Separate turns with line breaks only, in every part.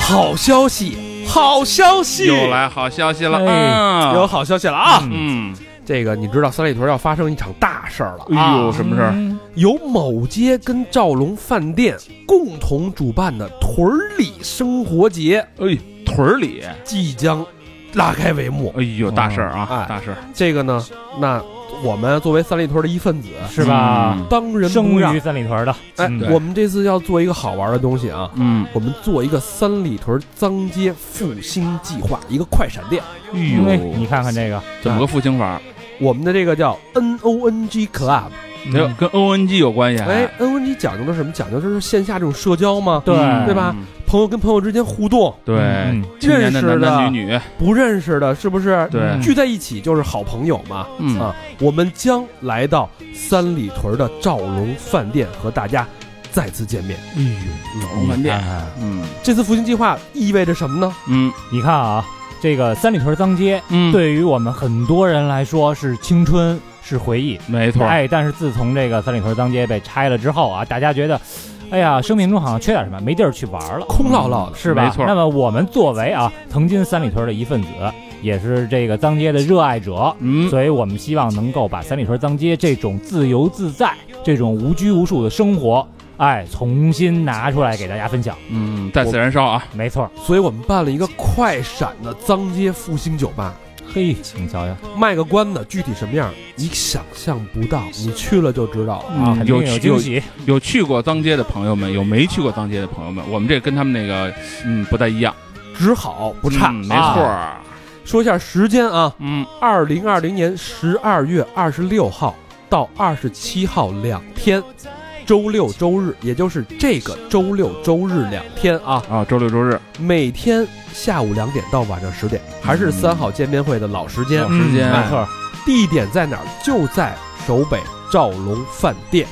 好消息，好消息，
又来好消息了
哎，有
啊！
好消息了啊！
嗯，
这个你知道三里屯要发生一场大事儿了，
哎呦，
啊
什么事儿？
由某街跟兆龙饭店共同主办的屯儿里生活节
哎，屯儿里，
即将拉开帷幕。
哎呦，大事儿
哎
啊，大事儿，
这个呢，那我们作为三里屯的一份子，
是吧？
嗯
当仁
生
不让
于。三里屯的，
哎
嗯，
我们这次要做一个好玩的东西啊，
嗯，
我们做一个三里屯脏街复兴计划，一个快闪店。
哎
哎
呦，
你看看这个，
怎么个复兴法？
我们的这个叫 N O N G Club，
没
嗯
有跟 ONG 有关系啊还？
哎，N O N G 讲究的是什么？讲究就是线下这种社交嘛，
对
嗯
对吧？朋友跟朋友之间互动，
对
嗯，
青年的男男女女，
不认识的是不是
对，
嗯
聚在一起就是好朋友嘛？
嗯
啊，我们将来到三里屯的兆龙饭店和大家再次见面。
哎
龙门店，嗯
这次复兴计划意味着什么呢？
嗯
你看啊，这个三里屯脏街，
嗯，，
对于我们很多人来说是青春，是回忆。
没错，
哎，但是自从这个三里屯脏街被拆了之后啊，大家觉得，哎呀，生命中好像缺点什么，没地儿去玩了。嗯
空落落的，
是吧？
没错
那么我们作为啊，曾经三里屯的一份子，也是这个脏街的热爱者，
嗯，
所以我们希望能够把三里屯脏街这种自由自在、这种无拘无束的生活，哎，重新拿出来给大家分享。
嗯，再次燃烧啊，
没错，
所以我们办了一个快闪的脏街复兴酒吧。
嘿，你瞧瞧，
卖个关子，具体什么样你想象不到，你去了就知道了。
嗯
啊肯定
有
有
有
惊喜。
有去过脏街的朋友们，有没去过脏街的朋友们，我们这跟他们那个嗯不太一样，
只好不差，
嗯没错
啊
儿，
说一下时间啊，
嗯，
二零二零年十二月二十六号到二十七号两天，周六周日，也就是这个周六周日两天啊，
啊，周六周日
每天下午两点到晚上十点，还是三号见面会的老时间。
有时间
嗯，
没错，
地点在哪儿？就在首北兆龙饭店。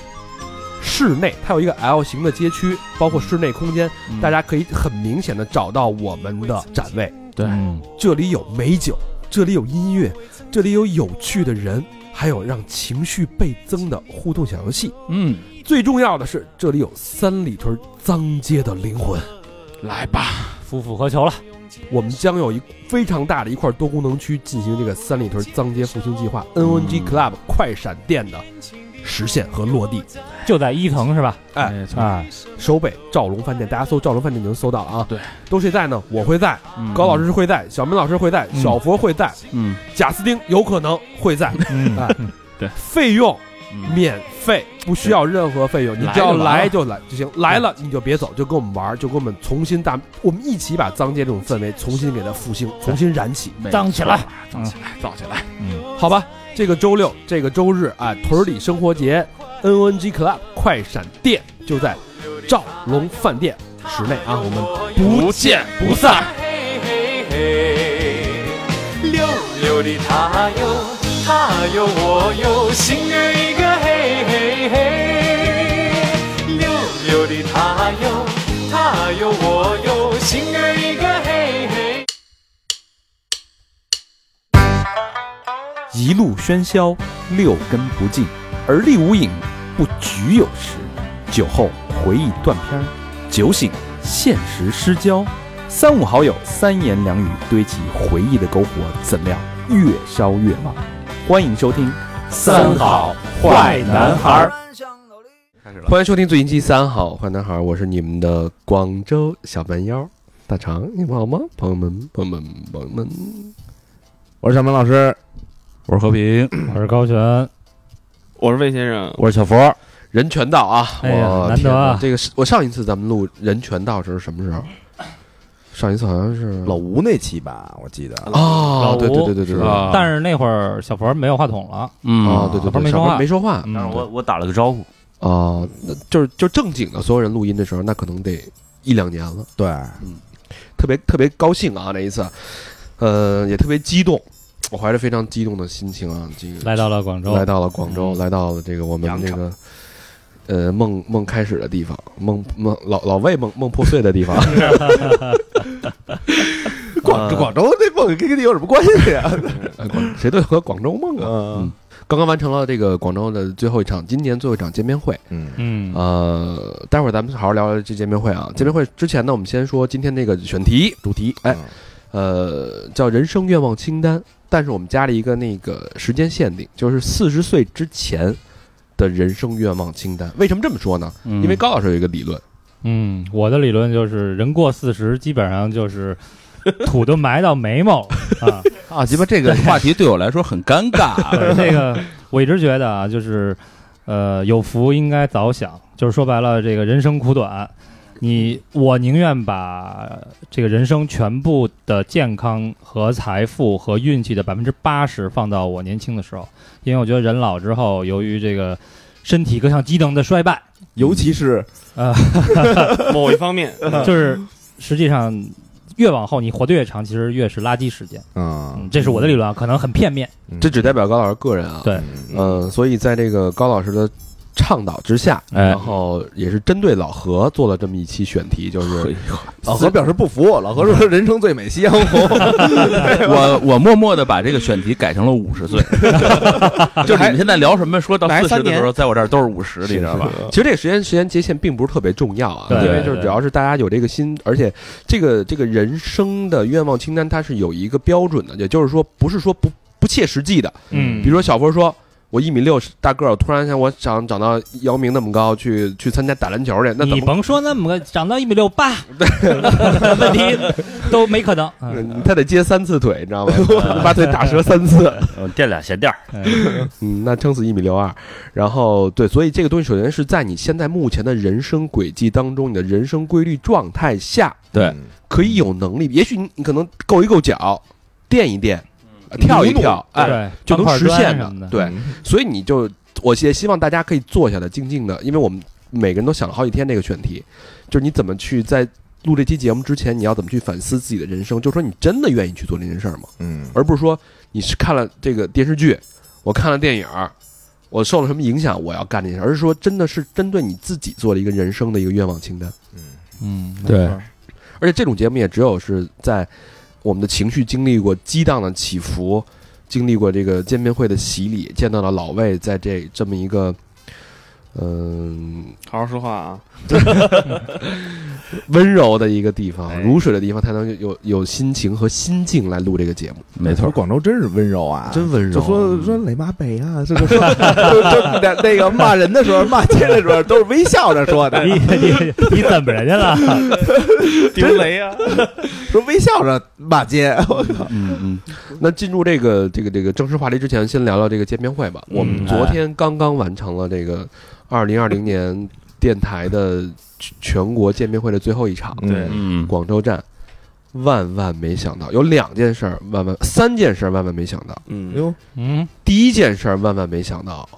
室内它有一个 L 型的街区，包括室内空间，
嗯
大家可以很明显的找到我们的展位。
对，
这里有美酒，这里有音乐，这里有有趣的人，还有让情绪倍增的互动小游戏。
嗯，
最重要的是，这里有三里屯脏街的灵魂。
来吧，
夫复何求了。
我们将有一非常大的一块多功能区进行这个三里屯脏街复兴计划 NNG Club 快闪店的实现和落地。
就在一层是吧？
哎
没
嗯
错，
啊，
首北兆龙饭店，大家搜兆龙饭店就能搜到啊。
对，
都谁在呢？我会在，
嗯
高老，师会在，小明老师会在，
嗯
小佛会在，
嗯，
贾斯汀有可能会在。
嗯
哎，费用
嗯
免费，不需要任何费用，你只要来就来就行，来了你就别走，就跟我们玩，就跟我们重新大，我们一起把脏街这种氛围重新给它复兴，重新燃起，
没错
脏起来，
脏起来，造起来，
好吧？这个周六，这个周日啊，屯里生活节，NNG Club 快闪店就在兆龙饭店室内啊，我们
不见不散。
嘿嘿嘿，溜溜的他哟，他哟我哟，心儿一个嘿嘿嘿，溜溜的他哟，他哟我哟，心儿一个嘿嘿。
一路喧嚣，六根不净，而立无影，不局有时。酒后回忆断片儿，酒醒现实失焦。三五好友，三言两语堆起回忆的篝火，怎料越烧越旺。欢迎收听《三好坏男孩儿》。
欢迎收听最新期三好坏男孩，我是你们的广州小蛮腰大肠，你们好吗？朋友们，朋友们，朋友们，
我是小明老师，
我是和平，
我是高璇，
我是魏先生，
我是小佛，
人权道啊！
哎呀
我
难
天
得啊
哪这个是我上一次咱们录人权道时候什么时候？上一次好像是
老吴那期吧，我记得。
哦
老，吴
对对对对对对，
啊，
但
是
是那会儿小佛没有话筒了，
哦
嗯，
对对
小胖
对，
没
小
说
胖
话
没说话
嗯
但是我我打了个招呼，
哦，那就是就正经的所有人录音的时候，那可能得一两年了，嗯
对，
特别特别高兴啊那一次，呃，也特别激动，我怀着非常激动的心情啊，这个
来到了广州，嗯
来到了广州，来到了这个我们这个呃梦梦开始的地方，梦梦老老魏梦梦破碎的地 方。呃
广州广州那梦跟跟你有什么关系啊？
哎广谁都有个广州梦啊。
嗯，
刚刚完成了这个广州的最后一场，今年最后一场见面会。
嗯，
嗯
呃，待会儿咱们好好聊聊这见面会啊。见面会之前呢，我们先说今天这个选题主题，哎，呃，叫人生愿望清单，但是我们加了一个那个时间限定，就是四十岁之前的人生愿望清单。为什么这么说呢？
嗯
因为高老师有一个理论，
嗯，我的理论就是，人过四十，基本上就是土都埋到眉毛了啊。
啊，鸡巴这个话题对我来说很尴尬。啊
对，这个啊我一直觉得啊，就是呃，有福应该早享，就是说白了，这个人生苦短，你我宁愿把这个人生全部的健康和财富和运气的百分之八十放到我年轻的时候，因为我觉得人老之后，由于这个身体各项机能的衰败，
尤其是
某一方面，
就是实际上。越往后你活得越长，其实越是垃圾时间。
嗯
嗯，，这是我的理论啊，可能很片面。
这只代表高老师个人啊。
对
呃，所以在这个高老师的倡导之下，
哎
然后也是针对老何做了这么一期选题，就是
老何表示不服，老何
嗯
说人生最美夕阳红，
我我默默的把这个选题改成了 五十岁，就是你们现在聊什么，说到
哪
四
三
十的时候，在我这儿都是五十，你
是
知道吧？
其实这个时间时间界限并不是特别重要啊，
对
因为
对
就是
对
只要是大家有这个心，而且这个这个人生的愿望清单它是有一个标准的，也就是说不是说不不切实际的，
嗯
比如说小佛说。我一米六大个儿，我突然想我想长到姚明那么高，去去参加打篮球去，那怎
你
么
甭说那么个，长到一米六八，问题都没可能。嗯
嗯他得接三次腿，你 知道吗？把腿打折三 次，
呃垫俩鞋垫儿，
哎
嗯，那撑死一米六二。然后对，所以这个东西首先是在你现在目前的人生轨迹当中，你的人生规律状态下，
对
嗯，
可以有能力，也许你你可能够一够脚，垫一垫，
嗯
呃跳一跳，哎，
对，
就能
搬块
实
砖
现
什么的。嗯
对，所以你就，我也希望大家可以坐下来静静的，因为我们每个人都想了好几天这个选题，就是你怎么去在录这期节目之前，你要怎么去反思自己的人生，就说你真的愿意去做这件事儿吗？
嗯
而不是说你是看了这个电视剧，我看了电影儿，我受了什么影响，我要干这件事，而是说真的是针对你自己做了一个人生的一个愿望清单。
嗯，
对，而且这种节目也只有是在我们的情绪经历过激荡的起伏，经历过这个见面会的洗礼，见到了老魏在这这么一个。嗯，
好好说话啊。
温柔的一个地方，
哎
如水的地方，才能有有心情和心境来录这个节目，
没
我
错
说，广州真是温柔啊，
真温柔。
就说说雷马北啊，这个说 就就那那个骂人的时候，骂街的时候都是微笑着说的
你，你你怎么人家 了？
丢雷啊！
说微笑着骂街，我靠，
嗯嗯，
那进入这个这个这个正式话题之前，先聊聊这个见面会吧。我们昨天刚刚完成了这个二零二零年电台的全全国见面会的最后一场，
对
嗯，
广州站。万万没想到，有两件事儿，万万三件事儿，万万没想到。
嗯，
哟，
嗯，
第一件事儿，万万没想到，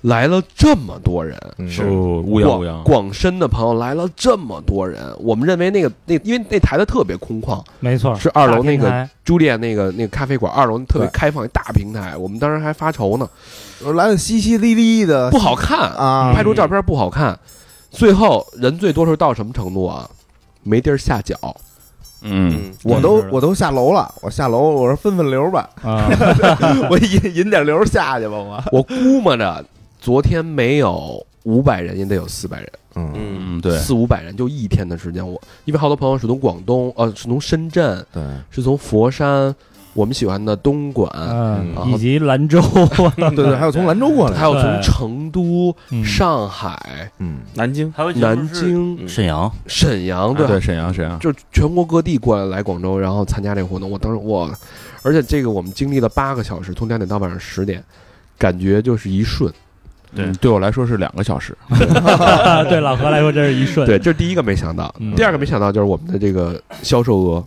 来了这么多人，
是嗯哦乌泱乌泱，
广深的朋友来了这么多人。我们认为那个那，因为那台子特别空旷，
没错，
是二楼那个
大天台
朱丽叶那个那个咖啡馆二楼特别
对
开放一大平台，我们当时还发愁呢，
我来的淅淅沥沥的，
不好看，
啊，
拍出照片不好看。最后人最多时候到什么程度啊？没地儿下 脚，
嗯，
我
真
都
是的
我都下楼了，我下楼，我说分分流吧，
啊，
我引引点流下去吧，我，
我估摸着昨天没有五百人，也得有四百人，
嗯，
嗯对，
四五百人就一天的时间。我因为好多朋友是从广东，呃，是从深圳，
对，
是从佛山，我们喜欢的东莞，
嗯
然，后
以及兰州，
对对，还有从兰州过来的，
还有从
对
成都、
嗯
上海、
嗯，
南京，还有
南京、
嗯
沈阳，啊
沈阳，
对
对，
沈阳沈阳，
就是全国各地过来来广州，然后参加这个活动。我当时我，而且这个我们经历了八个小时，从两点到晚上十点，感觉就是一瞬。
对
嗯对我来说是两个小时，
对老何来说真是一瞬。
对，这是第一个没想到，
嗯
第二个没想到就是我们的这个销售额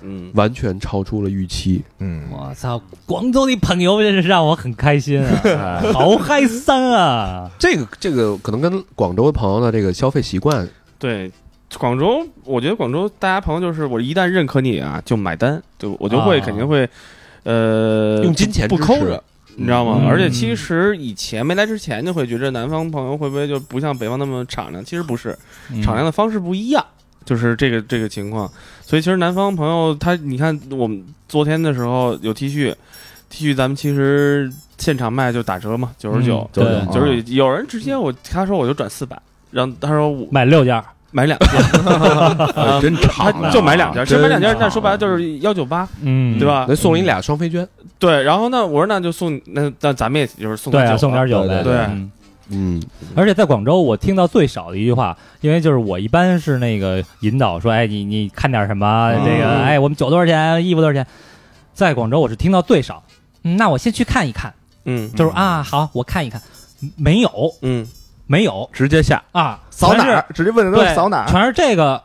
嗯，
完全超出了预期。
嗯，
我操，广州的朋友真是让我很开心啊，好嗨森啊！
这个这个可能跟广州朋友的这个消费习惯，
对，广州，我觉得广州大家朋友就是，我一旦认可你啊，就买单，就我就会
啊
肯定会，呃，
用金钱
不
支
抠
持
着，你知道吗？
嗯
而且其实以前没来之前就会觉着南方朋友会不会就不像北方那么敞亮？其实不是，
嗯
敞亮的方式不一样，就是这个这个情况。所以其实南方朋友他，你看我们昨天的时候有 T 恤， T 恤咱们其实现场卖就打折嘛，九十九，
嗯对，啊
99
九十九。有人直接我他说我就转四百，然后他说我
买六件儿，
买两件，
啊
哎真
他
啊
敞亮，
就买两件，其实买两件，
真
那说白了就是幺九八，
嗯
对？吧
那？送你俩双飞娟，
对，然后呢，我说那就送那那咱们也就是送
对啊，
酒
送点酒呗。
对对
嗯
嗯，
而且在广州，我听到最少的一句话，因为就是我一般是那个引导说，哎，你你看点什么？这个，哎，我们酒多少钱？衣服多少钱？在广州，我是听到最少。嗯那我先去看一看，
嗯
就是啊，好，我看一看，没有，
嗯，
没有
直接下，
啊，
扫
全
哪
是
儿？直接问他
对，
扫哪
全是这个，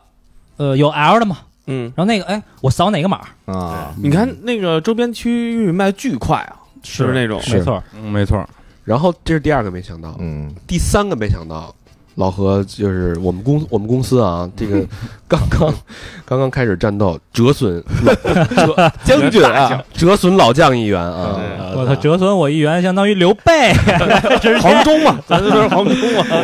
呃，有 L 的吗？
嗯，
然后那个，哎，我扫哪个码？
儿啊？
你看那个周边区域卖巨快啊，就是那种
没错，
嗯没错，
然后这是第二个没想到，
嗯，
第三个没想到，老何就是我们公我们公司啊，这个刚刚刚刚开始战斗，折损老折将军啊，折损老将一员啊
对，
啊
我操，折损我一元，相当于刘备， 直接
中嘛，
咱这边黄忠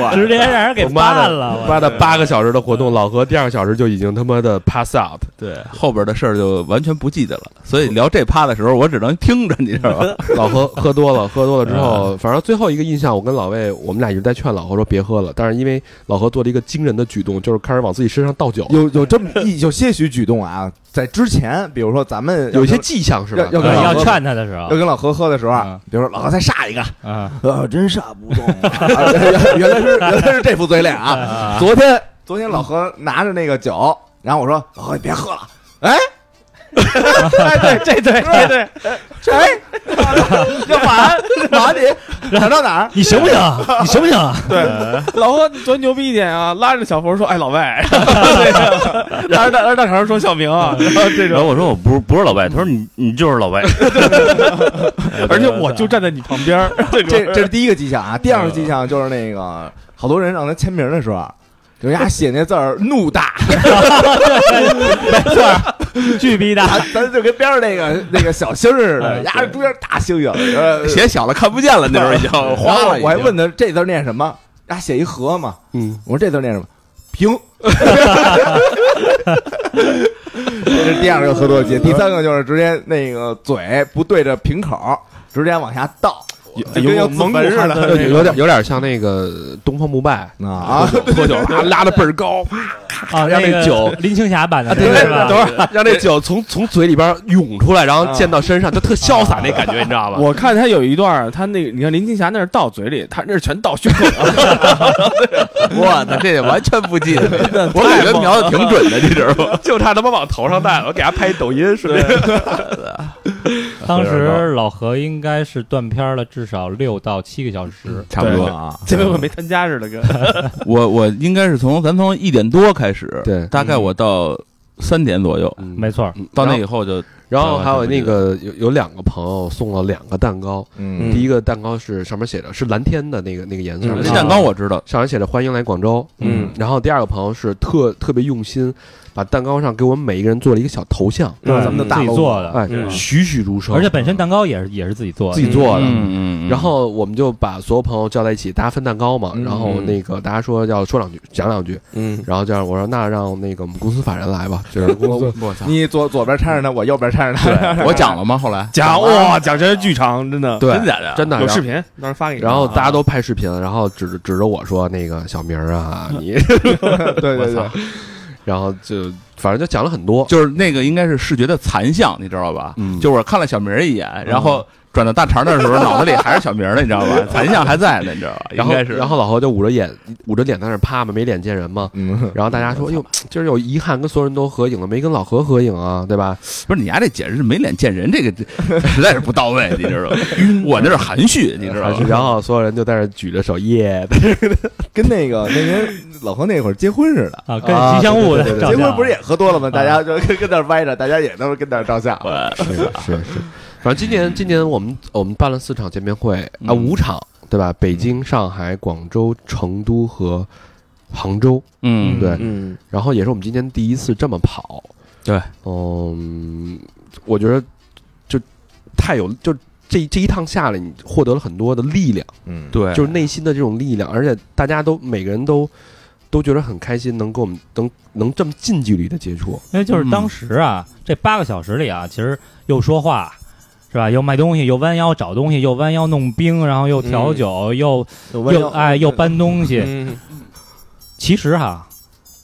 啊，
直接让人给
我妈的
办了，我
妈的八个小时的活动，老何第二个小时就已经他妈的 pass out，
对，后边的事儿就完全不记得了。所以聊这趴的时候，我只能听着，你知道 吧？
老何喝多了，喝多了之
嗯
后，反正最后一个印象，我跟老魏，我们俩一直在劝老何说别喝了，但是因为老何做了一个惊人的举动，就是开始往自己身上倒酒，
有有这么一有些许举动啊，在之前，比如说咱们
有一些
要
迹象是吧？
要
嗯
对
要
要劝他的时候
要，跟老何喝的时候啊
嗯，
比如说老何再煞一个，
啊，
呃，真煞不动啊， 原来是原来是这副嘴脸啊！昨天昨天老何拿着那个酒，然后我说老何你别喝了，哎。哎， 对，这对，这对，这哎，要反反你， 反到哪儿？
你行不行？你行不行？
老何多牛逼一点啊！拉着小佛说：“哎，老外。” 拉着大拉着大肠说：“小明啊。”然后这
然
种，
后我说我不是不是老外，他说你你就是老外，
而且我就站在你旁边儿，这
这
种
这是第一个迹象啊。第二个迹象就是那个好多人让他签名的时候啊，就是人家写那字儿怒大，
巨逼大，
咱咱就跟边上那个那个小星儿似的，丫中间大星星，呃
写小了看不见了，那时候已经
然
花
后
了已经。
我还 问他这字念什么，他写一和嘛，
嗯，
我说这字念什么？平。 这是第二个合作节，第三个就是直接那个嘴不对着瓶口，直接往下倒，就跟要自
蒙古
焚似
汉
的
的那
有
种，
点有点像那个东方不败
啊！
喝酒啪拉的倍儿高，啊
啊，
让
那
那
个
酒
林青霞版的那
等
个是
会
吧？
儿让那酒从从嘴里边涌出来，然后溅到身上，
啊
就特潇洒那感觉，你知道吧？
我看他有一段儿，他那个你看林青霞那是倒嘴里，他那是全倒胸口了。
我操，这完全不 记得，我感觉瞄的挺准的，你知道吗？
就差他妈往头上戴了，我给他拍抖音，顺便
当时老何应该是断片儿了，至少六到七个小时。
差不多，
啊，
这回我没参加似的，哥。
我我应该是从咱从一点多开始，
对
大概我到三点左右，
没
没错
嗯
儿，
到那以后就
然后还有那个有有两个朋友送了两个蛋糕，
嗯
第一个蛋糕是上面写着是蓝天的那个那个颜色，
嗯
那蛋糕我知道，
上面写着欢迎来广州，
嗯
然后第二个朋友是特特别用心，把蛋糕上给我们每一个人做了一个小头像，
对
咱们的大
自己
logo
做的，
哎，
嗯
栩栩如生，
而且本身蛋糕也是也是自己做
自
的。
己做的。
嗯嗯，
然后我们就把所有朋友叫在一起，大家分蛋糕嘛。
嗯
然后那个大家说要说两句，讲两句。
嗯，
然后这样我说那让那个我们公司法人来吧，就是公司
你左左边掺着他，我右边掺着他，
我讲了吗？后来
讲哇，讲真巨长，真的。
对
真假的？
真的
有视
频。
频，到时候发给你。啊
然后大家都拍视频，然后指指着我说那个小明儿啊，你
对对对
我，然后就反正就讲了很多。
就是那个应该是视觉的残像，你知道吧？
嗯
就是我看了小明儿一眼，然后转到大肠那儿的时候，脑子里还是小明儿呢，你知道吧？残像还在呢，你知道吧？
然后
应该是
然后老何就捂着眼捂着脸在那儿趴嘛，没脸见人嘛。
嗯，
然后大家说：“哟，今儿有遗憾，跟所有人都合影了，没跟老何合影啊，对吧
不是你丫这解释没脸见人，这个这实在是不到位，你知道吧？我那是啊含蓄，你？”知道
还
吧？
是
嗯
然后所有人就在那儿举着手耶。
跟那个那年老何那会儿结婚似的
啊跟吉祥物的
对对对
照
结婚
相啊
不是也喝多了吗？大家就跟跟那儿歪着，大家也都是跟那儿照相。
是是是，反正今年今年我们我们办了四场见面会啊，
嗯
五场对吧？北京、上海、广州、成都和杭州，
嗯，
对，
嗯，
然后也是我们今天第一次这么跑。
对，
嗯，我觉得就太有，就这这一趟下来，你获得了很多的力量，
嗯，
对，
就是内心的这种力量，而且大家都每个人都都觉得很开心，能跟我们能能这么近距离的接触，
因为就是当时啊，这八个小时里啊，其实又说话，是吧？又卖东西，又弯腰找东西，又弯腰弄冰，然后又调酒，又又哎又搬东西，
嗯，
其实哈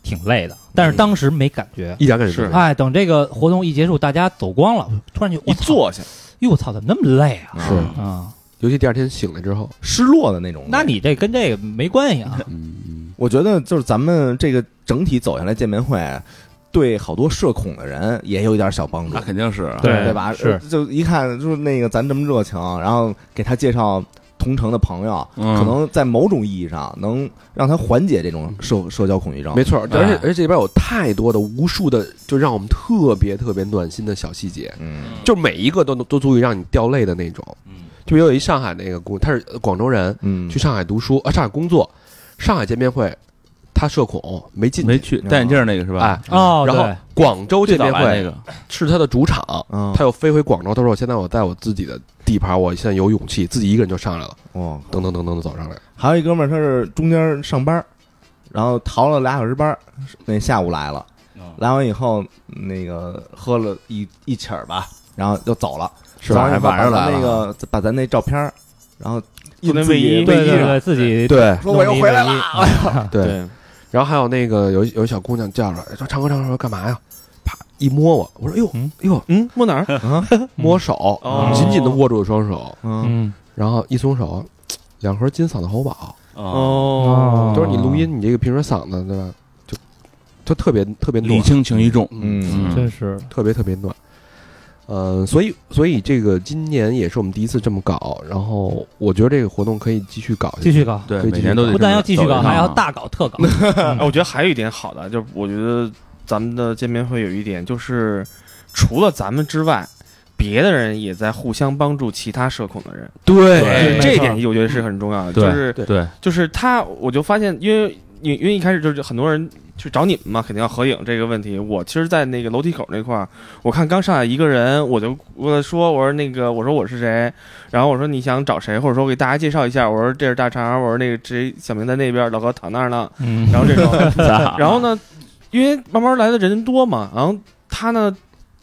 挺累的，但是当时没感觉。
一点感觉
是
都没有
哎，等这个活动一结束，大家走光了，突然就
一
我操，
坐下，
哟我操，怎么那么累啊？
是，
啊，
嗯尤其第二天醒来之后，
失落的那种。
那你这跟这个没关系啊。
嗯，
我觉得就是咱们这个整体走下来见面会，对好多社恐的人也有一点小帮助
啊
那，肯定是
对
对吧？
是
呃就一看就是那个咱这么热情，然后给他介绍同城的朋友，
嗯
可能在某种意义上能让他缓解这种社社交恐
哦
惧症。
没错，而且而且这里边有太多的无数的，就让我们特别特别暖心的小细节，
嗯
就每一个都都足以让你掉泪的那种。就比如有一上海那个姑，她是呃广州人，
嗯，
去上海读书啊，上海工作，上海见面会，她社恐没进
没
去，
去戴眼镜那个是吧
哎？，
哦，
然后
对
广州
最
见
早
面
来那
会
个，
是她的主场，
嗯，
他又飞回广州，他说：“我现在我在我自己的地盘，我现在有勇气，自己一个人就上来了，
哦，
噔噔噔噔的走上来。
还有一哥们儿，他是中间上班儿，然后逃了俩小时班儿，那下午来了，来完以后那个喝了一一起儿吧，然后又走了，
是
早
吧
上
晚上来了
那个把咱那照片儿，然后
印那
自己
卫衣
对
卫
对
上
对，自己
对
说我又回来了，
对，，然后还有那个有一有一小姑娘叫出来说：“唱歌唱歌，说干嘛呀？”啪一摸我，我说：“哟
嗯
哟，
嗯，摸哪 儿？
摸手
哦，
紧紧的握住双手，
嗯，
嗯
然后一松手，两盒金嗓子喉宝。
嗯
嗯
哦，
就是你录音，你这个平时嗓子对吧？就就特别特别
礼
暖，
轻情意重，
嗯
真是
特别特别暖。呃，所以所以这个今年也是我们第一次这么搞，然后我觉得这个活动可以继续搞下去
继续搞，
对，
可以继
每
续
年都得
不但要继续
走一
搞，
趟
还要
啊
大搞特搞。
哎，我觉得还有一点好的，就是我觉得咱们的见面会有一点就是，除了咱们之外，别的人也在互相帮助其他社恐的人，
对
对
这一点我觉得是很重要
嗯
的。
对
就是
对，
就是他，我就发现，因为因因为一开始就是很多人去找你们嘛，肯定要合影这个问题。我其实，在那个楼梯口那块儿，我看刚上来一个人，我就我说我说那个我说我是谁，然后我说你想找谁，或者说我给大家介绍一下，我说这是大肠，我说那个谁小明在那边，老何躺那儿呢，
嗯，
然后这种，
啊
然后呢，因为慢慢来的人多嘛，然后他呢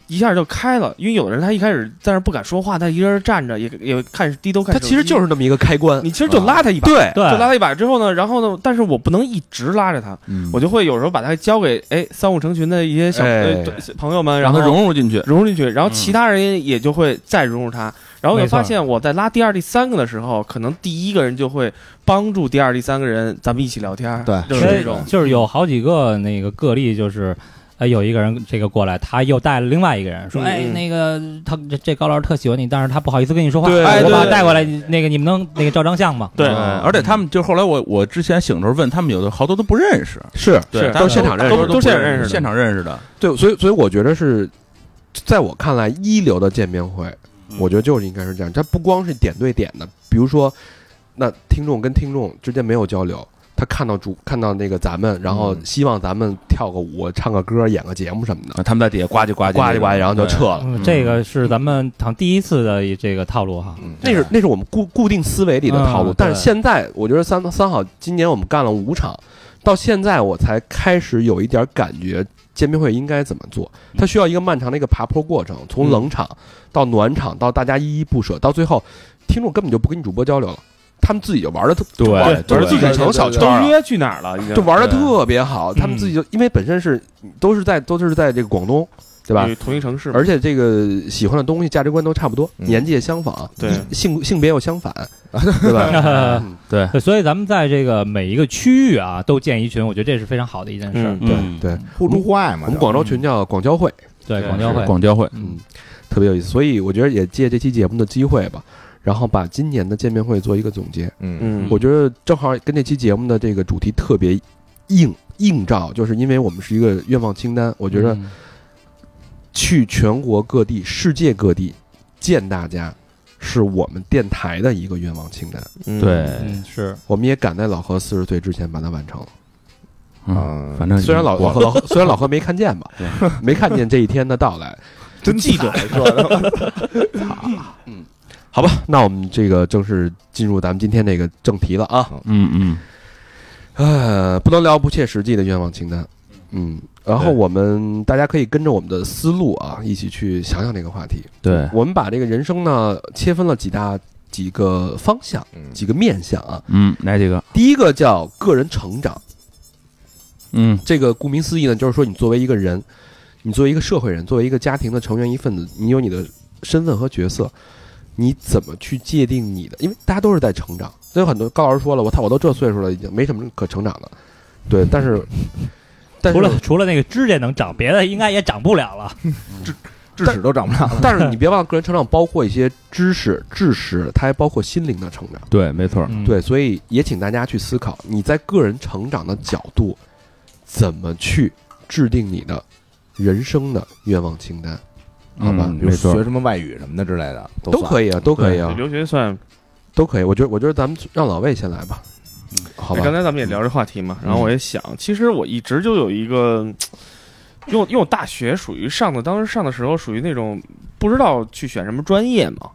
一下就开了，因为有的人他一开始在那儿不敢说话，他一个人站着也也看低头看
它
手机，
其实就是那么一个开关。
你其实就拉他一把，
对
嗯
对
就拉他一把之后呢，然后呢，但是我不能一直拉着他，我就会有时候把他交给哎三五成群的一些小、
哎
呃对朋友们，然
让
后
它融入进去，
融入进去，然后其他人也就会再融入他。然后我
没
就
错
发现，我在拉第二、第三个的时候，可能第一个人就会帮助第二、第三个人，咱们一起聊天儿，
对
就是
所以
这种，
就是有好几个那个个例，就是。哎，有一个人这个过来，他又带了另外一个人，说：“
嗯
哎，
嗯
那个他这这高老师特喜欢你，但是他不好意思跟你说话，
对
哎我
对
把他
对
带过来，那个你们能那个照张相吗？”
对，
嗯
而且他们就后来我我之前醒的时候问他们，有的好多都不认识，
是
对，
都是现场认识
都
的，
不
都现场认识的
现场认识的，
对，所以所以我觉得是，在我看来，一流的见面会，我觉得就是应该是这样。它不光是点对点的，比如说，那听众跟听众之间没有交流，他看到主看到那个咱们，然后希望咱们跳个舞、唱个歌、演个节目什么的，
啊他们在底下呱唧呱唧
呱唧呱唧，然后就撤了。
嗯，这个是咱们好像第一次的一这个套路哈。
那是那是我们固固定思维里的套路，
嗯
但是
对
现在我觉得三三好今年我们干了五场，到现在我才开始有一点感觉见面会应该怎么做。它需要一个漫长的一个爬坡过程，从冷场到暖场，到大家依依不舍，到最后听众根本就不跟主播交流了，他们自己就玩的特
对
就玩
对
玩自己成小圈
都
儿啊了。
约去哪儿了，已经
就玩的
对
特别好，他们自己就因为本身是都是在都是在这个广东，对吧？
与同一城市嘛，
而且这个喜欢的东西、价值观都差不多，
嗯
年纪也相仿，
对
性性别又相反，对吧？ 嗯
对，
所以咱们在这个每一个区域啊，都建一群，我觉得这是非常好的一件事儿。
嗯
对
嗯
对，
互助互爱嘛。
我们
就
广州群叫广交会，
对，
对
广交会，
广交会，
嗯，特别有意思。所以我觉得也借这期节目的机会吧，然后把今年的见面会做一个总结。
嗯
嗯，
我觉得正好跟这期节目的这个主题特别映映照，就是因为我们是一个愿望清单，我觉得
嗯
去全国各地、世界各地见大家，是我们电台的一个愿望清单。
嗯
对，
嗯是
我们也赶在老何四十岁之前把它完成了。
嗯，
反正
虽然老
我
老 老虽然老何没看见吧，没看见这一天的 到来。
真记得说的，
嗯
好吧，那我们这个正式进入咱们今天这个正题了啊。哎
嗯嗯，
呃，不能聊不切实际的愿望清单，嗯，然后
对
我们大家可以跟着我们的思路啊，一起去想想这个话题。
对，
我们把这个人生呢切分了几大几个方向、几个面向啊。
嗯，哪几个？
第一个叫个人成长，
嗯
这个顾名思义呢，就是说你作为一个人，你作为一个社会人，作为一个家庭的成员一份子，你有你的身份和角色，你怎么去界定你的？因为大家都是在成长，所以很多高老师说了，我操，我都这岁数了，已经没什么可成长的。对，但是，但
除
是
了除了那个指甲能长，别的应该也长不了了。
智齿都长不上了。
但是你别忘了，个人成长包括一些知识、知识，它还包括心灵的成长。
对，没错，
嗯，
对，所以也请大家去思考，你在个人成长的角度，怎么去制定你的人生的愿望清单，好吧？
嗯
比如
没错
学什么外语什么的之类的都
都
算
可以啊，都可以
对
啊，
留学算。
都可以。我觉得，我觉得咱们让老魏先来吧，好
哎刚
吧？嗯
才咱们也聊这话题嘛，然后我也想，其实我一直就有一个，因为我因为我大学属于上的，当时上的时候属于那种不知道去选什么专业嘛，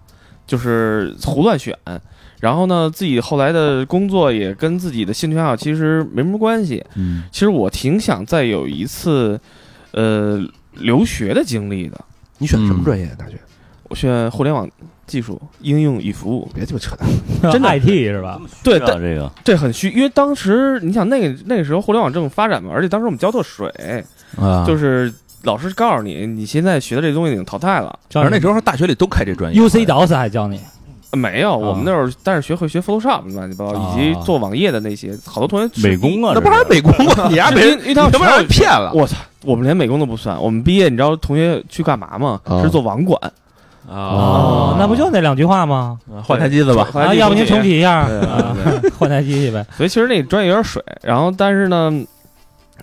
就是胡乱选。然后呢，自己后来的工作也跟自己的兴趣爱好其实没什么关系。
嗯
其实我挺想再有一次，呃，留学的经历的。
你选什么
嗯
专业？啊大学？
我选互联网技术应用与服务，
别鸡巴扯淡！
真的
IT 是吧？
对，但
这个
这很虚，因为当时你想那个那个时候互联网正发展嘛，而且当时我们交错水，
啊，
就是老师告诉你，你现在学的这东西已经淘汰了。
反正那时候大学里都开这专业
UC DOS 还教你，
呃没有，我们那会儿但是学会学 Photoshop 乱七八
啊
糟，以及做网页的那些，好多同学
美工啊，
那不还美国吗？你丫
是
被
因为因为他们
他妈
全
让
有
人骗了！
我操，我们连美工都不算。我们毕业，你知道同学去干嘛吗？
啊
是做网管，
哦，那不就那两句话吗？
换台机子吧，
后来
啊，
就
要不您
重
重
启
启一下，
对对
啊 换台机去呗。
所以其实那专业有点水。然后，但是呢，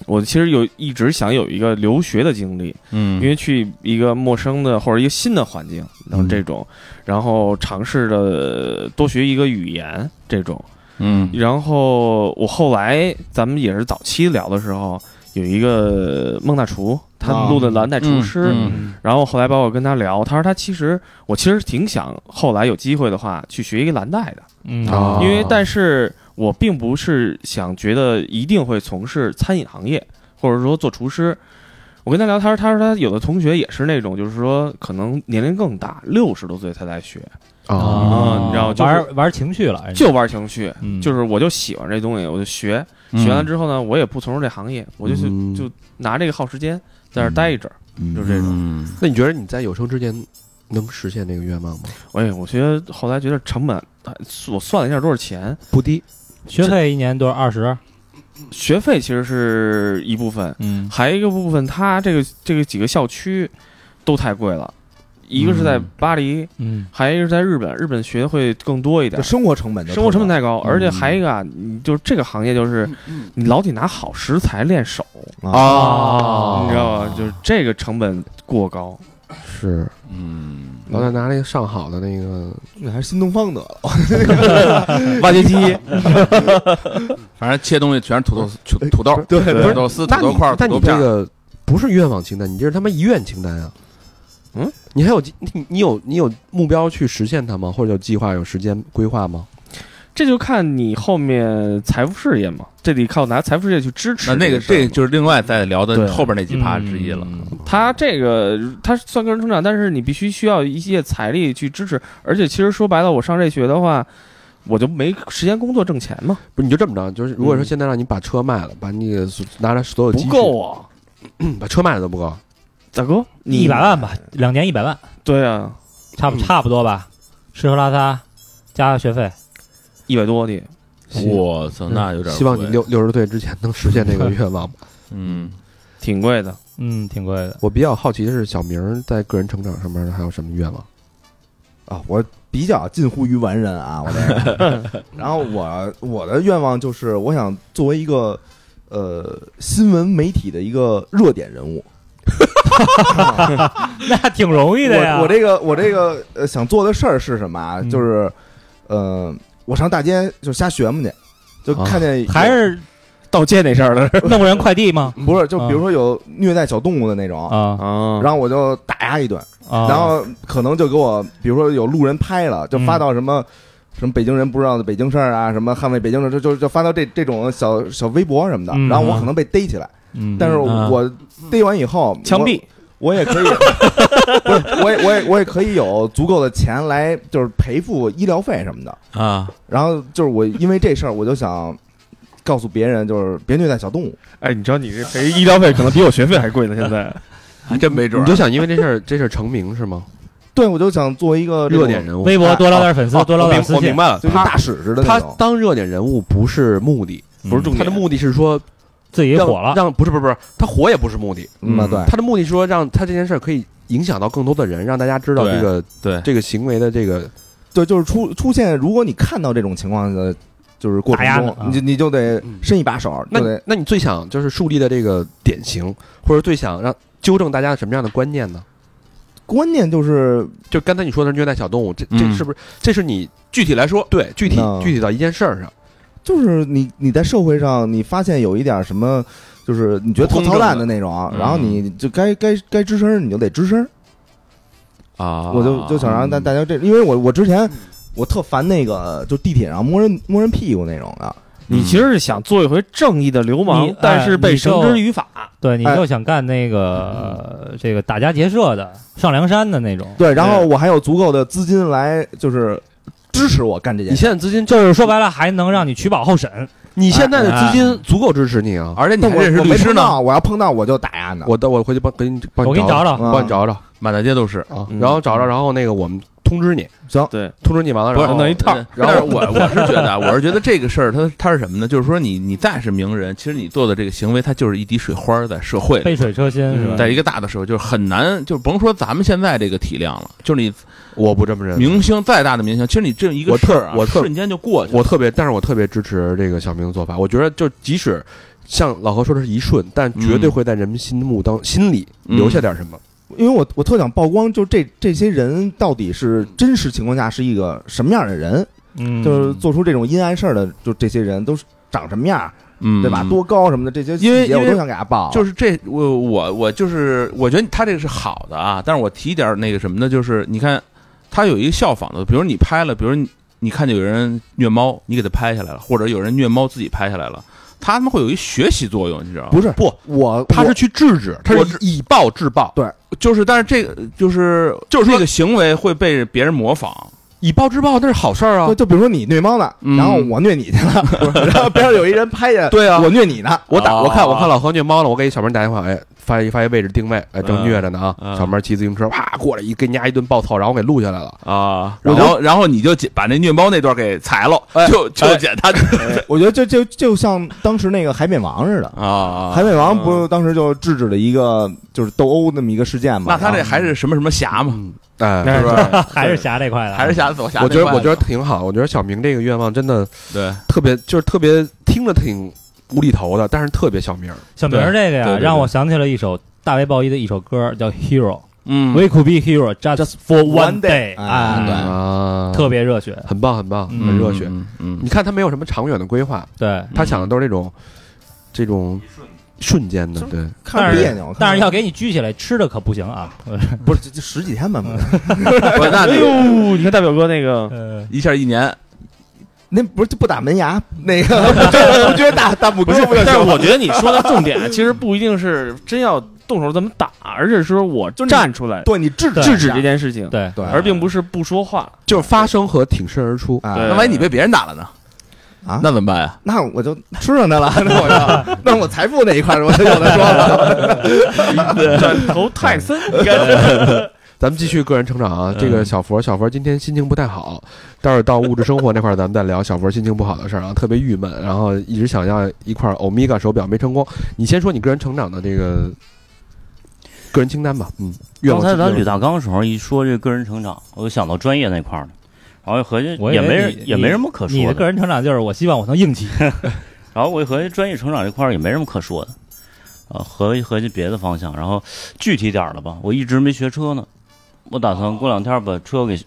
我其实有一直想有一个留学的经历，
嗯
因为去一个陌生的或者一个新的环境，然
嗯
后这种，然后尝试着多学一个语言这种。
嗯
然后我后来咱们也是早期聊的时候，有一个孟大厨，他录的《蓝带厨师》
嗯
然后后来包括跟他聊，他说他其实我其实挺想后来有机会的话去学一个蓝带的，
嗯，
哦
啊
因为但是我并不是想觉得一定会从事餐饮行业，或者说做厨师。我跟他聊，他说他说他有的同学也是那种，就是说可能年龄更大，六十多岁才来学，
啊，
啊
嗯，然后就是
玩玩情绪了，
就玩情绪，
嗯
就是我就喜欢这东西，我就学，
嗯
学完了之后呢，我也不从事这行业，我就去
嗯
就拿这个耗时间在那儿待一阵儿，就这种。
嗯
那你觉得你在有生之年能实现这个愿望吗？
哎，我觉得后来觉得成本，哎我算了一下多少钱，
不低，
学费一年多少二十？
学费其实是一部分，
嗯，
还有一个部分，它这个这个几个校区都太贵了，一个是在巴黎，
嗯，
还有一个是在日本，日本学的会更多一点
这。生活成本就
生活成本
特
太高，而且还有一个啊，你就是这个行业，就是
嗯
你老得拿好食材练手，
高了
哦
你知道吧？就是这个成本过高。
是
嗯，
老在拿那个上好的那个
那还是新东方得了。
挖掘机，反正切东西全是土豆丝土土豆，
对
土豆丝、土
那
豆
你
块儿、土
但
豆
你
片
这
儿，
个不是愿望清单，你这是他妈遗愿清单啊！
嗯，
你还有你你有你有目标去实现它吗？或者有计划、有时间规划吗？
这就看你后面财富事业嘛，这得靠拿财富事业去支持
那
个事儿嘛。
那个这就是另外再聊的
对
后边那几趴之一了。
他这个他算个人成长，但是你必须需要一些财力去支持。而且其实说白了，我上这学的话，我就没时间工作挣钱嘛，
不是，你就这么着，就是如果说
嗯
现在让你把车卖了，把你的所拿着所有积
不
蓄，
够啊，
嗯把车卖了都不够。
大哥，你
一百万吧，两年一百万，
对啊，
差不差不多吧，吃喝拉撒加学费。
一百多的，
我操，那有点
希望你
贵
六六十岁之前能实 现这个愿望吧。
嗯，
挺贵的。
嗯，挺贵的。
我比较好奇的是，小明儿在个人成长上面还有什么愿望？
啊，我比较近乎于完人啊，我这个。然后我我的愿望就是，我想作为一个呃新闻媒体的一个热点人物。
那挺容易的呀。嗯
我我这个我这个呃想做的事儿是什么啊？就是呃，我上大街就瞎学嘛去，就
啊
看见有
还是
盗窃那事儿了
弄人快递 吗？
不是就比如说有虐待小动物的那种，
嗯啊
啊，
然后我就打他一顿，
啊！
然后可能就给我，比如说有路人拍了，就
嗯
发到什么、什么北京人不知道的北京事儿啊，什么捍卫北京事儿，就就就发到这这种小小微博什么的，
嗯
然后我可能被逮起来，
嗯
但是
嗯
我逮完以后
枪毙，
我，我也可以， 不是，我也我也我也可以有足够的钱来就是赔付医疗费什么的。
啊，
然后就是我因为这事儿，我就想告诉别人，就是别虐待小动物。
哎，你知道你这赔医疗费可能比我学费还贵呢，现在。
还真没准
你
儿
就想因为这事儿这事儿成名是吗？
对，我就想做一个这
热
种
点人物，
微博多捞点粉丝
啊，
多捞
我
点
明
私
我明
信。
白了，
就跟
他
大使似的那
他
种。
当热点人物不是目的，
不是重
他的目的是说
自己
让
火了，
让不是不是不是，他火也不是目的，
嗯，那对，
他的目的是说让他这件事儿可以影响到更多的人，让大家知道
对
这个
对
这个行为的这个
就就是出出现，如果你看到这种情况的，就是过
打
程
压
中
呢，啊
你就你就得
嗯
伸一把手，
那
就
你
得
那你最想就是树立的这个典型，或者最想让纠正大家什么样的观念呢？
关键就是
就刚才你说的虐待小动物，这这
嗯
是不是这是你具体来说对具体
嗯
具体到一件事儿上？
就是你你在社会上你发现有一点什么，就是你觉得
不
特
公正
操蛋的那种，啊
嗯
然后你就该该该吱声儿你就得吱声儿，
啊
我就就想让
嗯
大大家这，因为我我之前我特烦那个就地铁上摸人摸人屁股那种的，
你其实是想做一回正义的流
你
氓，但是
哎
被
你
绳
就
之于法。
对你
哎
就想干那个呃这个打家劫舍的、上梁山的那种，
对，然后我还有足够的资金来就是支持我干这
你
件事，
现在资金，
就是说白了还能让你取保候审。
你现在的资金足够支持你啊！
哎而且你
但
还
我
认识
我
律
没
师
碰
呢，
到，我要碰到我就打压呢，
我到我回去帮给你帮
我给
你
你找
找
找，
啊
帮你找找
满大街都是。
啊，
嗯
然后找找，然后那个我们通知你，
行
对，
通知你完了，
不是
然后
弄一套
但是我我是觉得啊，我是觉得这个事儿，它它是什么呢？就是说你你再是名人，其实你做的这个行为，它就是一滴水花儿在社会里，
杯水车薪是吧？
在一个大的社会，就是很难，就甭说咱们现在这个体量了，就是你
我不这么认为。
明星再大的明星，其实你这一个
我特
事儿啊，
我特
瞬间就过去了。
我特别，但是我特别支持这个小明的做法。我觉得，就即使像老何说的是一瞬，但绝对会在人们心目当、心里留下点什么。
因为我我特想曝光，就这这些人到底是真实情况下是一个什么样的人，
嗯，
就是做出这种阴暗事儿的，就这些人都是长什么样，
嗯，
对吧？多高什么的这些
因为
细节我
因为
都想给他报，
就是是这，我我我就是，我觉得他这个是好的啊，但是我提一点那个什么呢，就是你看，他有一个效仿的，比如你拍了，比如你你看见有人虐猫，你给他拍下来了，或者有人虐猫自己拍下来了，他他妈会有一学习作用，你知道吗？
不是
不，
我
他
我
是去制止，他
我
是以暴制暴，
就是，但是这个就是就是这个行为会被别人模仿，
以暴制暴那是好事儿啊
就。就比如说你虐猫呢，
嗯
然后我虐你去 了，然后边上有一人拍下，
对啊
我虐你呢，
我打
哦
我看我看老何虐猫了，我给小明打电话，哎，发一发一位置定位，哎，正虐着呢啊。
嗯
小明骑自行车，啪过来一给人家一顿暴操，然后给录下来了。
啊，
我
然
就
后然后你就剪把那虐猫那段给裁了，
哎
就就剪他
我觉得这就就像当时那个海扁王似的。
啊
海扁王不是当时就制止了一个就是斗殴那么一个事件嘛？
那他这
然后
还是什么什么侠嘛，
哎，
是不是？
还是侠这块的，啊
还是侠走侠那
我
块
觉
的？
得我觉得挺好，我觉得小明这个愿望真的
对，
特别，就是特别听着挺无厘头的，但是特别小明。
小明儿这个
对
呀，
对对
让我想起了一首大卫鲍伊的一首歌，叫《Hero》
嗯，
，We could be hero just for
one
one day
day 哎
啊，
啊，
特别热血。
很棒，很棒，
嗯
很热血。
嗯，嗯
你看他没有什么长远的规划，
对，
他想的都是这种这种瞬间的，对，
看着别扭，
但是
看着
要给你拘起来吃的可不行 啊。
不是这这十几天吧？不
嗯
是
不是那
哎
你
呦，你看大表哥那个，
呃，
一下一年，
那不是不打门牙，那个不撅不撅大大拇哥不就
但是
行
我
了？
觉得你 说的重点其实不一定是真要动手怎么打，而是说我站出来
对你制止
制止这件事情，
对，
对，
而并不是不说话。
就是发声和挺身而出。
啊
对，
那万一你被别人打了呢？
啊
那怎么办呀？
那我就吃上它了， 那我就那我财富那一块我就有的说了。
转头泰森，
咱们继续个人成长啊，
嗯
这个小佛，小佛今天心情不太好，待会儿到物质生活那块儿咱们再聊小佛心情不好的事儿啊，特别郁闷，然后一直想要一块欧米伽手表没成功。你先说你个人成长的这个个人清单吧，嗯，愿
刚
望
才咱
清
吕
单
大刚时候一说这个人成长，我就想到专业那块儿了，然后一合计
我以
也
为
没
你
人也没什么可
你
说
的个
的，
人成长就是我希望我能硬气。
然后我一合计专业成长这块儿也没什么可说的，呃，合计合计别的方向，然后具体点儿了吧，我一直没学车呢，我打算过两天把车给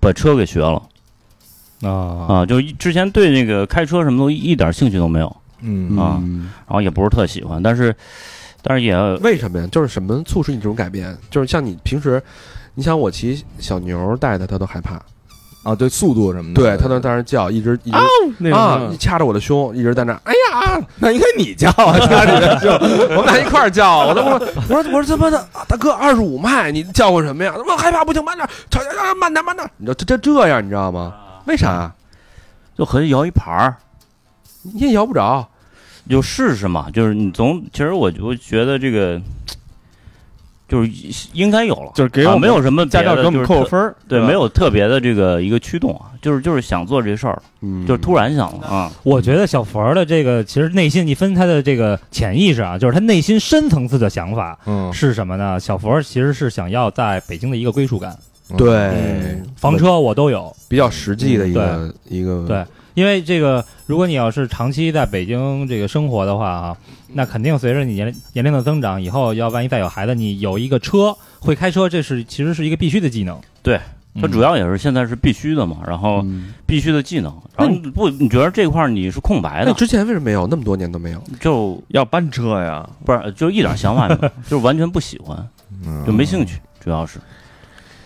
把车给学了
啊，
啊，就一之前对那个开车什么东西一点兴趣都没有，
嗯
啊然后也不是特喜欢，但是但是也
为什么呀？就是什么促使你这种改变？就是像你平时，你想我骑小牛带它，它都害怕，
啊，对速度什么的，
对它都在那儿叫，一直一直
那
啊，
个
一掐着我的胸，一直在那儿，哎呀，啊，
那应该你叫 啊，家里人就
我们俩一块儿叫，我都我 我说我说他妈的啊大哥二十五迈，你叫我什么呀？他妈害怕不行，慢点，吵吵吵，慢点慢点，你知道这这这样你知道
啊
吗？为啥？
就合计摇一盘儿，
你也摇不着，
你就试试嘛。就是你总，其实我我觉得这个就是应该有了，
就是给我
啊
们
没有什么别
驾照
的
给我们
就是
扣
特
个分儿，
对，
是吧
没有特别的这个一个驱动啊，就是就是想做这事儿，
嗯
就是突然想了啊。
我觉得小佛儿的这个其实内心，你分他的这个潜意识啊，就是他内心深层次的想法
嗯
是什么呢？小佛儿其实是想要在北京的一个归属感，
对
房车我都有，
比较实际的一个一个
对因为这个，如果你要是长期在北京这个生活的话啊，那肯定随着你年龄年龄的增长，以后要万一再有孩子，你有一个车会开车，这是其实是一个必须的技能。
它主要也是现在是必须的嘛，然后必须的技能，然后你不，你觉得这块儿你是空
那
白
哎
的
你，之前为什么没有？那么多年都没有，
就
要班车呀，
不是就一点想法没有，就是完全不喜欢，
嗯
就没兴趣，主要是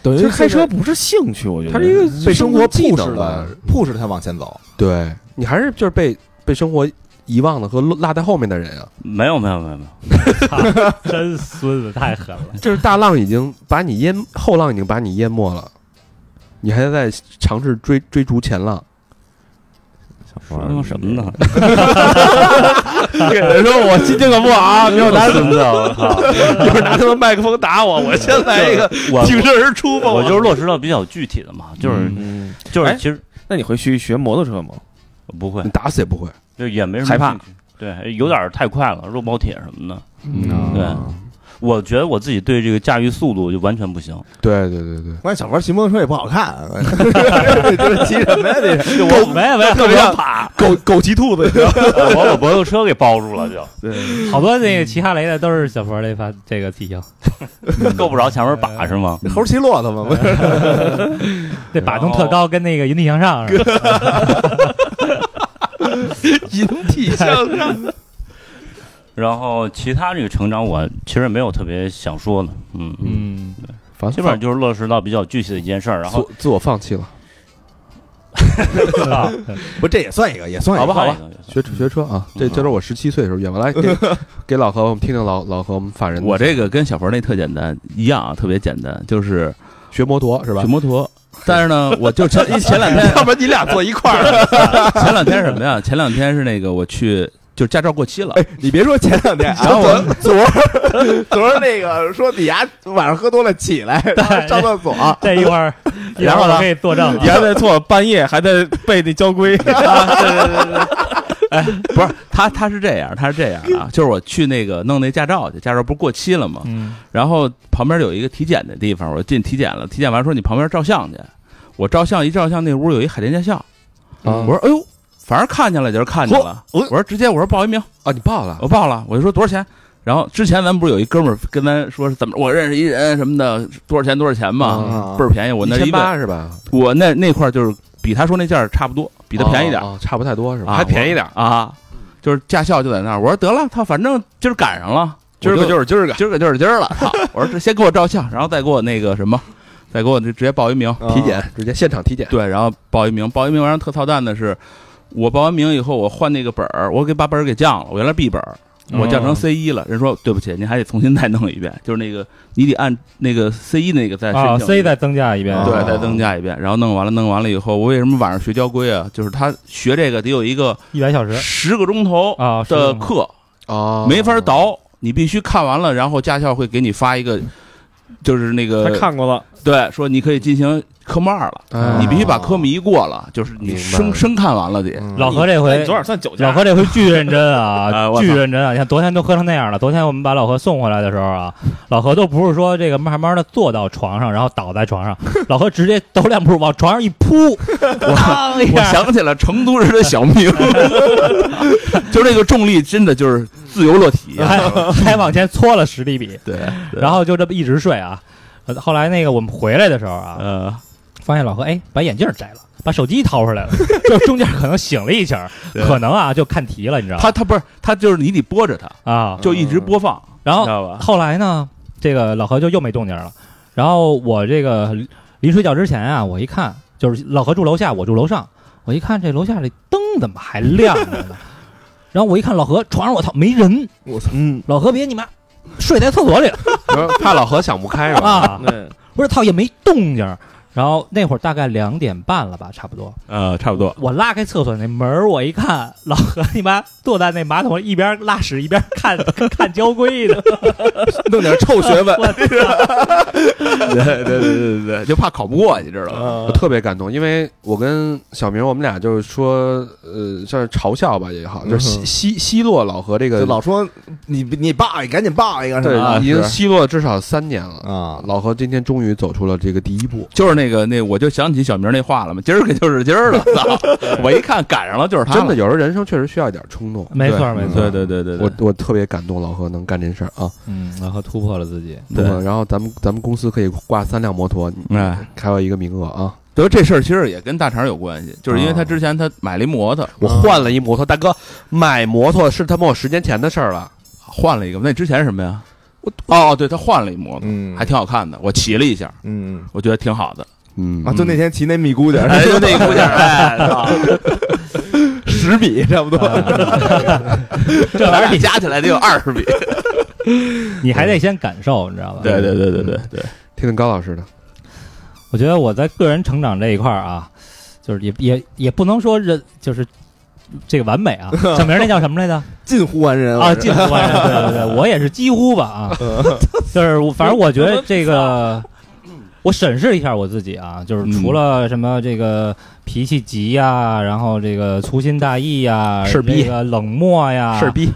等
其
于
实开车不是兴趣，我觉得
它是一个
被生活
技
push
能吧
了？，push 他往前走。
对你还是就是被被生活遗忘了和落落在后面的人啊。
没有没有没有没有，
真孙子太狠了！
就是大浪已经把你淹，后浪已经把你淹没了，你还在尝试追追逐前浪。
说他妈什么呢？
人说我心情可不好啊，
没有孙子，我靠！
就是拿他们麦克风打我，我先来一个
我
挺身而出吧。
我就是落实到比较具体的嘛，就是
嗯，
就是
哎
其实
那你回去学摩托车吗？
不会
你，打死也不会。
就也没什么
害怕
兴趣，对，有点儿太快了，肉包铁什么的，
嗯
对。
啊
我觉得我自己对这个驾驭速度就完全不行，
哦
对对对对，
关键小孩骑摩托车也不好 看，就是骑什么呀？这是
我没有没 有，
特别像狗狗骑兔子，你知道吗？
我把摩托车给包住了，就
好多那个骑哈雷的都是小佛儿这发这个体型，
嗯
够不着前面把是吗？
猴骑骆驼嘛，不是？
这把弄特高，跟那个引体向上似的。
引体向上。
然后其他这个成长，我其实没有特别想说的，嗯，
嗯，
啊
反
基本上就是落实到比较具体的一件事儿，然后
自自我放弃了。
不，这也算一个，也算一
好
个。
吧好吧，
学学车啊，这这都是我十七岁的时候愿望。 来，给给老何，我们听听老老何，我们法人
我这个跟小佛那特简单一样啊，特别简单，就是
学摩托是吧
学？摩托。 但是呢，我就 前前两天，
要不然你俩坐一块儿。啊
前两天什么呀？前两天是那个我去，就是驾照过期了，
哎，你别说前两 天啊，昨昨儿昨儿那个说你丫晚上喝多了起来，然后上厕所，
这一会儿， 一会
然后
儿
呢
我可以作证啊
你。还在错，半夜还在背那交规，
不是他他是这样，他是这样啊，就是我去那个弄那驾照去，驾照不是过期了吗？
嗯，
然后旁边有一个体检的地方，我进体检了，体检完说你旁边照相去，我照相一照相，那屋有一海淀驾校，
啊哎
我说哎呦，反正看见了就是看见了，我说直接我说报一名，
啊，你报了
我报了，我就说多少钱。然后之前咱们不是有一哥们儿跟咱说是怎么我认识一人什么的多少钱多少钱嘛，
啊
倍儿便宜，我那
一
一
千
问
八是吧？
我那那块儿就是比他说那价儿差不多，比他便宜点儿
哦，哦差不太多是吧？
啊
还便宜点儿，
啊，就是驾校就在那儿。我说得了，他反正今儿赶上了，
今儿
我
个
就
就是今儿个
今儿个就是今儿了。操！ 我说这先给我照相，然后再给我那个什么，再给我直接报一名。
体检，啊直接现场体检。
对，然后报一名，报一名完了特操蛋的是，我报完名以后，我换那个本儿，我给把本儿给降了，我原来 B 本儿。我降
哦
成 C 一了，人说对不起，您还得重新再弄一遍， 就是那个你得按那个 C 一那个再申请
啊
一遍、
，C 再增加一遍，
对，
哦
再增加一遍，然后弄完了，弄完了以后，我为什么晚上学交规啊？就是他学这个得有一个
一百小时
十个钟头
啊是
的
吗
课，
哦，
没法倒，你必须看完了，然后驾校会给你发一个，就是那
他
个
看过了，
对，说你可以进行科目二了，
哎
你必须把科目一过了，就是
明
你
白
生
了
生看完了得。
老何这
哎
回
你昨晚算酒驾，
老何这回巨认 真
啊
啊，
我操
巨认真啊！你看昨天都喝成那样了。昨天我们把老何送回来的时候啊，老何都不是说这个慢慢的坐到床上，然后倒在床上，老何直接走两步往床上一扑，我
我想起了成都人的小命，就这个重力真的就是自由落体，
还还往前搓了十厘米，
对，对
然后就这么一直睡啊。呃后来那个我们回来的时候啊，
呃，
发现老何哎把眼镜摘了，把手机掏出来了， 就中间可能醒了一下，
对
可能啊就看题了，你知道吗？
他他不是他就是你得播着他，
啊，
就一直播放，
然
你
后
知道吧？
后来呢，这个老何就又没动静了。然后我这个临睡觉之前啊，我一看， 就是老何住楼下，我住楼上，我一看这楼下这灯怎么还亮着呢？然后我一看老何床上，我操，没人，
嗯，
老何别你妈睡在厕所里了
怕老何想不
哎
开是吧？
啊！
对，
不是操也没动静儿。然后那会儿大概两点半了吧，差不多。
呃，差不多。
我拉开厕所那门儿，我一看，老何你妈坐在那马桶上，一边拉屎一边看 看交规呢。
弄点臭学问，
对对对对对，就怕考不过，你知道吗？我特别感动，因为我跟小明我们俩就是说，呃，算是嘲笑吧也好，就是奚奚奚落老何这
就
个
老说你你报一个赶紧报一个是
对
吧？
已经
是
奚落至少三年了。
啊，
老何今天终于走出了这个第一步，
就是那个那，我就想起小明那话了嘛，今儿个就是今 儿了，操！我一看赶上了，就是他了
真的，有时候人生确实需要一点冲动。
没错没 错，
对对对对嗯对
我，我特别感动老何能干这事儿啊！
嗯，然后突破了自己。
对
嗯然后咱们咱们公司可以挂三辆摩托，你
哎，
还有一个名额啊！
得这事儿其实也跟大肠有关系，就是因为他
啊
之前他买了一摩托，
我换了一摩托，大哥，买摩托是他妈我十年前的事儿了。
换了一个，那之前是什么呀？我哦，对他换了一摩托，
嗯，
还挺好看的，我骑了一下，
嗯
我觉得挺好的，
嗯
啊，就那天骑那米姑点
哎，就那姑娘，哎，操
十米差不多，
这玩意儿 加起来得有二十米。
你还得先感受，你知道吧？
对对对对对对，
听听高老师的，
我觉得我在个人成长这一块儿啊，就是也也也不能说这就是这个完美啊。小明儿那叫什么来着？
近乎完人
啊，近乎完人。对对对，我也是几乎吧啊，就是我反正我觉得这个，我审视一下我自己啊，就是除了什么这个脾气急呀、然后这个粗心大意呀、
事儿逼
这个冷漠
啊
呀、
事儿逼，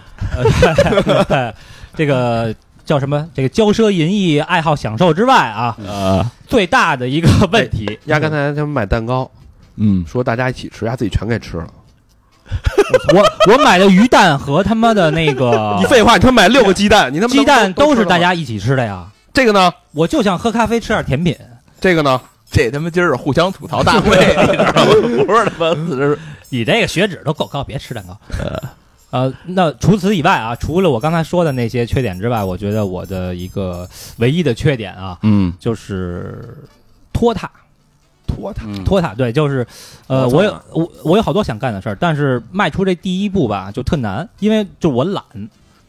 呃 这个叫什么？这个骄奢淫逸、爱好享受之外啊，
啊，
最大的一个
哎
问题，
丫刚才他们买蛋糕，
嗯，
说大家一起吃，丫自己全给吃了。
我我买的鱼蛋和他妈的那个
啊废 话，你他妈买六个鸡蛋，你他妈能
鸡蛋都是大
吃了吗
家一起吃的呀。
这个呢，
我就想喝咖啡，吃点甜品。
这个呢，
这他妈今儿是互相吐槽大会， 你知道吗？不是他妈是
你这个血脂都够高，别吃蛋糕。呃，那除此以外啊，除了我刚才说的那些缺点之外，我觉得我的一个唯一的缺点啊，
嗯
就是拖沓，
拖沓，
拖沓。对，就是，呃，
我操
我有我我有好多想干的事儿，但是迈出这第一步吧，就特难，因为就我懒，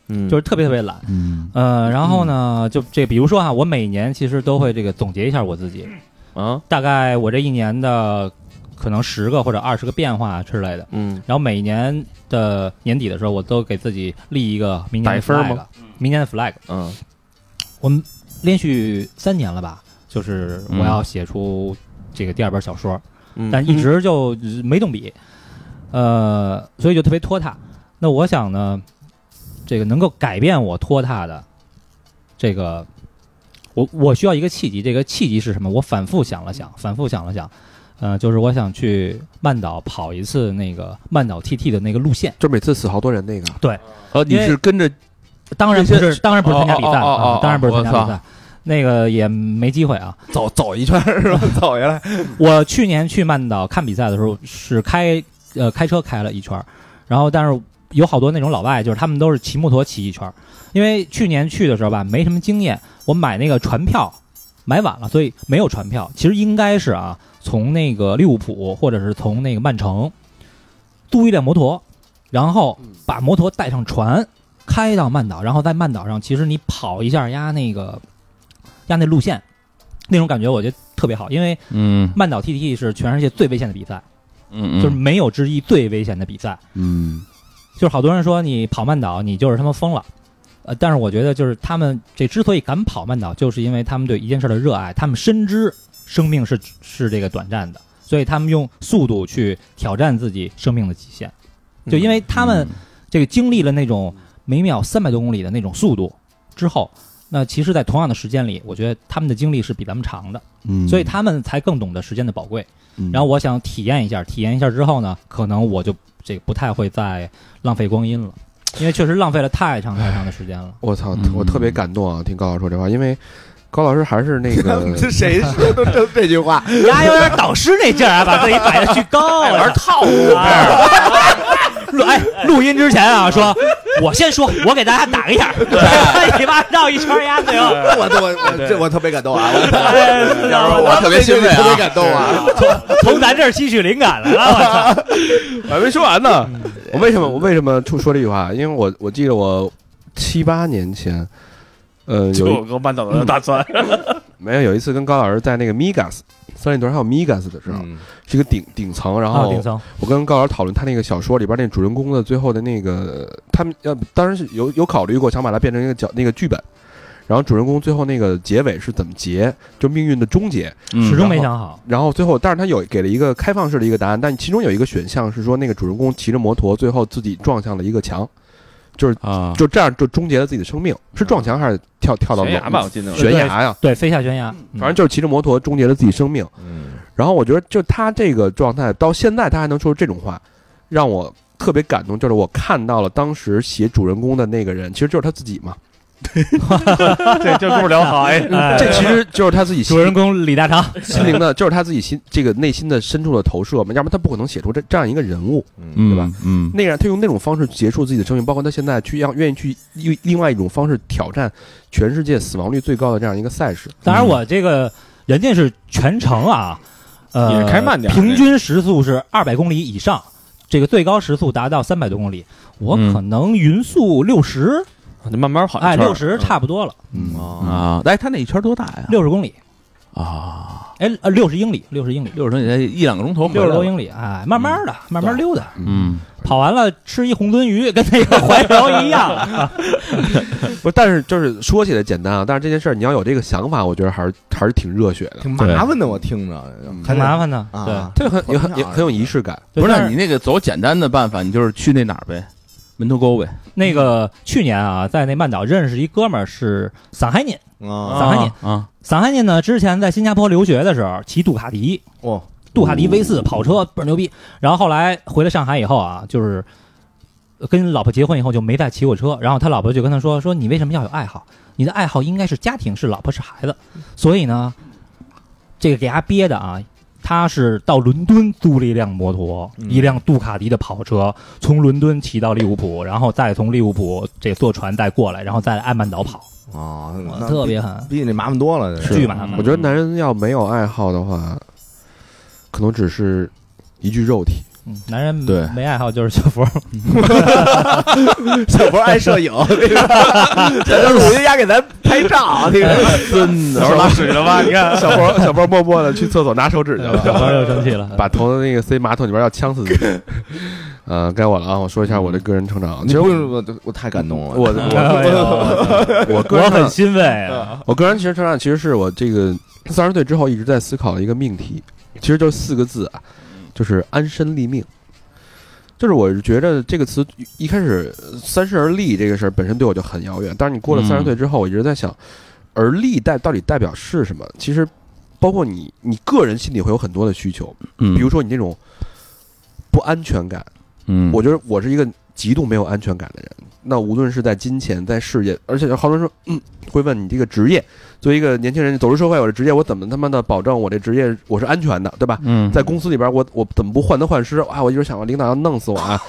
嗯，
就是特别特别懒。
嗯
呃，然后呢，就这比如说啊，我每年其实都会这个总结一下我自己，
啊，
大概我这一年的可能十个或者二十个变化之类的。
嗯，
然后每年的年底的时候，我都给自己立一个明年
打
的
一分儿
flag，
吗
明年的 flag。
嗯，
我们连续三年了吧，就是
嗯
我要写出这个第二本小说，
嗯
但一直就呃没动笔，呃，所以就特别拖沓。那我想呢，这个能够改变我拖沓的这个，我我需要一个契机。这个契机是什么？我反复想了想，反复想了想，呃，就是我想去曼岛跑一次那个曼岛 TT 的那个路线。
就每次死好多人那个，
哦，你是跟着
当然不
这
是
些，
当然不是参加比赛
哦哦哦哦
啊，当然不是参加
我
比
操
赛，那个也没机会啊。
走走一圈 是吧？走下来，
我去年去曼岛看比赛的时候是开呃开车开了一圈儿，然后但是有好多那种老外，就是他们都是骑摩托骑一圈儿，因为去年去的时候吧没什么经验，我买那个船票买晚了，所以没有船票。其实应该是啊，从那个利物浦或者是从那个曼城租一辆摩托，然后把摩托带上船开到曼岛，然后在曼岛上其实你跑一下压那个压那路线，那种感觉我觉得特别好，因为。
嗯
曼岛 TT 是全世界最危险的比赛，
嗯
就是没有之一最危险的比赛。
嗯
就是好多人说你跑曼岛，你就是他妈疯了。呃，但是我觉得就是他们这之所以敢跑曼岛，就是因为他们对一件事的热爱，他们深知生命是是这个短暂的，所以他们用速度去挑战自己生命的极限。就因为他
嗯
们这个经历了那种每秒三百多公里的那种速度之后，那其实，在同样的时间里，我觉得他们的经历是比咱们长的，
嗯
所以他们才更懂得时间的宝贵。
嗯
然后我想体验一下，体验一下之后呢，可能我就这个不太会再浪费光阴了，因为确实浪费了太长太长的时间了。
我操
嗯，
我特别感动啊！听高老师说这话，因为高老师还 是那个
这 谁说的这这句话？
丫有点导师那劲儿啊，把自己 摆的巨高，玩套路啊！ 录哎，录音之前啊，说我先说，我给大家打个样儿， 你妈绕一圈儿丫最后，
我我我这我特别感动啊！
哎
我啊我特别欣慰，特别感动啊！
啊从咱这儿吸取灵感来了，我操！
还没说完呢， 我为什么我为什么出说这句话？因为我我记得我七八年前，呃，
嗯就
有一
有个半岛的大蒜，
没有有一次跟高老师在那个 Migas 三里屯还有 Migas 的时
啊
候，
嗯
是一个顶哦顶层，然
啊，
后
顶层
我跟高老师讨论他那个小说里边那主人公的最后的那个，他们呃当然是有有考虑过想把它变成一个角那个剧本，然后主人公最后那个结尾是怎么结，就命运的终结。
嗯
始终没想好，
然后最后，但是他有给了一个开放式的一个答案，但其中有一个选项是说那个主人公骑着摩托，最后自己撞向了一个墙，
啊，
就这样就终结了自己的生命，是撞墙还是跳跳到
悬崖吧，我
楼
记得
悬崖呀、
对，飞下悬崖，嗯
反正就是骑着摩托终结了自己生命。
嗯，
然后我觉得，就他这个状态到现在，他还能说出这种话，让我特别感动。就是我看到了当时写主人公的那个人，其实就是他自己嘛。
对，这哥们儿聊好哎，
哎
这嗯其实就是他自己心
主人公李大长，
心灵的，就是他自己心这个内心的深处的投射嘛。要不然他不可能写出这这样一个人物。
嗯
对吧？
嗯，
那样他用那种方式结束自己的生命，包括他现在去让愿意去用另外一种方式挑战全世界死亡率最高的这样一个赛事。
当然我这个人家是全程啊，呃，
也开慢点儿
平均时速是二百公里以上，这个最高时速达到三百多公里，我
嗯
可能匀速六十，
你慢慢跑一圈儿，
哎，六十
嗯
差不多了，
啊，哎，他那一圈多大呀？
六十公里，
啊，
哎，呃，六十英里，六十英里，
六十多，你才一两个钟头回
六
来
十
了，
多英里，哎，慢慢的，慢慢溜达，
嗯，
跑完了吃一红鳟鱼，跟那个怀柔 一样，
不是，但是就是说起来简单啊，但是这件事儿你要有这个想法，我觉得还是还是挺热血的，
挺麻烦的，我听着
挺麻烦的，对。
啊，
这个很也很也很有仪式感。
对
不
但
是你那个走简单的办法，你就是去那哪儿呗，门头沟呗，
那个去年啊，在那曼岛认识一哥们儿是桑海宁，
啊，
桑海宁，
啊，
桑海宁呢，之前在新加坡留学的时候骑杜卡迪，
哦，
杜卡迪 V 四跑车倍儿牛逼，然后后来回了上海以后啊，就是跟老婆结婚以后就没再骑过车，然后他老婆就跟他说说你为什么要有爱好？你的爱好应该是家庭，是老婆，是孩子，所以呢，这个给他憋的啊。他是到伦敦租了一辆摩托，
嗯
一辆杜卡迪的跑车，从伦敦骑到利物浦，然后再从利物浦这坐船再过来，然后再按曼岛跑，
啊，
哇
那
特
比
别狠，
比你那麻烦多了，
巨麻烦
我。觉得男人要没有爱好的话，可能只是一具肉体。
嗯男人
对
没爱好就是小佛，
小博爱 摄影，那个小博鲁云丫给咱拍 照，那个
真的，
拉水了吧？你看，
小波 小波默默的去厕所拿手指去 了。
小佛又生气了，
把头那个塞马桶里边要呛死自 己。呃，该我了啊！我说一下我的个人成长。其实
不
我
是我我太感动了，
我
哎呦
我个
我
人成
很
长
欣慰啊！
我个人其实成长其实是我这个三十岁之后一直在思考的一个命题，其实就四个字啊，
嗯
就是安身立命。就是我觉着这个词一开始“三十而立”这个事儿本身对我就很遥远，但是你过了
嗯
三十岁之后，我一直在想，而立代到底代表是什么？其实，包括你你个人心里会有很多的需求，
嗯，
比如说你那种不安全感，
嗯，
我觉得我是一个极度没有安全感的人。那无论是在金钱、在事业，而且好多人说，嗯，会问你这个职业，作为一个年轻人走入社会，我的职业我怎么他妈的保证我这职业我是安全的，对吧？
嗯，
在公司里边，我我怎么不患得患失啊？我一直想，领导要弄死我啊，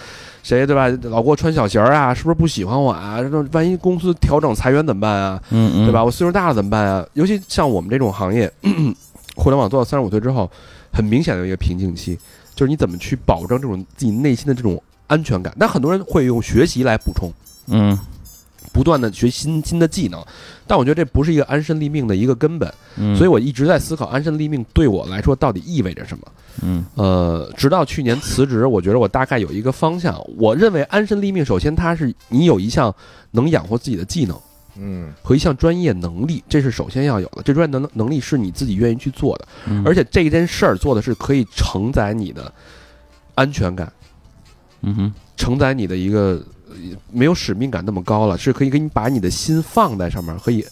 谁对吧？老给我穿小鞋儿啊，是不是不喜欢我啊？这万一公司调整裁员怎么办啊？
嗯嗯，
对吧？？我岁数大了怎么办啊？尤其像我们这种行业， 互联网做到三十五岁之后，很明显的有一个瓶颈期，就是你怎么去保证这种自己内心的这种安全感？但很多人会用学习来补充，
嗯
不断的学新新的技能，但我觉得这不是一个安身立命的一个根本，
嗯，
所以我一直在思考安身立命对我来说到底意味着什么。
嗯
呃，直到去年辞职，我觉得我大概有一个方向。我认为安身立命，首先它是你有一项能养活自己的技能。
嗯
和一项专业能力，这是首先要有的。这专业能能力是你自己愿意去做的，
嗯
而且这件事儿做的是可以承载你的安全感，
嗯哼，
承载你的一个呃没有使命感那么高了，是可以给你把你的心放在上面，可以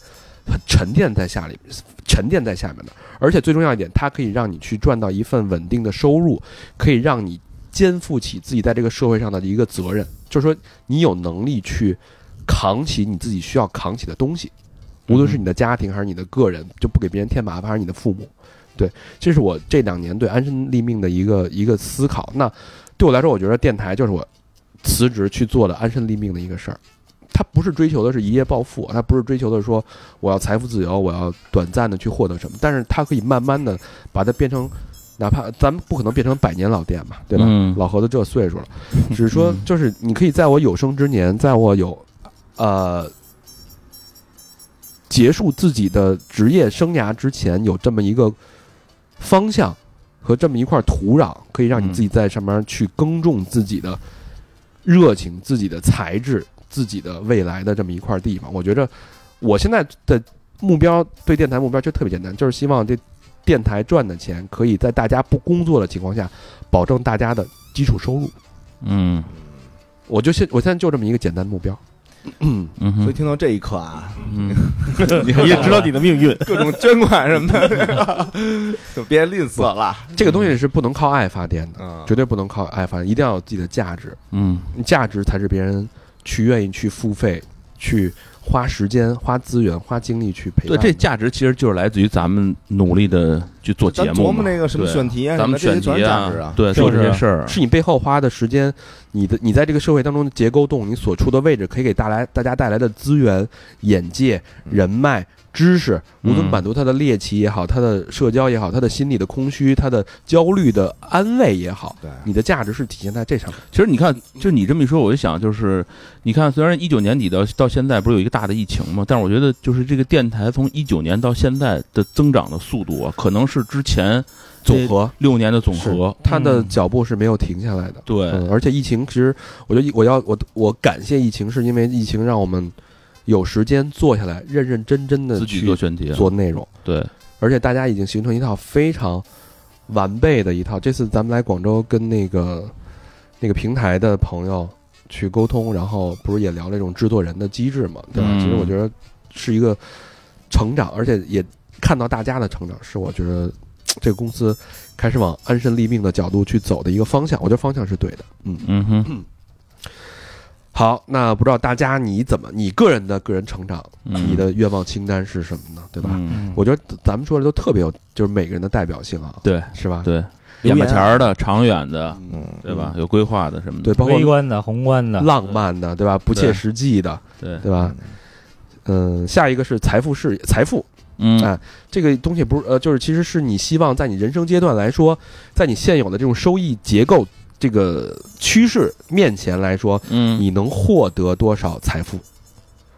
沉淀在下里，沉淀在下面的。而且最重要一点，它可以让你去赚到一份稳定的收入，可以让你肩负起自己在这个社会上的一个责任，就是说你有能力去扛起你自己需要扛起的东西，无论是你的家庭还是你的个人，就不给别人添麻烦，还是你的父母。对，这是我这两年对安身立命的一个一个思考。那对我来说，我觉得电台就是我辞职去做的安身立命的一个事儿。他不是追求的是一夜暴富，他不是追求的说我要财富自由，我要短暂的去获得什么，但是他可以慢慢的把它变成哪怕咱们不可能变成百年老店嘛，对吧？
嗯
老何都这岁 数了，只是说就是你可以在我有生之年，在我有呃结束自己的职业生涯之前，有这么一个方向和这么一块土壤，可以让你
嗯
自己在上面去耕种自己的热情、自己的才智、自己的未来的这么一块地方。我觉着我现在的目标对电台目标就特别简单，就是希望这电台赚的钱可以在大家不工作的情况下，保证大家的基础收入。
嗯
我就现我现在就这么一个简单目标。
嗯
所
哼
以听到这一刻啊，
嗯，
你也知道你的命运，各种捐款什么的， 就别吝啬了。
这个东西是不能靠爱发电的，
嗯，
绝对不能靠爱发电，一定要有自己的价值，
嗯
价值才是别人去愿意去付费、去花时间、花资源、花精力去陪
对，
伴。
这价值其实就是来自于咱们努力的去做节
咱
目嘛，
琢磨那个什么
对
选题啊，
咱们
什么
选
的这
题
些全是价值啊，
对，做
就
这些
是
事儿，
是你背后花的时间，你的你在这个社会当中的结构洞，你所处的位置可以给带来大家带来的资源、眼界、人脉、知识，无
嗯
能满足他的猎奇也好，他的社交也好，他的心理的空虚、他的焦虑的安慰也好，
对
你的价值是体现在这上面。
其实你看，就你这么一说，我就想，就是你看，虽然一九年底到到现在不是有一个大的疫情嘛，但是我觉得就是这个电台从一九年到现在的增长的速度啊，可能是之前
总和
六年的总和。
他的脚步是没有停下来的。
对，
嗯，而且疫情，其实我觉得我要我我感谢疫情，是因为疫情让我们有时间坐下来，认认真真的
自己
去
做选题，
做内容。
对，
而且大家已经形成一套非常完备的一套。这次咱们来广州跟那个那个平台的朋友去沟通，然后不是也聊这种制作人的机制嘛？对吧？
嗯
其实我觉得是一个成长，而且也看到大家的成长，是我觉得这个公司开始往安身立命的角度去走的一个方向。我觉得方向是对的。嗯，
嗯哼，
好，那不知道大家你怎么你个人的个人成长，
嗯
你的愿望清单是什么呢？对吧？
嗯，
我觉得咱们说的都特别有，就是每个人的代表性啊，
对
是吧？
对，
留
眼
言啊
巴前儿的、长远的，
嗯，
对吧？有规划的什么的，
对，包括
微观的、宏观的，
浪漫的，对吧？不切
对
实际的，
对，
对吧？嗯，下一个是财富事业，财富
嗯
哎这个东西不是呃，就是其实是你希望在你人生阶段来说，在你现有的这种收益结构这个趋势面前来说，
嗯，
你能获得多少财富，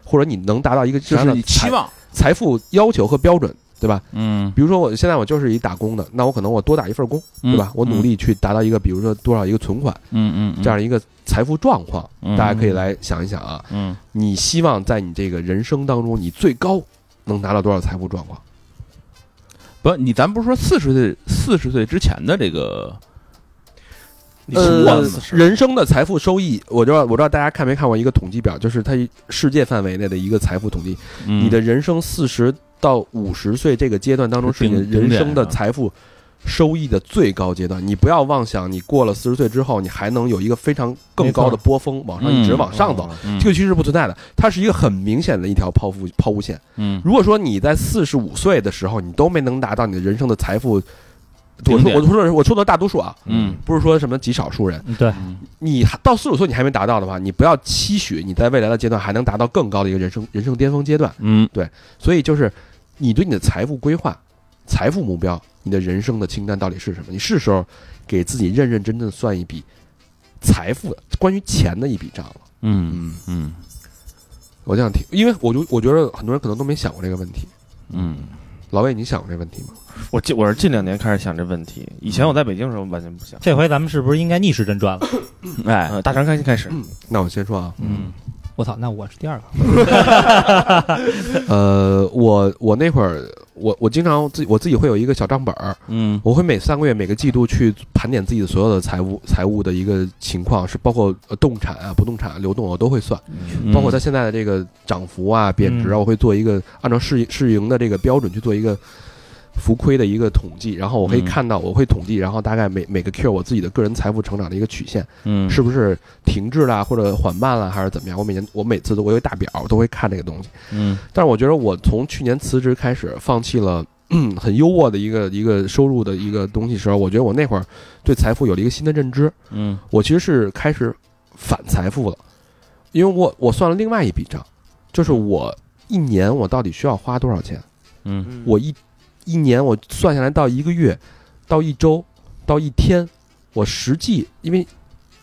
或者你能达到一个什
就
么
是
样的
你期
财
望，
财富要求和标准，对吧？
嗯，
比如说我现在我就是一打工的，那我可能我多打一份工，对吧？我努力去达到一个比如说多少一个存款
嗯，嗯嗯，
这样一个财富状况，
嗯
大家可以来想一想啊，
嗯，
你希望在你这个人生当中，你最高能达到多少财富状况？
不，你咱不是说四十岁四十岁之前的这个
你是
呃
万四，十，
人生的财富收益，我知道，我知道大家看没看过一个统计表，就是它世界范围内的一个财富统计，你
你
的人生四十到五十岁这个阶段当中，
是
是你的
顶顶
人
点
生的
啊
财富收益的最高阶段。你不要妄想你过了四十岁之后，你还能有一个非常更
没错
高的波峰，往上一直往上走，
嗯
这个趋势不存在的，它是一个很明显的一条抛物抛物线。
嗯
如果说你在四十五岁的时候，你都没能达到你的人生的财富，我
顶
说
点
我说的是我说的大多数啊，
嗯，
不是说什么极少数人，
对，
你还到四十岁你还没达到的话，你不要期许你在未来的阶段还能达到更高的一个人生人生巅峰阶段。
嗯
所以就是你对你的财富规划、财富目标、你的人生的清单到底是什么？你是时候给自己认认真真地算一笔财富关于钱的一笔账了。
嗯嗯
我这样听，因为我就我觉得很多人可能都没想过这个问题。
嗯
老魏，你想过这个问题吗？
我近我是近两年开始想这问题，以前我在北京的时候完全不想。
这回咱们是不是应该逆时针转了？
嗯，哎，
嗯，大肠开心开始，
那我先说啊，
嗯
我操，那我是第二个，
呃，我我那会儿，我我经常自己我自己会有一个小账本儿，
嗯
我会每三个月、每个季度去盘点自己的所有的财务财务的一个情况，是包括呃动产啊、不动产啊、流动啊我都会算，
嗯
包括它现在的这个涨幅啊、贬值啊，
嗯
我会做一个按照市市盈的这个标准去做一个浮亏的一个统计，然后我可以
嗯
看到，我会统计，然后大概每每个 Q 我自己的个人财富成长的一个曲线。
嗯
是不是停滞啊啦，或者缓慢啦，还是怎么样？我每年我每次都我有一大表，我都会看这个东西。
嗯
但是我觉得我从去年辞职开始，放弃了 嗯很优渥的一个一个收入的一个东西时候，我觉得我那会儿对财富有了一个新的认知。
嗯
我其实是开始反财富了，因为我我算了另外一笔账，就是我一年我到底需要花多少钱？
嗯
我一一年我算下来到一个月，到一周，到一天，我实际因为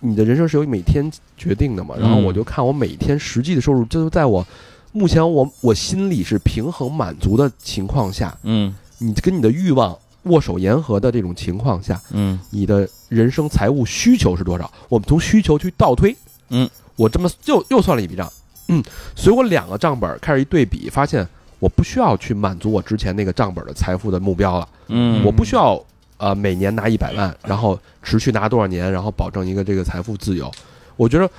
你的人生是由每天决定的嘛，然后
嗯
我就看我每天实际的收入，这就在我目前我我心里是平衡满足的情况下，
嗯
你跟你的欲望握手言和的这种情况下，
嗯
你的人生财务需求是多少？我们从需求去倒推，
嗯，
我这么又又算了一笔账，嗯，所以我两个账本开始一对比，发现我不需要去满足我之前那个账本的财富的目标了，
嗯
我不需要呃每年拿一百万，然后持续拿多少年，然后保证一个这个财富自由。我觉得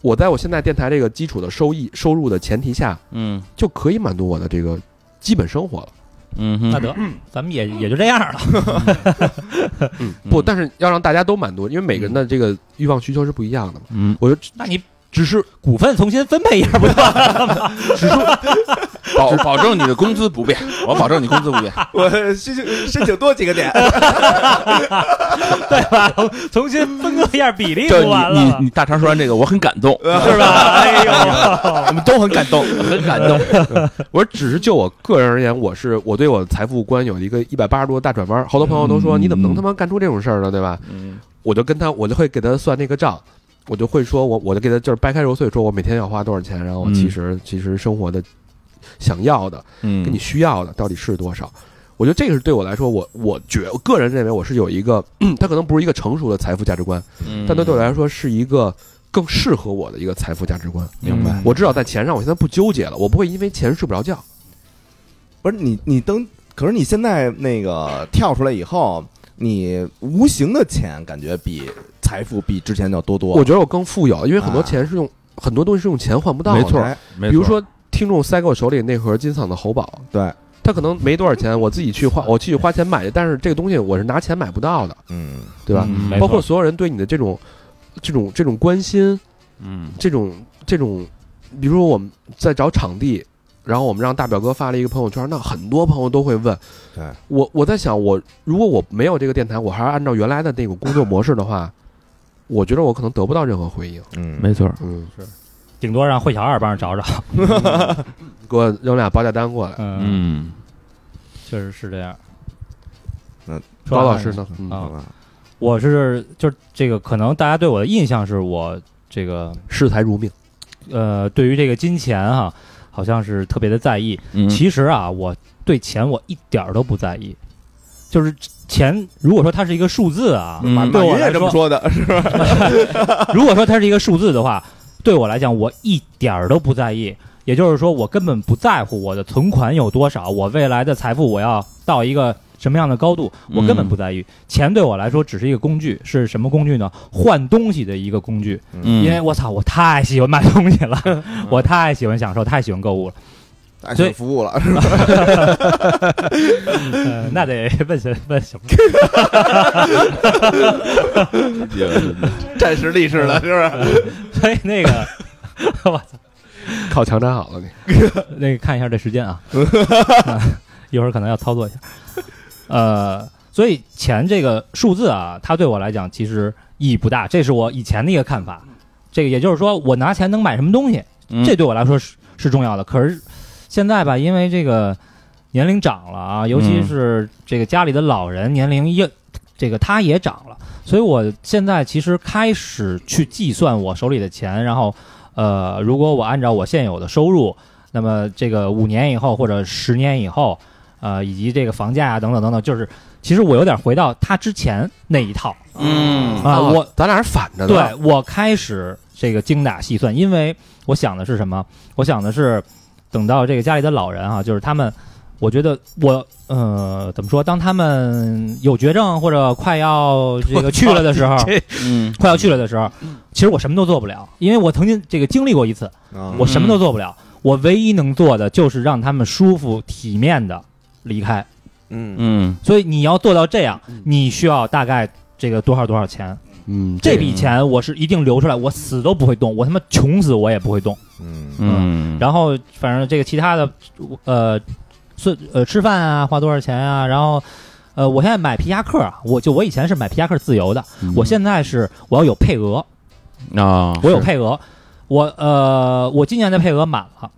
我在我现在电台这个基础的收益收入的前提下，
嗯
就可以满足我的这个基本生活了。
嗯
那
哼，
得，咱们也也就这样了。
嗯
不，但是要让大家都满足，因为每个人的这个欲望需求是不一样的嘛。
嗯，
我就
那你
只是
股份重新分配一下不就？
保保证你的工资不变，我保证你工资不变。
我申请申请多几个点，
对吧？重新分割一下比例
就
不完
你
了
你你大肠说完这个，我很感动，
是吧？哎呦，
我们都很感动，很感动。
我只是就我个人而言，我是我对我的财富观有一个一百八十度的大转弯儿。好多朋友都说、
嗯
你怎么能他妈干出这种事儿呢，对吧？
嗯
我就跟他，我就会给他算那个账，我就会说我我就给他就是掰开揉碎，说我每天要花多少钱，然后我
嗯
其实、其实生活的想要的
嗯
跟你需要的到底是多少。我觉得这个是对我来说，我我觉我个人认为我是有一个， 它可能不是一个成熟的财富价值观，
嗯
但它对我来说是一个更适合我的一个财富价值观。
明白，
我至少在钱上，我现在不纠结了，我不会因为钱睡不着觉。
不是你你登，可是你现在那个跳出来以后，你无形的钱感觉比财富比之前要多多。哦
我觉得我更富有，因为很多
啊
钱是用、很多东西是用钱换不到的。
没错，，哎
没错
比如说听众塞给我手里那盒金嗓子喉宝，
对，
他可能没多少钱，我自己去花，我去花钱买去，但是这个东西我是拿钱买不到的，
嗯，
对吧？
嗯
没
包
错
括所有人对你的这种、这种、这种关心，
嗯
这种、这种，比如说我们在找场地，然后我们让大表哥发了一个朋友圈，那很多朋友都会问，
对
我我在想，我如果我没有这个电台，我还是按照原来的那种工作模式的话，我觉得我可能得不到任何回应。
嗯，
没错，
嗯，
顶多让惠小二帮着找找。
给我扔俩报价单过来。
嗯，
嗯
确实是这样。
那
说
高
完了
老师呢？嗯
啊，
吧，
我是就是这个，可能大家对我的印象是我这个
视财如命。
呃，对于这个金钱哈、好像是特别的在意。
嗯，
其实啊，我对钱我一点儿都不在意，就是钱，如果说它是一个数字啊，
嗯
对
马
我
云
来
也这么
说，
说的，是吧？
如果说它是一个数字的话，对我来讲，我一点儿都不在意。也就是说，我根本不在乎我的存款有多少，我未来的财富我要到一个什么样的高度，我
嗯
根本不在意。钱对我来说只是一个工具，是什么工具呢？换东西的一个工具。
嗯
因为我操，我太喜欢买东西了，我太喜欢享受，太喜欢购物了。
大
对
选服务了，
嗯呃那得问什问什么？
暂时历史了，是不是？
所以那个，我操，
靠墙站好了你。
那个看一下这时间 啊，啊一会儿可能要操作一下。呃，所以钱这个数字啊，它对我来讲其实意义不大，这是我以前的一个看法。这个也就是说，我拿钱能买什么东西，
嗯
这对我来说是是重要的。可是现在吧，因为这个年龄长了啊，尤其是这个家里的老人年龄也这个他也长了，所以我现在其实开始去计算我手里的钱，然后呃，如果我按照我现有的收入，那么这个五年以后或者十年以后，呃，以及这个房价啊等等等等，就是其实我有点回到他之前那一套
嗯
啊，我
咱俩是反着的。
对我开始这个精打细算，因为我想的是什么？我想的是等到这个家里的老人啊，就是他们，我觉得我呃怎么说？当他们有绝症或者快要这个去了的时候，
嗯
快要去了的时候，其实我什么都做不了，因为我曾经这个经历过一次，
啊
我什么都做不了，我唯一能做的就是让他们舒服体面的离开。
嗯，
嗯
所以你要做到这样，你需要大概这个多少多少钱？
嗯，
这笔钱我是一定留出来，我死都不会动，我他妈穷死我也不会动。
嗯
嗯，
然后反正这个其他的，呃，是呃吃饭啊，花多少钱啊，然后。呃，我现在买皮夹克啊，我就我以前是买皮夹克自由的，我现在是我要有配额，
啊，
我有配额，我呃，我今年的配额满了，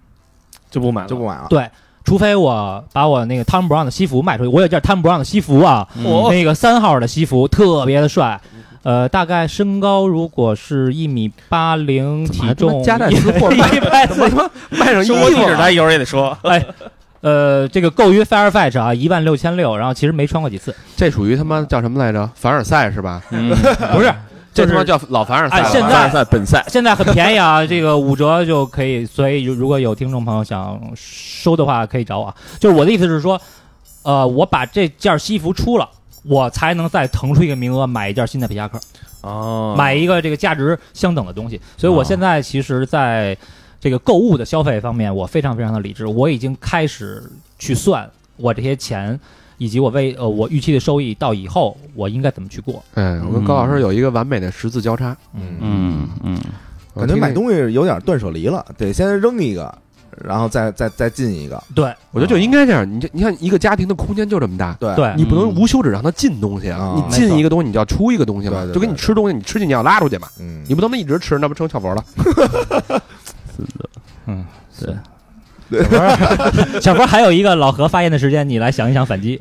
就不买了，
就不买了。
对，除非我把我那个汤姆布朗的西服卖出去，我有一件汤姆布朗的西服啊，
哦
那个三号的西服特别的帅。
嗯
呃，大概身高如果是一米八零，体重
加带私货
一
卖
米八四，
卖上衣服，地址他一哎会儿也得说。
呃，这个购于 Firefight 啊，一万六千六，然后其实没穿过几 次，
这属于他妈叫什么来着？凡尔赛是吧？
嗯，
不是，
这
就
他妈
是
叫老凡尔赛
哎
了。
现在
凡尔赛本赛，
现在很便宜啊，这个五折就可以。所以如果有听众朋友想收的话，可以找我啊。就是我的意思是说，呃，我把这件西服出了，我才能再腾出一个名额买一件新的皮夹克，
哦，
买一个这个价值相等的东西。所以我现在其实在这个购物的消费方面，我非常非常的理智，我已经开始去算我这些钱。以及我为呃我预期的收益到以后我应该怎么去过？
哎，我跟高老师有一个完美的十字交叉。
嗯嗯，
我
感觉
听
买
那，
东西有点断舍离了，得先扔一个，然后再再再进一个。
对
我觉得就应该这样。你这，你看一个家庭的空间就这么大，
对
哎
对，
你不能无休止让它进东西啊！
啊
你进一个东西，你就要出一个东西嘛
对对，对
就跟你吃东西，你吃进去要拉出去嘛，
嗯，
你不能一直吃，那不成小佛了？
小波还有一个老何发言的时间，你来想一想反击。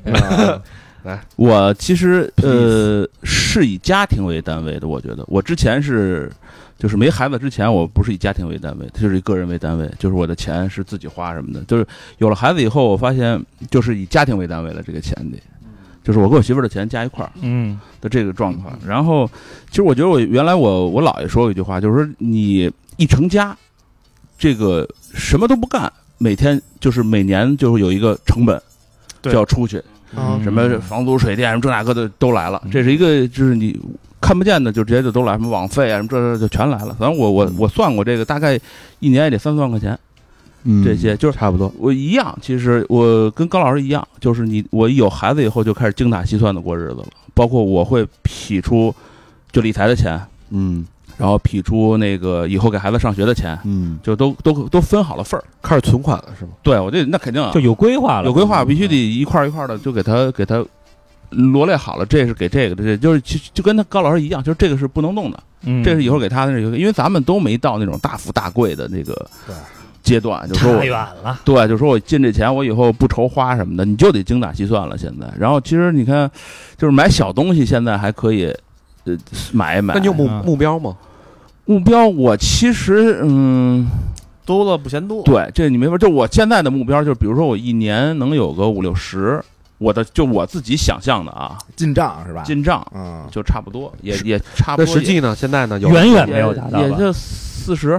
啊
我其实呃是以家庭为单位的，我觉得我之前是就是没孩子之前，我不是以家庭为单位，就是以个人为单位，就是我的钱是自己花什么的。就是有了孩子以后，我发现就是以家庭为单位了，这个钱得。就是我跟我媳妇儿的钱加一块儿
嗯
的这个状况，然后其实我觉得我原来我我姥爷说过一句话，就是说你一成家，这个什么都不干，每天就是每年就是有一个成本就
对
要出去，
啊
嗯
什么房租、水电什么这那个的都来了。这是一个就是你看不见的，就直接就都来，什么网费啊什么这这就全来了。反正我我我算过这个，大概一年也得三四万块钱。
嗯
这些就是
差不多。
我一样，其实我跟高老师一样，就是你我有孩子以后就开始精打细算的过日子了，包括我会匹出就理财的钱，
嗯
然后匹出那个以后给孩子上学的钱，
嗯，
就都都都分好了份儿。
开始存款了是吗？
对我这那肯定啊，
就有规划了，嗯
有规划，必须得一块儿一块儿的就给他给他罗列好了，这是给这个的，这就是其就跟他高老师一样，就是这个是不能动的，
嗯，
这是以后给他的那个，因为咱们都没到那种大富大贵的那个阶段，就说我
太远了。
对，就说我进这钱，我以后不愁花什么的，你就得精打细算了。现在，然后其实你看，就是买小东西，现在还可以，呃，买一买。
那你有目
嗯
目标吗？
目标？我其实，嗯，
多了不嫌多，
对，这你没法。就我现在的目标，就是比如说我一年能有个五六十，我的就我自己想象的啊，
进账是吧？
进账
嗯，
就差不多，也也差不
那
多也。
实际呢？现在呢？有
远远
也
没有达到吧哎
也就四十、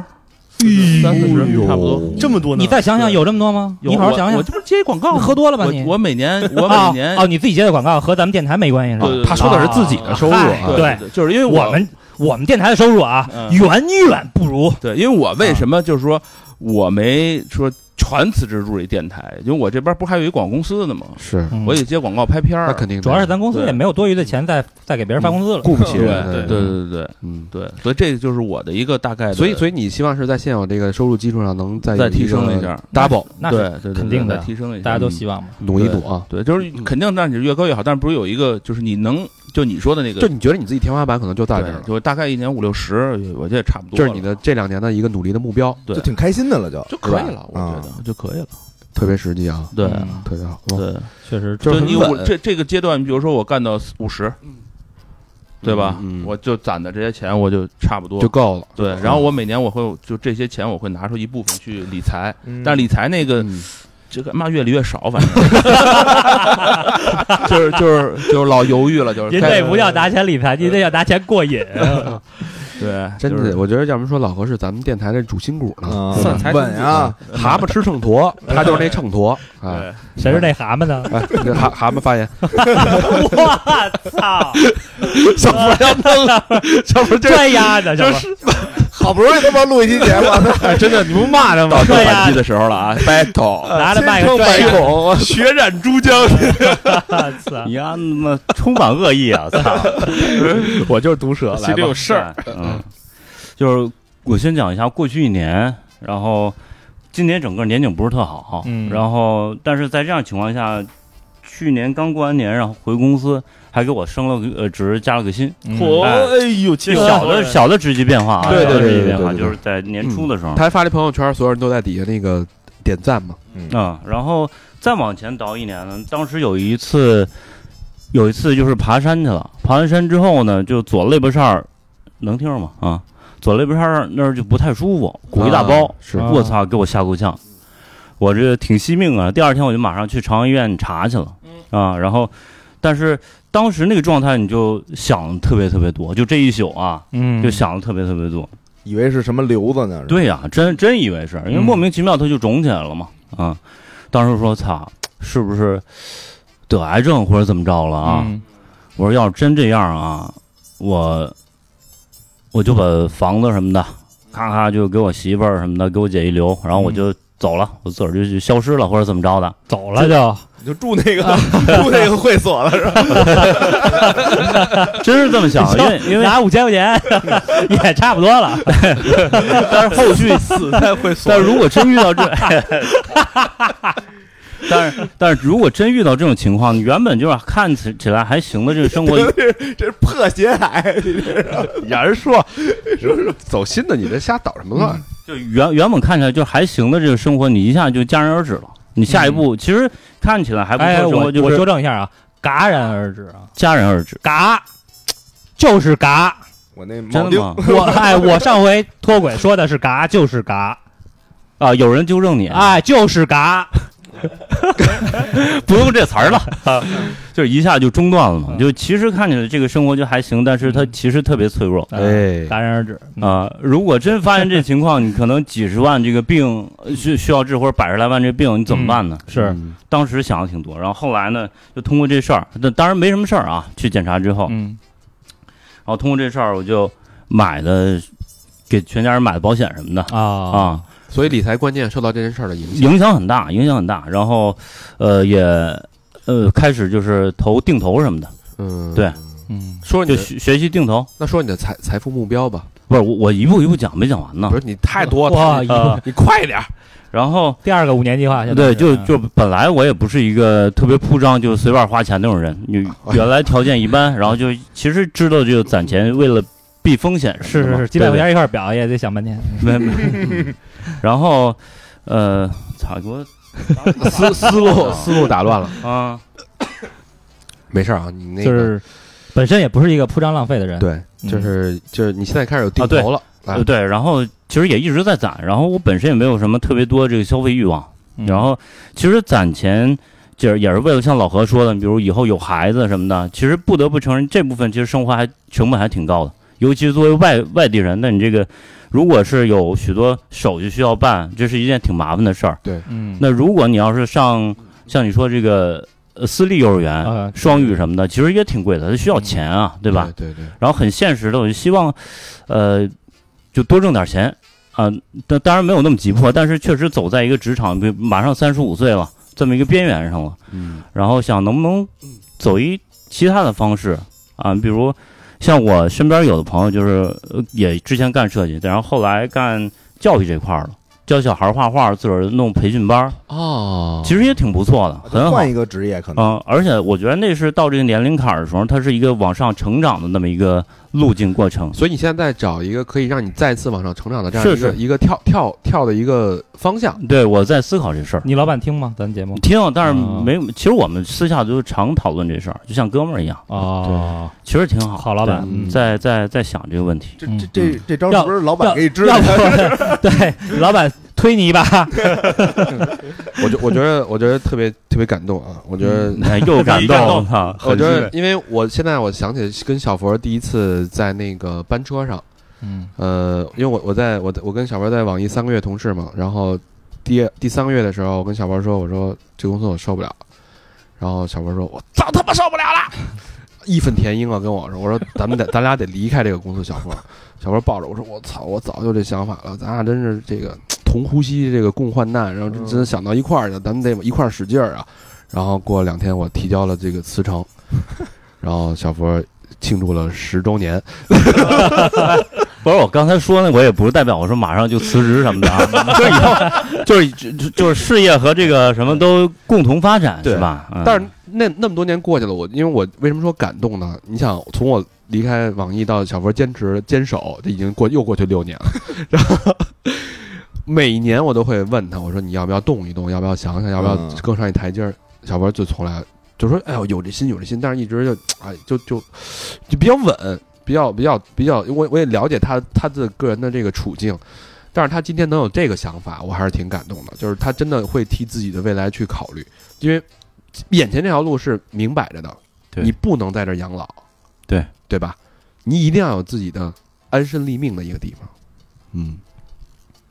三四十，差不多。
这么多呢。
你再想想，有这么多吗？
有
你好好
我
想
我
想，
这不是接一广告
你
吗？
喝多了吧
我
你？
我每 年我每年
哦，哦你自己接的广告和咱们电台没关系是吧
对？对
他说的是自己的收入
嗨
啊。
对，
就是因为
我们我们电台的收入啊，
嗯
远远不如。
对，因为我
啊
为什么就是说我没说全辞职入这电台，因为我这边不还有一广告公司呢吗？
是，
嗯
我也接广告拍片儿，
那肯定的
主要是咱公司
对
也没有多余的钱再再给别人发工资了。
雇不起
对
人。
对对对对
嗯，
对，所以这个就是我的一个大概的，
所以所以你希望是在现有这个收入基础上能再
再
有
提升
个
一下，
，double
那
对
是
对对
肯定的
再提升了一下，
大家都
嗯
希望嘛。
努一努啊。
对，就是肯定让你越高越好，但是不是有一个就是你能就你说的那个
就你觉得你自己天花板可能就在这儿
对，
了，
就大概一年五六十，我觉得也差不多
这
了，
是你的这两年的一个努力的目标，
对
就挺开心的了，就
就是可
吧
以了，我觉得就可以了，
特别实际啊，
对
嗯
特别好。
对。
确实，
就
很
你
稳
我这这个阶段，比如说我干到五十，对吧？
嗯嗯
我就攒的这些钱，我就差不多
就够了。
对。然后我每年我会就这些钱，我会拿出一部分去理财，但理财那个
嗯
这个嘛越理越少，反正就是就是就是老犹豫了，就是
您
该
这不叫拿钱理财，您这叫拿钱过瘾。
对，
真
就是
的，我觉得要不说老何是咱们电台的主心骨呢，
啊
算财
稳啊，
蛤蟆吃秤砣，他就是那秤砣啊。？
对
谁是那蛤蟆呢
哎，这 蛤蛤蟆发言，
我操，
小佛要弄，小佛这
专压的，这是
好不容易他妈录一期节目，
真的，你不骂他吗？
到正
对呀
反击的时候了啊，battle。
拿着麦克
千疮
专
百
压
孔，
血染珠江，
我操
你丫他妈充满恶 意啊！操，
我就是毒舌
心里有事儿，
嗯，就是我先讲一下过去一年，然后今年整个年景不是特好，
嗯
然后但是在这样情况下，去年刚过完年，然后回公司还给我升了个呃职，加了个薪，
嚯，
哎
哎呦，其
这
实
哦
小的小的职级变化啊，
对对
小的
对
职级
对
变化
对对
嗯
就是在年初的时候
他，还发了一朋友圈，所有人都在底下那个点赞嘛，
啊，然后再往前倒一年呢，当时有一次，有一次就是爬山去了，爬完山之后呢，就左肋巴扇儿，能听着吗？啊，左肋巴扇儿那儿就不太舒服，鼓一大包，
啊是
我操，给我吓够呛，我这挺惜命啊！第二天我就马上去朝阳医院查去了，
嗯
啊，然后，但是当时那个状态，你就想特别特别多，就这一宿啊，
嗯
就想的特别特别多。
以为是什么瘤子呢？
对呀、真真以为是因为
嗯
莫名其妙它就肿起来了嘛。啊，当时说操，是不是得癌症或者怎么着了啊？
嗯
我说要是真这样啊，我我就把房子什么的，咔咔就给我媳妇儿什么的给我姐一留，然后
嗯
我就走了，我自个儿就就消失了或者怎么着的。
嗯走了就
你就住那个住那个会所了是吧？
真是这么 想，因为因为
拿五千块钱 也差不多了。
但是后续死在会所。但是如果真遇到 这，但是但是如果真遇到这种情况，你原本就是看起起来还行的这个生活，
这是破鞋癌，你
让人说说说走心的，你这瞎捣什么乱？
就原原本看起来就还行的这个生活，你一下就戛然而止了。你下一步、其实看起来还不错
哎，
的生
我
活，就
我
是
纠正一下啊，戛然而止啊，
戛然而止。
戛就是 戛。
我那铆
真的
钉
吗？
我哎，我上回脱轨说的是嘎，就是嘎，
啊，有人纠正你，
哎，就是嘎，
不用这词儿了， 就是一下就中断了嘛。
嗯
就其实看起来这个生活就还行，但是它其实特别脆弱。
哎，
嗯戛然而止。
啊、如果真发现这情况，你可能几十万这个病呃需需要治，或者百十来万这病，你怎么办呢？
是
当时想的挺多，然后后来呢，就通过这事儿，啊那当然没什么事儿啊。去检查之
哦
后，
嗯
然后通过这事儿，我就买的给全家人买的保险什么
啊
的啊，
所以理财观念受到这件事儿的影响。
影响很大，影响很大。然后，呃，也呃开始就是投定投什么的，
嗯，
对。
嗯，
说你
就
的
学学习定投。
那说你的财财富目标吧，
不是我，我一步一步讲，没讲完呢
不。是你太多
哇
了，
一
啊
你快点儿。
然后
第二个五年计划现在
对，
是嗯
就就本来我也不是一个特别铺张就随便花钱那种人，你原来条件一般，然后就其实知道就攒钱，为了避风险什
是
么的
是
嘛，
是，几百块
对
钱一块表也得想半天。
对没没。 然后，呃，操，给我
思思路思路打乱了，
啊，
没事儿啊，你那个
就是本身也不是一个铺张浪费的人，
对，
嗯
就是就是你现在开始有定
啊对
投了，啊
呃对，然后其实也一直在攒，然后我本身也没有什么特别多这个消费欲望，
嗯
然后其实攒钱。就是也是为了像老何说的，比如以后有孩子什么的，其实不得不承认这部分其实生活还成本还挺高的，尤其作为外外地人，那你这个如果是有许多手续需要办，这是一件挺麻烦的事儿。
嗯
那如果你要是上像你说这个呃私立幼儿园、
啊
双语什么的，其实也挺贵的，它需要钱啊，对吧？
对对，
然后很现实的，我就希望，呃，就多挣点钱啊。但、当然没有那么急迫，但是确实走在一个职场，比如马上三十五岁了，这么一个边缘上了。
嗯，
然后想能不能走一其他的方式啊，比如像我身边有的朋友，就是呃也之前干设计，然后后来干教育这块儿了，教小孩画画，自个儿弄培训班儿，
哦，
其实也挺不错的，很好
换。一个职业可能
嗯，而且我觉得那是到这个年龄坎儿的时候，它是一个往上成长的那么一个路径过程。
所以你现在在找一个可以让你再次往上成长的这样一个
是是
一个跳跳跳的一个方向，
对，我在思考这事儿。
你老板听吗？咱节目
听，但是
啊
没有。其实我们私下就常讨论这事儿，就像哥们儿一样，
啊
哦，
其实挺好。
好老板
对
嗯
在在在想这个问题。
这
嗯
这这这招
要
是不是老板给你支
要
的？
不 对老板推你一把，
我觉我觉得我觉得特别特别感动啊，我觉得。
哎， 又感动了，操
我
很
觉
欣
得
慰，
因为我现在我想起跟小佛第一次在那个班车上，
嗯
呃，因为我我在我我跟小波在网易三个月同事嘛，然后第第三个月的时候，我跟小波说，我说这公司我受不了，然后小波说，我早他妈受不了了，义愤填膺啊，跟我说，我说咱们得 咱俩得离开这个公司，小波，小波抱着我说，我操，我早就这想法了，咱俩真是这个同呼吸，这个共患难，然后真真想到一块儿去，咱们得一块儿使劲儿啊，然后过两天我提交了这个辞呈，然后小佛庆祝了十周年。
不是我刚才说那，我也不是代表我说马上就辞职什么的啊，就是以 后就是就就是事业和这个什么都共同发展，
对
是吧？嗯
但是那那么多年过去了，我因为我为什么说感动呢？你想，从我离开 网易到小佛坚持坚守，这已经过又过去六年了。然后每年我都会问他，我说你要不要动一动，要不要想想，要不要
嗯
更上一台阶儿？小博就从来就说，哎呦，有这心，有这心，但是一直就，哎，就就就比较稳，比较比较比较，我我也了解他他的个人的这个处境，但是他今天能有这个想法，我还是挺感动的，就是他真的会替自己的未来去考虑，因为眼前这条路是明摆着的，
对
你不能在这儿养老，
对
对吧？你一定要有自己的安身立命的一个地方，嗯。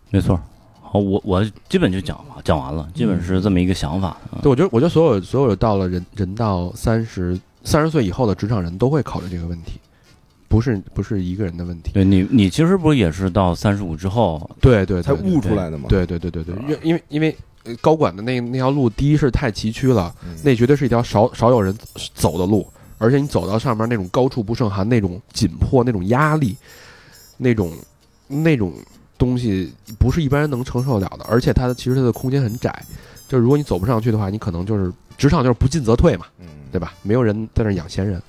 没错。好，我我基本就讲完讲完了，基本是这么一个想法。嗯
对，我觉得，我觉得所有所有到了人人到三十三十岁以后的职场人都会考虑这个问题，不是不是一个人的问题。
对你，你其实不是也是到三十五之后，
对对，
才
对
悟出来的嘛。，
对对对对对，因为因为因为呃高管的那那条路，第一是太崎岖了，那绝对是一条少少有人走的路，而且你走到上面那种高处不胜寒，那种紧迫，那种压力，那种那种东西不是一般人能承受得了的，而且它的其实它的空间很窄，就是如果你走不上去的话，你可能就是职场就是不进则退嘛。
嗯，
对吧？没有人在那儿养闲人。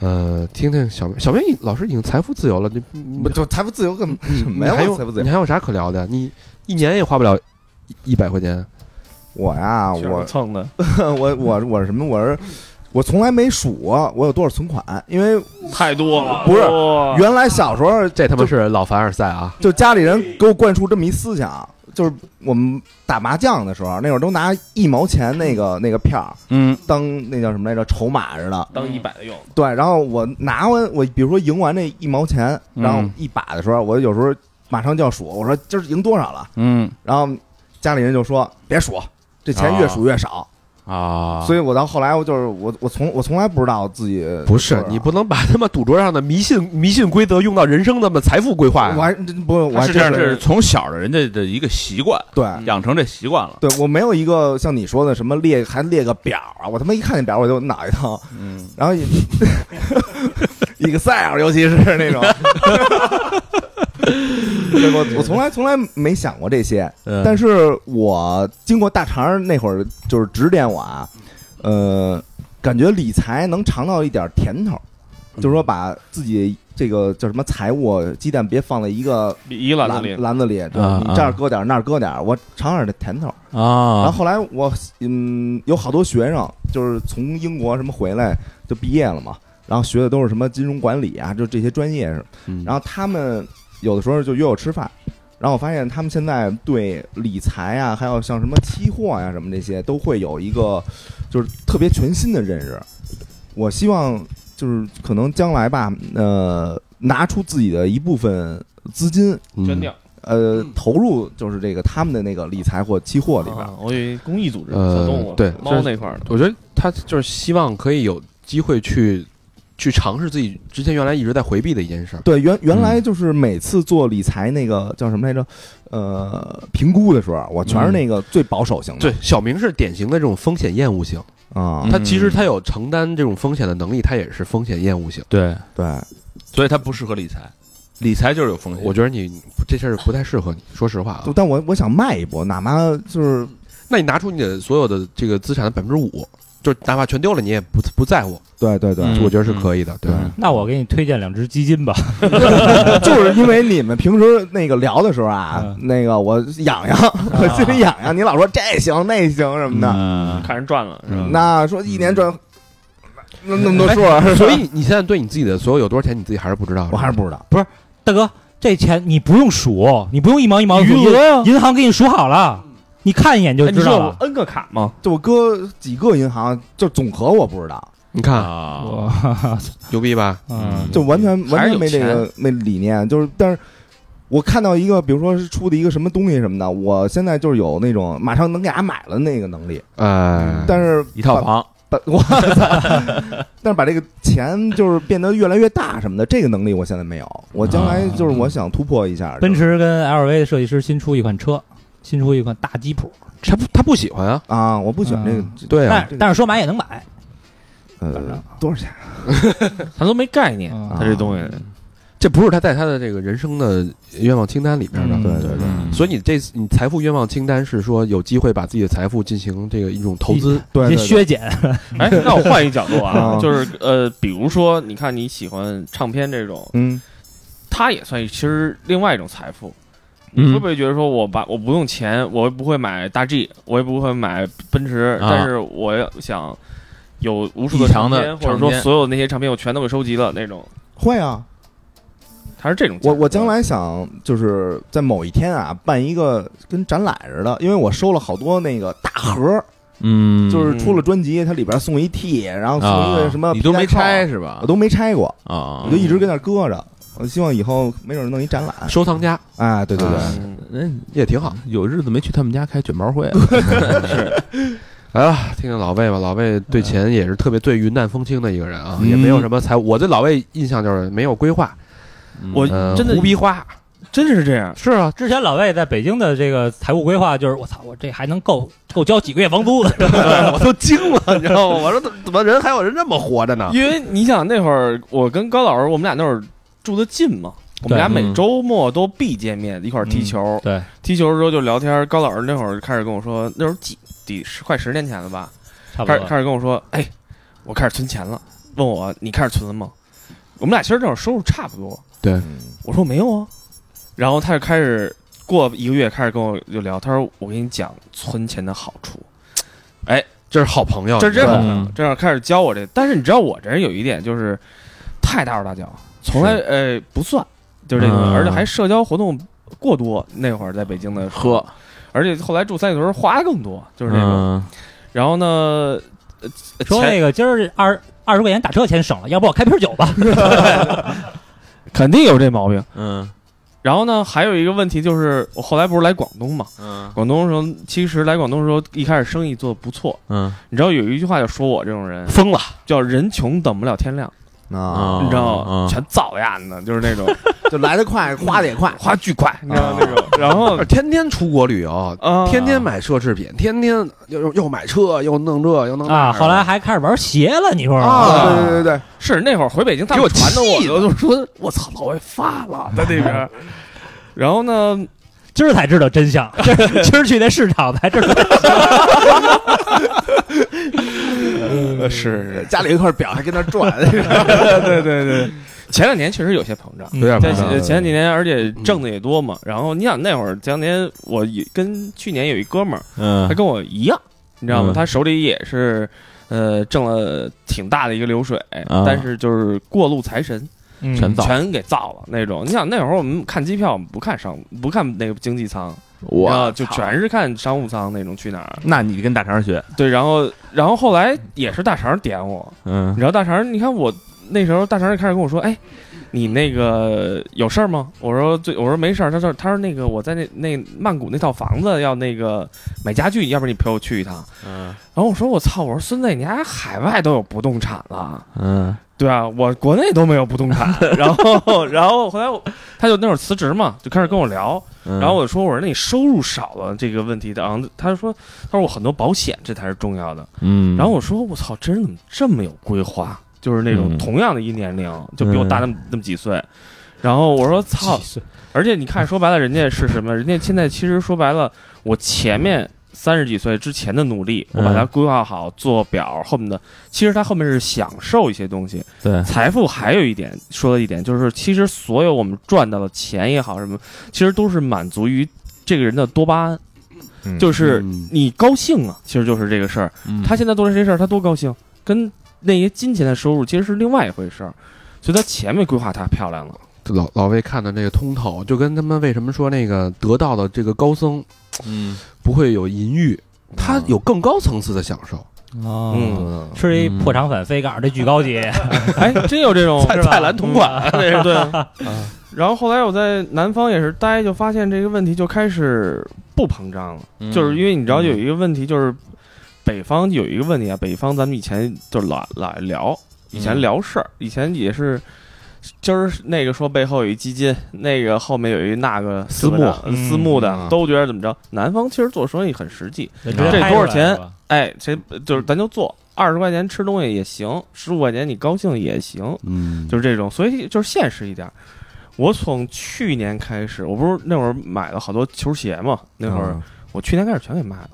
呃，听听小明小明老师已经财富自由了，你你
不就财富自由跟什么呀？
还
我
有
财富自由
你，还有啥可聊的？你一年也花不了一一百块钱，
我呀，我
蹭的，
我我我是什么？我是我从来没数过我有多少存款，因为
太多了，
不是
哇
原来小时候
这他妈是老凡尔赛啊！
就家里人给我灌输这么一思想，就是我们打麻将的时候，那会儿都拿一毛钱那个那个票儿
嗯，
当那叫什么来着筹码似的。
当一百的用，
对，然后我拿完我比如说赢完这一毛钱，然后
嗯
一把的时候，我有时候马上就要数，我说今儿赢多少了，
嗯
然后家里人就说别数，这钱越数越少。
啊，
所以我到后来我就是我我从我从来不知道自己
不是
多少
你不能把他妈赌桌上的迷信迷信规则用到人生那么财富规划呀、
我还真不我还
是这样，
真嗯
这是从小的人家的一个习惯，
对。
养成这习惯了。
对，我没有一个像你说的什么列还列个表啊，我他妈一看见表我就脑袋疼，
嗯，
然后 也 Excel 尤其是 那种，对我我从来从来没想过这些，
嗯
呃
但是我经过大肠儿那会儿就是指点我啊，呃，感觉理财能尝到一点甜头，
嗯
就是说把自己这个叫什么财务鸡蛋别放在一个
一篮子里
篮子里，就
啊
是你这儿搁点儿那儿搁点儿，我尝点儿这甜头。然后
啊，
后来我嗯，有好多学生就是从英国什么回来就毕业了嘛，然后学的都是什么金融管理啊，就这些专业是。
嗯
然后他们有的时候就约我吃饭，然后我发现他们现在对理财啊，还有像什么期货呀、什么这些，都会有一个就是特别全新的认识。我希望就是可能将来吧，呃，拿出自己的一部分资金，
捐掉。
呃，投入就是这个他们的那个理财或期货里边。
啊我有一公益组织
呃
小动物，
对
猫那块儿的，
我觉得他就是希望可以有机会去去尝试自己之前原来一直在回避的一件事儿。
对，原原来就是每次做理财那个叫什么来着，呃，评估的时候，我全是那个最保守型的。
对，小明是典型的这种风险厌恶型，
啊，
他其实他有承担这种风险的能力，他也是风险厌恶型。
对，
对，
所以他不适合理财，理财就是有风险。
我觉得你这事儿不太适合你，说实话啊
就。但我我想卖一波，哪怕就是
那你拿出你的所有的这个资产的百分之五，就是哪怕全丢了，你也不不在乎，
对对对，
嗯
我觉得是可以的，对吧？
那我给你推荐两只基金吧。
就是因为你们平时那个聊的时候啊，
嗯
那个我痒痒，我心里痒痒，你老说这行那行什么的，
嗯，
看人赚了是吧？
那说一年赚那 那么多数儿，啊
哎 所以你现在对你自己的所有有多少钱，你自己还是不知道，
我还是不知道。
大哥，这钱你不用数，你不用一毛一毛地数，
余额呀
银银行给你数好了，你看一眼就
哎，你
知
说
道
我
了。
摁个卡吗？
就我哥几个银行，就总和我不知道，
你看
啊，
我，
牛逼吧？
嗯，
就完全完
还是
全
有
没这个那理念，就是但是。我看到一个，比如说是出的一个什么东西什么的，我现在就是有那种马上能给他买了那个能力，
呃，
嗯但是
一套房，
把我操，但是把这个钱就是变得越来越大什么的，这个能力我现在没有。我将来就是我想突破一下，
奔驰跟 LV 的设计师新出一款车，新出一款大吉普，
他不他不喜欢啊，
啊，我不喜欢这个
嗯，
这
对啊，
但但是说买也能买，
呃，多少钱？
他都没概念，
啊
他这东西
这不是他在他的这个人生的愿望清单里边的。
嗯
对对对，
嗯
所以你这次你财富愿望清单是说有机会把自己的财富进行这个一种投资，
对
一些
对对
削减，
哎，那我换一角度啊
啊，
就是呃，比如说，你看你喜欢唱片这种，
嗯，
它也算其实另外一种财富。你会不会觉得说我把我不用钱，我不会买大 G，我也不会买奔驰，
啊
但是我想有无数的
异常的
唱片或者
唱
说
片
所有那些唱片我全都给收集了那种，
会啊，
它是这种价格。
我我将来想就是在某一天啊办一个跟展览似的，因为我收了好多那个大盒儿，
嗯，
就是出了专辑，它里边送一 T，然后送一个什么、
啊你都没拆，是吧
我？都没拆过，
嗯
啊
我就，一直跟那儿搁着。我希望以后没准弄一展览，
收藏家
哎，对对对，
啊
嗯
嗯，
也挺好。
有日子没去他们家开卷毛会了，
来了，哎听听老魏吧。老魏对钱也是特别对云淡风轻的一个人啊，
嗯
也没有什么财务。我对老魏印象就是没有规划，
我
嗯，
真的
胡逼花。
真的是这样，
是啊，
之前老魏在北京的这个财务规划就是，我操，我这还能够够交几个月房租的。
我都惊了，你知道吗？我说怎么人还有人这么活着呢？
啊因为你想那会儿我跟高老师，我们俩那会儿住的近嘛，嗯我们俩每周末都必见面，一块儿踢球。
对，
踢球之后就聊天。高老师那会儿开始跟我说，那时候几几十快十年前了吧，
差不
开
多
始开始跟我说，哎，我开始存钱了。问我你开始存了吗？我们俩其实那会儿收入差不多。
对，
我说没有啊。然后他就开始过一个月开始跟我就聊，他说我跟你讲存钱的好处。
这是好朋
哦
友，
这是真
你知
好
道吗
朋
嗯
友，这样开始教我这。但是你知道我这人有一点就是太大手大脚，从来呃不算，就是这种，
嗯
而且还社交活动过多。那会儿在北京的时候，
呵，
而且后来住三里屯花的更多，就是这种。
嗯，
然后呢，呃
说
钱
那个今儿二二十块钱打车钱省了，要不我开瓶酒吧？
肯定有这毛病。
嗯
然后呢，还有一个问题就是，我后来不是来广东嘛？
嗯
广东的时候，其实来广东的时候，一开始生意做的不错。
嗯
你知道有一句话就说我这种人
疯了，
叫“人穷等不了天亮”，
啊，
嗯
啊，
你知道吗？
啊
全造呀呢，就是那种。
就来得快，
嗯
花的也快，
花巨快，你知道
啊
那种。然后
天天出国旅游，
啊，
天天买奢侈品，天天又又买车，又弄这又弄那
啊，
儿
后来还开始玩鞋了，你说说？
啊，对对对对，
是那会儿回北京，他
给
们
我
传的
气
我，
的
我就说，我操，老魏发了在那边。然后呢，
今儿才知道真相，今儿今儿去那市场才知道。
嗯
呃是，
家里有一块表还跟那儿转，
对对对，嗯前两年确 实有些膨胀。
有点
在
麻烦
嗯
前前几年，而且挣的也多嘛。然后你想那会儿，前两年我也跟去年有一哥们儿，他
嗯
跟我一样，你知道吗
嗯？
他手里也是，呃，挣了挺大的一个流水，
啊
但是就是过路财神，
嗯
全造，
全给造了那种。你想那会儿我们看机票，我们不看商，不看那个经济舱，然后
我
就
操
全是看商务舱那种去哪儿。
那你跟大肠学，
对，然后然后后来也是大肠点我，
嗯
你知道大肠，你看我那时候大肠就开始跟我说，哎。你那个有事儿吗？我说最，我说没事儿。他说，他说那个我在那那曼谷那套房子要那个买家具，要不然你陪我去一趟。
嗯
然后我说我操，我说孙子，你家海外都有不动产了，
嗯
对啊，我国内都没有不 动产。然后，然后后来我他就那会儿辞职嘛，就开始跟我聊。
嗯，
然后我说我说那你收入少了这个问题的，然后他就说他说我很多保险这才是重要的。
嗯，
然后我说我操，这人怎么这么有规划？就是那种
嗯
同样的一年龄，就比我大那么那么几岁。然后我说
哦
操，而且你看说白了，人家是什么？人家现在其实说白了，我前面。三十几岁之前的努力，我把它
嗯
规划好，做表后面的，其实他后面是享受一些东西，
对，
财富还有一点说的一点就是，其实所有我们赚到的钱也好，什么，其实都是满足于这个人的多巴胺，
嗯
就是
嗯
你高兴啊，其实就是这个事儿。
嗯
他现在做这些事儿，他多高兴，跟那些金钱的收入其实是另外一回事儿。所以他前面规划太漂亮了，
这老老魏看的这个通透，就跟他们为什么说那个得道的这个高僧
嗯
不会有淫欲，他有更高层次的享受。
哦
嗯
吃一破肠粉，飞一杠，这巨高级，
哎，真有这种
菜菜篮
同款，那是对 啊。然后后来我在南方也是待，就发现这个问题就开始不膨胀了。就是因为你知道有一个问题，就是北方有一个问题啊，北方咱们以前就老老聊，以前聊事儿，以前也是。今儿那个说背后有一基金，那个后面有一那个私募
嗯
私募的，
嗯
都觉得怎么着？南方其实做生意很实际，
直接
这
拍
多少
出来
钱
是吧？
哎，谁就是咱就做，二十块钱吃东西也行，十五块钱你高兴也行，
嗯
就是这种，所以就是现实一点儿。我从去年开始，我不是那会儿买了好多球鞋嘛，那会儿我去年开始全给卖了，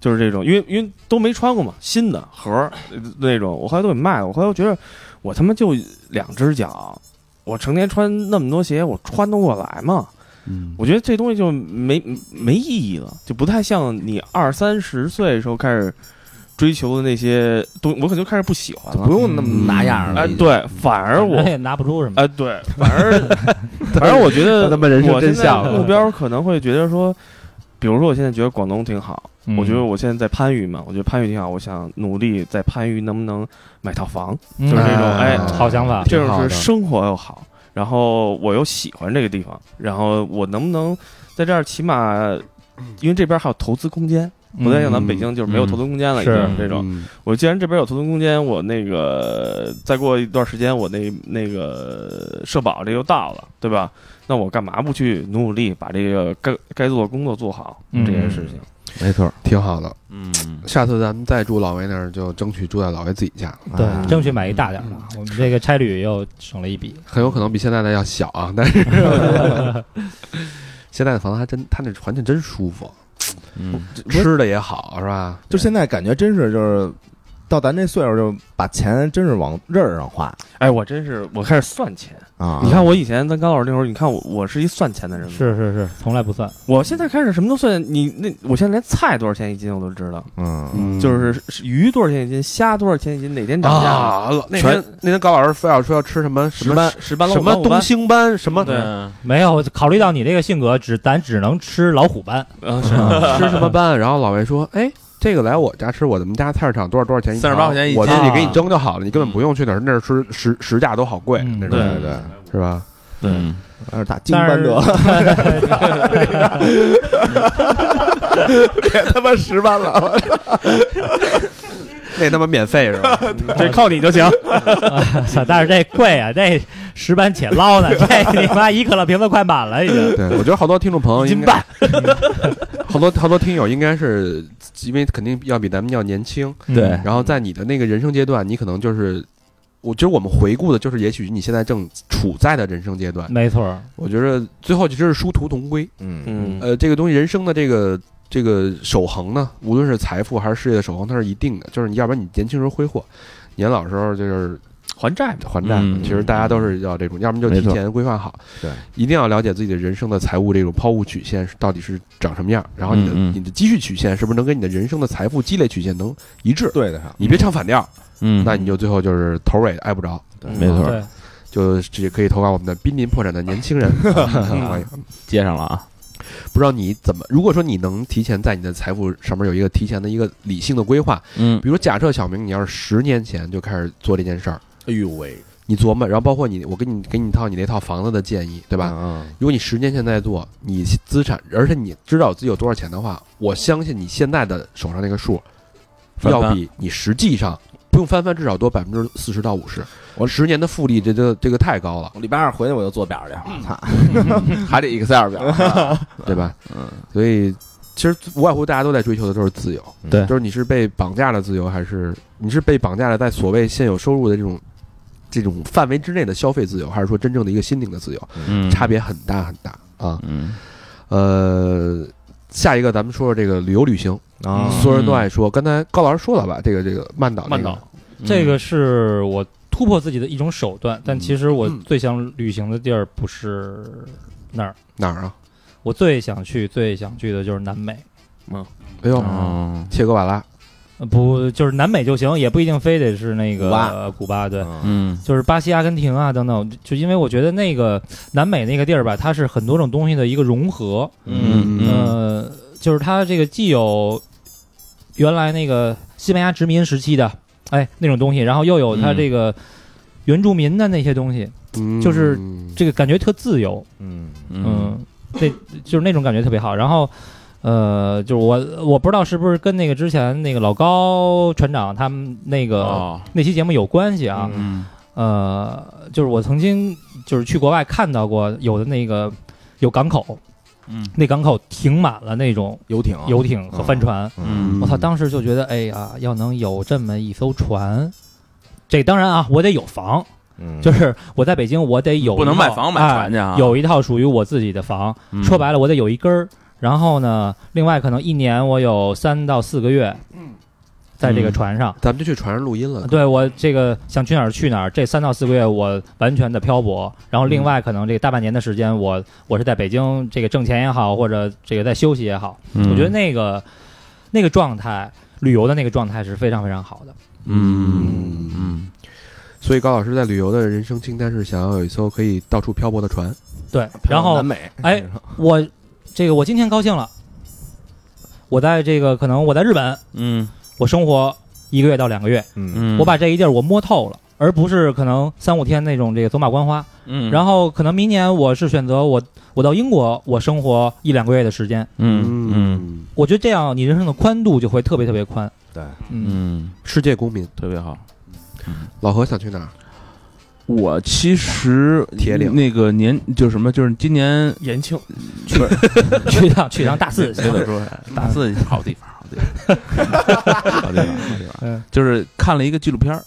就是这种，因为因为都没穿过嘛，新的盒儿呃那种，我后来都给卖了。我后来我觉得我他妈就两只脚，我成天穿那么多鞋，我穿得过来吗？
嗯
我觉得这东西就没没意义了，就不太像你二三十岁的时候开始追求的那些东，我可能就开始不喜欢
就
了
不。用那
嗯
么拿样儿了。嗯
哎，对，反而我
人也拿不出什么。
哎，对，反 而反正我觉得
让他们人生
我
真
现在
相
目标可能会觉得说，比如说我现在觉得广东挺好，
嗯
我觉得我现在在番禺嘛，我觉得番禺挺好，我想努力在番禺能不能买套房，就是这种哎
好想法。
这
挺好
种
的
是生活又好，然后我又喜欢这个地方，然后我能不能在这儿起码，因为这边还有投资空间，
嗯
不再像咱们北京就是没有投资空间了，已经
是
这种。
嗯
我既然这边有投资空间，我那个再过一段时间，我那那个社保这又到了，对吧？那我干嘛不去努努力把这个该该做的工作做好
嗯
这件事情？
没错，
挺好的。
嗯，
下次咱们再住老魏那儿，就争取住在老魏自己家了，
啊
对，争取买一大点儿的。我们这个差旅又省了一笔。
很有可能比现在的要小啊。 但是现在的房子还真，他那环境真舒服，
嗯，
吃的也好，是吧？
就现在感觉真是就是到咱这岁数，就把钱真是往刃儿上花
哎，我真是我开始算钱。
啊！
你看我以前咱高老师那会儿，你看我我是一算钱的人吗？
是是是，从来不算。
我现在开始什么都算，你那我现在连菜多少钱一斤我都知道，
嗯，
嗯
就是鱼多少钱一斤，虾多少钱一斤，哪天涨价了，
啊，老那天那天高老师非要说要吃什么什
什
么
么石斑
什么东
西，
星斑什么
对，
没有考虑到你这个性格，只咱只能吃老虎斑。
嗯是
吃什么斑，然后老魏说，哎。这个来我家吃，我们家菜市场多少多少钱一条？
38块钱一斤
我自己给你蒸就好了，你根本不用去哪儿那儿吃实实价都好贵，
嗯
那种
对
感
对
觉
对，
是吧？
对，
还是打金
但
班
是
得，别他妈十班了，
那他妈免费是吧？
这靠你就行。
操 但是这贵啊，这石斑且捞呢，这你妈一可乐瓶子快满了已经。
对，我觉得好多听众朋友
一
哦应
斤
该，好多好多听友应该是因为肯定要比咱们要年轻，
对
哎嗯
然后在你的那个人生阶段，你可能就是，我觉得我们回顾的就是，也许你现在正处在的人生阶段，
没错，
我觉得最后其实是殊途同归。
嗯，
嗯，
呃，这个东西人生的这个这个守恒呢，无论是财富还是事业的守恒，它是一定的，就是你要不然你年轻时候挥霍，年老时候就是
还债嘛，
还债，
嗯
其实大家都是要这种，要么就
没
提
错
前规划好，
对，
一定要了解自己的人生的财务这种抛物曲线是到底是长什么样，然后你的、
嗯嗯
你的积蓄曲线是不是能跟你的人生的财富积累曲线能一致，
对得上，
你别唱反调，
嗯，
那你就最后就是头尾挨不着，
没错，
对，
就这可以投稿我们的濒临破产的 年轻人，欢迎。
接上了啊，
不知道你怎么，如果说你能提前在你的财富上面有一个提前的一个理性的规划，
嗯
比如假设小明你要是十年前就开始做这件事儿，
哎呦喂，
你琢磨，然后包括你，我给你给你一套你那套房子的建议，对
对
吧？
啊
如果你十年前在做，你资产，而且你知道自己有多少钱的话，我相信你现在的手上那个数，
翻番
要比你实际上不用翻番，至少多百分之四十到五十。我十年的复利，这这这个太高了，
我礼拜二回去我就做表去了，操，还得 Excel 表，
对吧？嗯，所以其实无外乎大家都在追求的都是自由，
对
就是你是被绑架的自由，还是你是被绑架了在所谓现有收入的这种这种范围之内的消费自由，还是说真正的一个心灵的自由，
嗯，
差别很大很大啊。
嗯，
呃，下一个咱们说说这个旅游旅行，
嗯
啊
所有人都爱说。刚才高老师说了吧，这个这个嗯曼岛、
慢岛，
这个是我突破自己的一种手段，但其实我
嗯
最想旅行的地儿不是那儿，
哪儿啊？
我最想去、最想去的就是南美。
哎呦，
嗯
哦，
切格瓦拉，
呃不，就是南美就行，也不一定非得是那个
古巴
呃古巴对。
嗯
就是巴西、阿根廷啊等等，就因为我觉得那个南美那个地儿吧，它是很多种东西的一个融合，
嗯嗯
呃，就是它这个既有原来那个西班牙殖民时期的哎那种东西，然后又有它
嗯
这个原住民的那些东西，
嗯
就是这个感觉特自由，
嗯，
嗯
嗯，这就是那种感觉特别好。然后，呃，就是我我不知道是不是跟那个之前那个老高船长他们那个、
哦
那期节目有关系啊。
嗯
呃，就是我曾经就是去国外看到过有的那个有港口，
嗯
那港口停满了那种
游艇，
游艇和帆船。
啊嗯
我操！当时就觉得，哎呀，要能有这么一艘船，这当然啊，我得有房，
嗯，
就是我在北京，我得有
不能
一套
买房买船去啊
哎有一套属于我自己的房。
嗯
说白了，我得
嗯
有一根儿。然后呢，另外可能一年我有三到四个月，在这个船上。
咱们就去船上录音了。
对我这个想去哪儿去哪儿，这三到四个月我完全的漂泊，然后另
嗯
外可能这个大半年的时间我，我是在北京这个挣钱也好，或者这个在休息也好，
嗯
嗯
我觉得那个那个状态，旅游的那个状态是非常非常好的。
嗯嗯
所以高老师在旅游的人生清单是想要有一艘可以到处漂泊的船。
对，然后
南美，
哎，我这个我今天高兴了，我在这个可能我在日本，
嗯
我生活一个月到两个月，
嗯
嗯，
我把这一地儿我摸透了，而不是可能三五天那种这个走马观花。
嗯，
然后可能明年我是选择我我到英国我生活一两个月的时间，
嗯嗯
我觉得这样你人生的宽度就会特别特别宽。
对，
嗯，
嗯，
世界公民，
特别好。
老何想去哪儿？
我其实
铁岭
那个年就是什么，就是今年
延庆，
去一趟去一趟大四去，
得说大四好地方，好地方，好地方，好地
嗯
方。就是看了一个纪录片儿，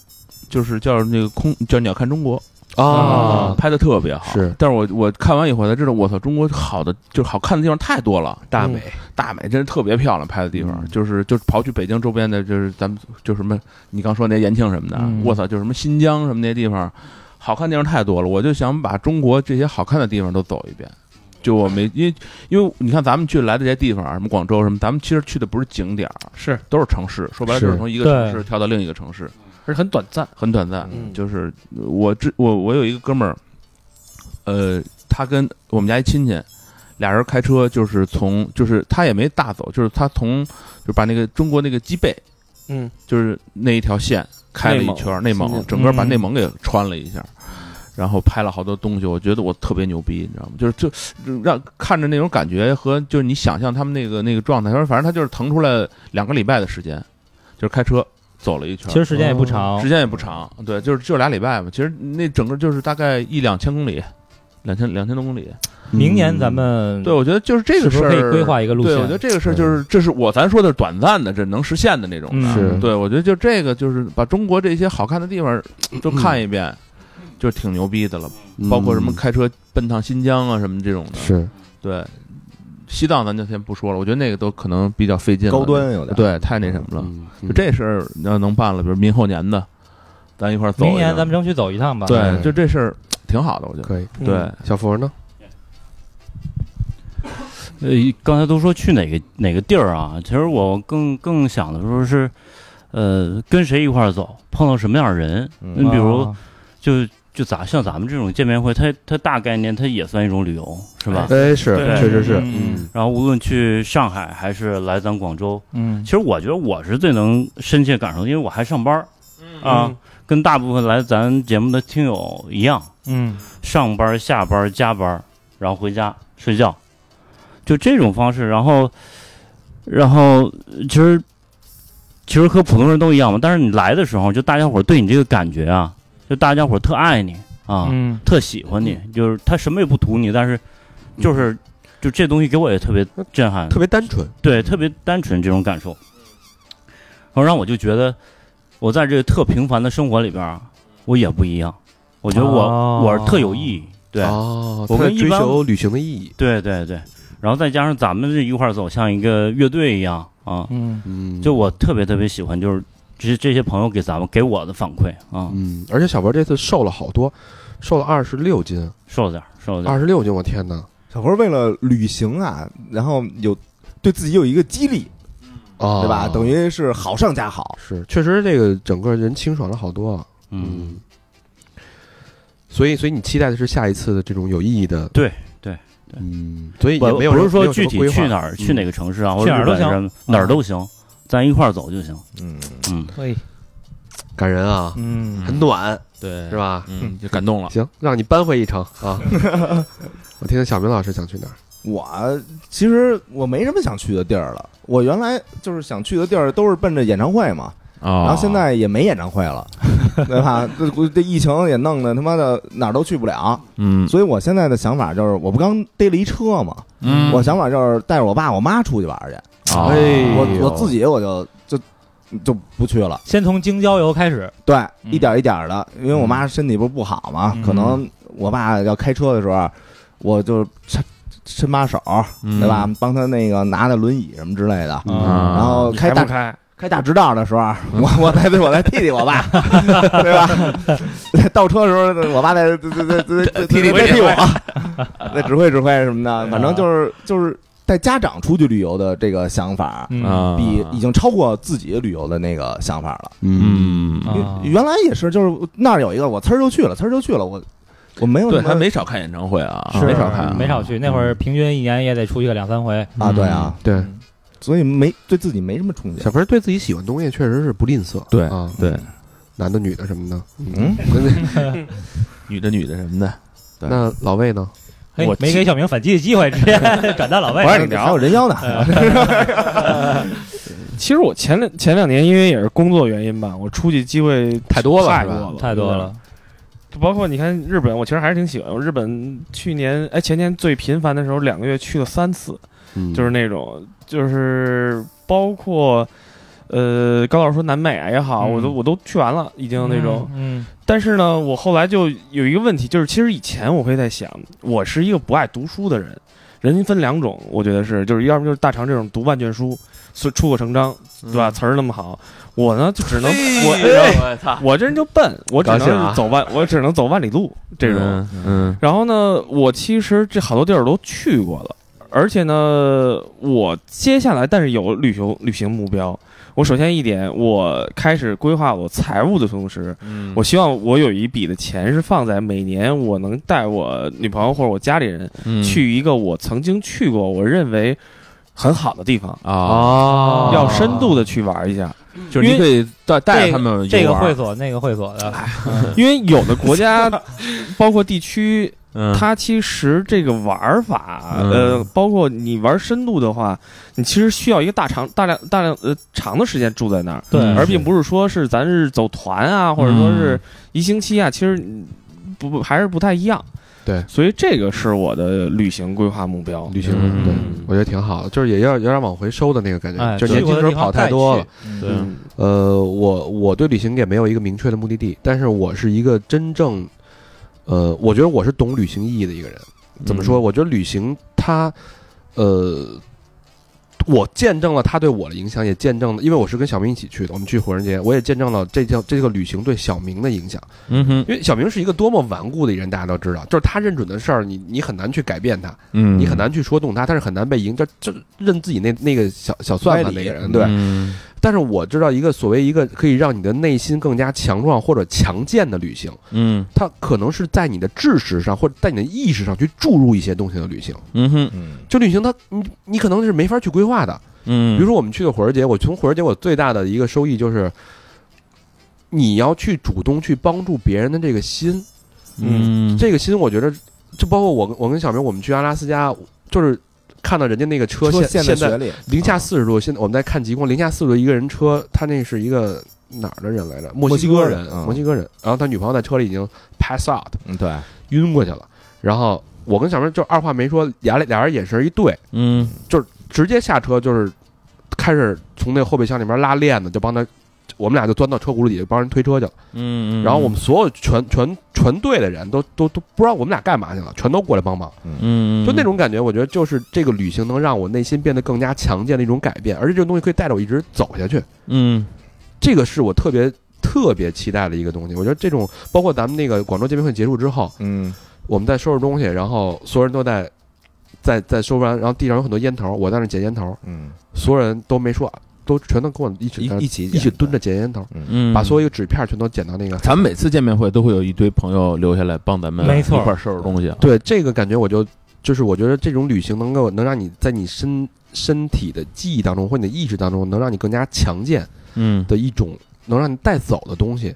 就是叫那个空叫《鸟看中国》
啊，
拍的特别好。
是，
但是我我看完以后才知道，我操，中国好的就是好看的地方太多了。嗯
大美嗯
大美真是特别漂亮，拍的地方就是就刨去北京周边的，就是咱们就什么你刚说那延庆什么的
嗯，
我操，就什么新疆什么那地方，好看地方太多了。我就想把中国这些好看的地方都走一遍。就我没，因为因为你看咱们去来的这些地方，什么广州什么，咱们其实去的不是景点儿，
是
都是城市，说白了
是
就是从一个城
对
市跳到另一个城市，
而且很短暂。
很短暂。
嗯
就是我之我我有一个哥们儿，呃，他跟我们家一亲戚，俩人开车就是从就是他也没大走，就是他从就把那个中国那个基贝，
嗯，
就是那一条线开了一圈儿，内蒙
新疆
整个把
嗯
内蒙给穿了一下。然后拍了好多东西，我觉得我特别牛逼，你知道吗？就是就就让看着那种感觉和就是你想象他们那个那个状态，他说反正他就是腾出来两个礼拜的时间，就是开车走了一圈儿，
其实时间也不长
嗯
时。间也不长，对，就是就俩礼拜嘛。其实那整个就是大概一两千公里，两千两千多公里。
明年咱们
对，我觉得就是这个
嗯是不
事
是
儿
可以规。划一个路
对，我觉得
线？
这个事儿就是，这是我咱说的是短暂的，这能实现的那种的。
嗯
是
对，我觉得就这个就是把中国这些好看的地方都看一遍，就挺牛逼的了。包括什么开车奔趟新疆啊，什么这
嗯
种的。
是
对，西藏咱就先不说了，我觉得那个都可能比较费劲了，
高端有点，
对，太那什么了。
嗯
就这事儿要能办了，比如明后年的，咱一块儿走一趟。
明年咱们争取走一趟吧。啊
嗯
对，就这事儿挺好的，我觉得。
可以。嗯
对，
小佛呢？
呃，刚才都说去哪个哪个地儿啊？其实我更更想的说是，呃，跟谁一块儿走，碰到什么样的人。
嗯
你比如
啊，
就就咱像咱们这种见面会，它它大概念，它也算一种旅游，是吧？
哎，是，
对
确实是，
嗯。然后无论去上海还是来咱广州，
嗯
其，实我觉得我是最能深切感受，因为我还上班儿
嗯
啊，跟大部分来咱节目的听友一样，
嗯，
上班儿、下班儿、加班儿，然后回家睡觉，就这种方式。然后，然后呃其实其实和普通人都一样嘛，但是你来的时候，就大家伙儿对你这个感觉啊，就大家伙儿特爱你啊，
嗯，
特喜欢你，就是他什么也不图你，但是就是就这东西给我也特别震撼，
特别单纯。
对，特别单纯这种感受，然后让我就觉得我在这个特平凡的生活里边儿，我也不一样，我觉得我、
哦
我是特有意义，对、
哦，
我
他
们一
追
般
求旅行的意义。
对对对，然后再加上咱们这一块儿走，像一个乐队一样啊，
嗯，
嗯，
就我特别特别喜欢，就是这这些朋友给咱们给我的反馈啊，
嗯，而且小博这次瘦了好多，瘦了二十六斤，
瘦了点儿，瘦了点儿，
二十六斤，我天哪！
小猴为了旅行啊，然后有对自己有一个激励，
啊，
对吧？等于是好上加好。
是，确实这个整个人清爽了好多啊。
嗯，，
所以，所以你期待的是下一次的这种有意义的，
对对对
嗯，所以
不
也没有
不
什
是
么
说
没有什
具
么
体
规划嗯
去哪儿、去哪个城市啊，或
去
者
哪儿
日
都
本
行
什么哪儿都行，咱一块儿走就行，
嗯，
嗯。
可以，
感人啊，
嗯，
很暖，
对
是？吧？
嗯，就感动了。
行，让你扳回一城啊！ 我听听小明老师想去哪儿？
我其实我没什么想去的地儿了。我原来就是想去的地儿都是奔着演唱会嘛，
哦
哦
啊
然后现在也没演唱会了，对吧？这这疫情也弄得他妈的哪儿都去不了，
嗯
所以我现在的想法就是，我不刚逮了一车嘛，
嗯
我想法就是带着我爸我妈出去玩儿去，
啊
我
哎呦
我自己我就就就不去了。
先从京郊游开始。
对，
嗯
一点一点的，因为我妈身体不是不好嘛，可能我爸要开车的时候，我就抻抻把手，对吧？帮他那个拿拿轮椅什么之类的，
嗯啊
然后开
开
大
不开？
开大直道的时候， 我我再我再替替我爸，对吧？倒车的时候，我爸再再再再替替再替我， 再指挥指挥什么
哎
的。反正就是就是带家长出去旅游的这个想法，
嗯
啊，
比已经超过自己旅游的那个想法了。
嗯，
啊
原来也是，就是那儿有一个，我呲儿就去了，呲儿就去了，我我没有
对，
什么
他没少看演唱会啊，
是
没少看啊，
没少去。那会儿平均一年也得出去个两三回，
嗯
嗯
啊，对啊，
对，
所以没对自己没什么冲劲
小。朋友对自己喜欢的东西确实是不吝啬，
对
啊，
对，
男的女的什么的，
嗯，
女的女的什么的，对
那老魏呢？
嘿
我，
没给小明反击的机会，直接转到老魏。
我让你聊，还有人妖呢，
其实我前两前两年因为也是工作原因吧，我出去机会
太多了
太
是吧
多了，
太多了。嗯
包括你看日本，我其实还是挺喜欢。我日本去年哎前年最频繁的时候，两个月去了三次，
嗯
就是那种就是包括呃高老师说南美啊也好，
嗯
我都我都去完了，已经那种。
嗯，
但是呢，我后来就有一个问题，就是其实以前我会在想，我是一个不爱读书的人。人分两种，我觉得是，就是要么就是大肠这种读万卷书，出出口成章，对吧？词儿那么好，我呢就只能我、
我操，
我这人就笨，我只
高兴
能
啊
走万，我只能走万 里路这种。
嗯，
然后呢，我其实这好多地儿都去过了，而且呢，我接下来但是有旅游旅行目标。我首先一点，我开始规划我财务的同时，
嗯
我希望我有一笔的钱是放在每年我能带我女朋友或者我家里人
嗯
去一个我曾经去过我认为很好的地方，
啊，
哦
要深度的去玩一下。
就是你可以带带着他们
这
游
个
玩
会，所那个会所的，
因为有的国家，包括地区，
嗯，
它其实这个玩法，
嗯
呃，包括你玩深度的话，你其实需要一个大长、大量、大量呃长的时间住在那儿，
对
嗯
而并不是说是咱是走团啊，或者说是一星期啊，其实嗯不不还是不太一样。
对
所以这个是我的旅行规划目标。
旅行
嗯，
对我觉得挺好的，就是也要有点往回收的那个感
哎
觉，就是年轻时候跑太多了。
对，
呃，我我对旅行也没有一个明确的目的地，但是我是一个真正，呃，我觉得我是懂旅行意义的一个人。怎么说？我觉得旅行它，呃，我见证了它对我的影响，也见证了，因为我是跟小明一起去的，我们去火人节，我也见证了这叫这个旅行对小明的影响。
嗯哼，
因为小明是一个多么顽固的人，大家都知道，就是他认准的事儿，你你很难去改变他，
嗯，
你很难去说动他，但是很难被赢，就就认自己那那个小小算盘那个人，对。
嗯
但是我知道一个所谓一个可以让你的内心更加强壮或者强健的旅行，
嗯
它可能是在你的知识上或者在你的意识上去注入一些东西的旅行。
嗯哼，
嗯，
就旅行它，你你可能是没法去规划的。
嗯，
比如说我们去的火儿节，我从火儿节我最大的一个收益就是，你要去主动去帮助别人的这个心，
嗯，
这个心我觉得，就包括我跟我跟小明我们去阿拉斯加，就是看到人家那个车
说
现
在
现
雪
在
里，
零下四十度，现在我们在看极光，零下四十度一个人车，他那是一个哪儿的人来着？墨西
墨西
哥
哥
人
人，啊
墨西哥人。然后他女朋友在车里已经 pass out
嗯，对，
晕过去了，然后我跟小明就二话没说，俩俩人眼神一对，
嗯
直接下车就是开始从那后备箱里面拉链子，就帮他，我们俩就钻到车轱辘底下帮人推车去了。
嗯，
然后我们所有全全全队的人都都都不知道我们俩干嘛去了，全都过来帮忙。
嗯，
就那种感觉，我觉得就是这个旅行能让我内心变得更加强健的一种改变，而且这个东西可以带着我一直走下去。
嗯
这个是我特别特别期待的一个东西。我觉得这种包括咱们那个广州见面会结束之后，
嗯，
我们在收拾东西，然后所有人都在在在收拾完，然后地上有很多烟头，我在那捡烟头，
嗯，
所有人都没说，都全都跟我一起
一
在那
一起
一起蹲着捡烟头，
嗯，
把所有一个纸片全都捡到那个。
咱们每次见面会都会有一堆朋友留下来帮咱们
没错
嗯一块儿收拾东西。
对这个感觉，我就就是我觉得这种旅行能够能让你在你身身体的记忆当中或你的意识当中，能让你更加强健。
嗯
的一种能让你带走的东西。
嗯